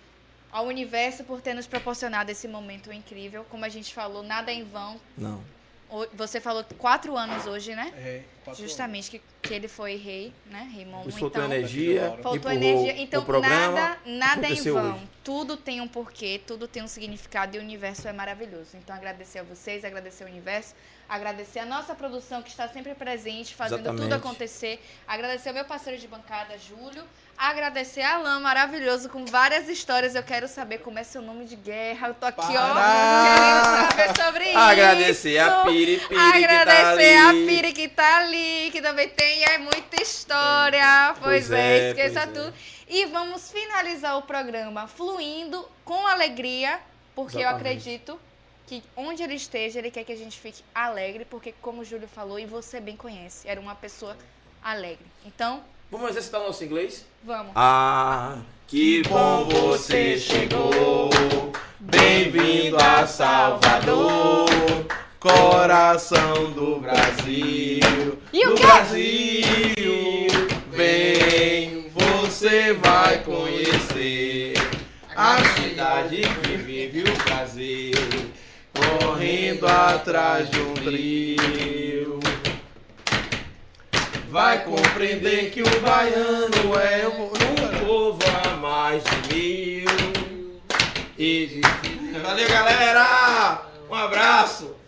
[SPEAKER 2] ao universo por ter nos proporcionado esse momento incrível. Como a gente falou, nada é em vão.
[SPEAKER 1] Não.
[SPEAKER 2] O- Você falou quatro anos hoje, né?
[SPEAKER 3] É, quatro
[SPEAKER 2] Justamente que, que ele foi rei, né? Rei Momo.
[SPEAKER 1] Nos faltou
[SPEAKER 2] então,
[SPEAKER 1] energia.
[SPEAKER 3] Faltou
[SPEAKER 2] Faltou
[SPEAKER 1] empurrou
[SPEAKER 2] energia. Então,
[SPEAKER 1] o programa.
[SPEAKER 2] nada, nada é em
[SPEAKER 1] aconteceu
[SPEAKER 2] vão.
[SPEAKER 1] hoje.
[SPEAKER 2] Tudo tem um porquê, tudo tem um significado e o universo é maravilhoso. Então, agradecer a vocês, agradecer ao universo, agradecer a nossa produção que está sempre presente, fazendo
[SPEAKER 1] Exatamente.
[SPEAKER 2] tudo acontecer. Agradecer ao meu parceiro de bancada, Júlio. Agradecer a Alain, maravilhoso, com várias histórias. Eu quero saber como é seu nome de guerra. Eu tô aqui,
[SPEAKER 3] Pará!
[SPEAKER 2] ó, querendo saber sobre
[SPEAKER 1] Agradecer
[SPEAKER 2] isso.
[SPEAKER 1] a Piri Piri.
[SPEAKER 2] Agradecer
[SPEAKER 1] que tá
[SPEAKER 2] a
[SPEAKER 1] ali.
[SPEAKER 2] Piri que tá ali, que também tem é muita história.
[SPEAKER 1] Pois
[SPEAKER 2] Pois,
[SPEAKER 1] é,
[SPEAKER 2] é, esqueça
[SPEAKER 1] pois é.
[SPEAKER 2] tudo. E vamos finalizar o programa fluindo com alegria, porque
[SPEAKER 1] Exatamente.
[SPEAKER 2] eu acredito que onde ele esteja, ele quer que a gente fique alegre, porque como o Júlio falou, e você bem conhece, era uma pessoa alegre. Então,
[SPEAKER 1] Vamos exercitar o nosso inglês?
[SPEAKER 2] vamos.
[SPEAKER 1] Ah, que bom você chegou. Bem-vindo a Salvador.
[SPEAKER 3] Coração do Brasil.
[SPEAKER 2] E o
[SPEAKER 3] do
[SPEAKER 2] quê?
[SPEAKER 3] Brasil. Vem, você vai conhecer a cidade que vive o Brasil. Correndo atrás de um trio.
[SPEAKER 6] vai compreender que o baiano é um povo a mais de mil. Existe. Valeu, galera! Um abraço!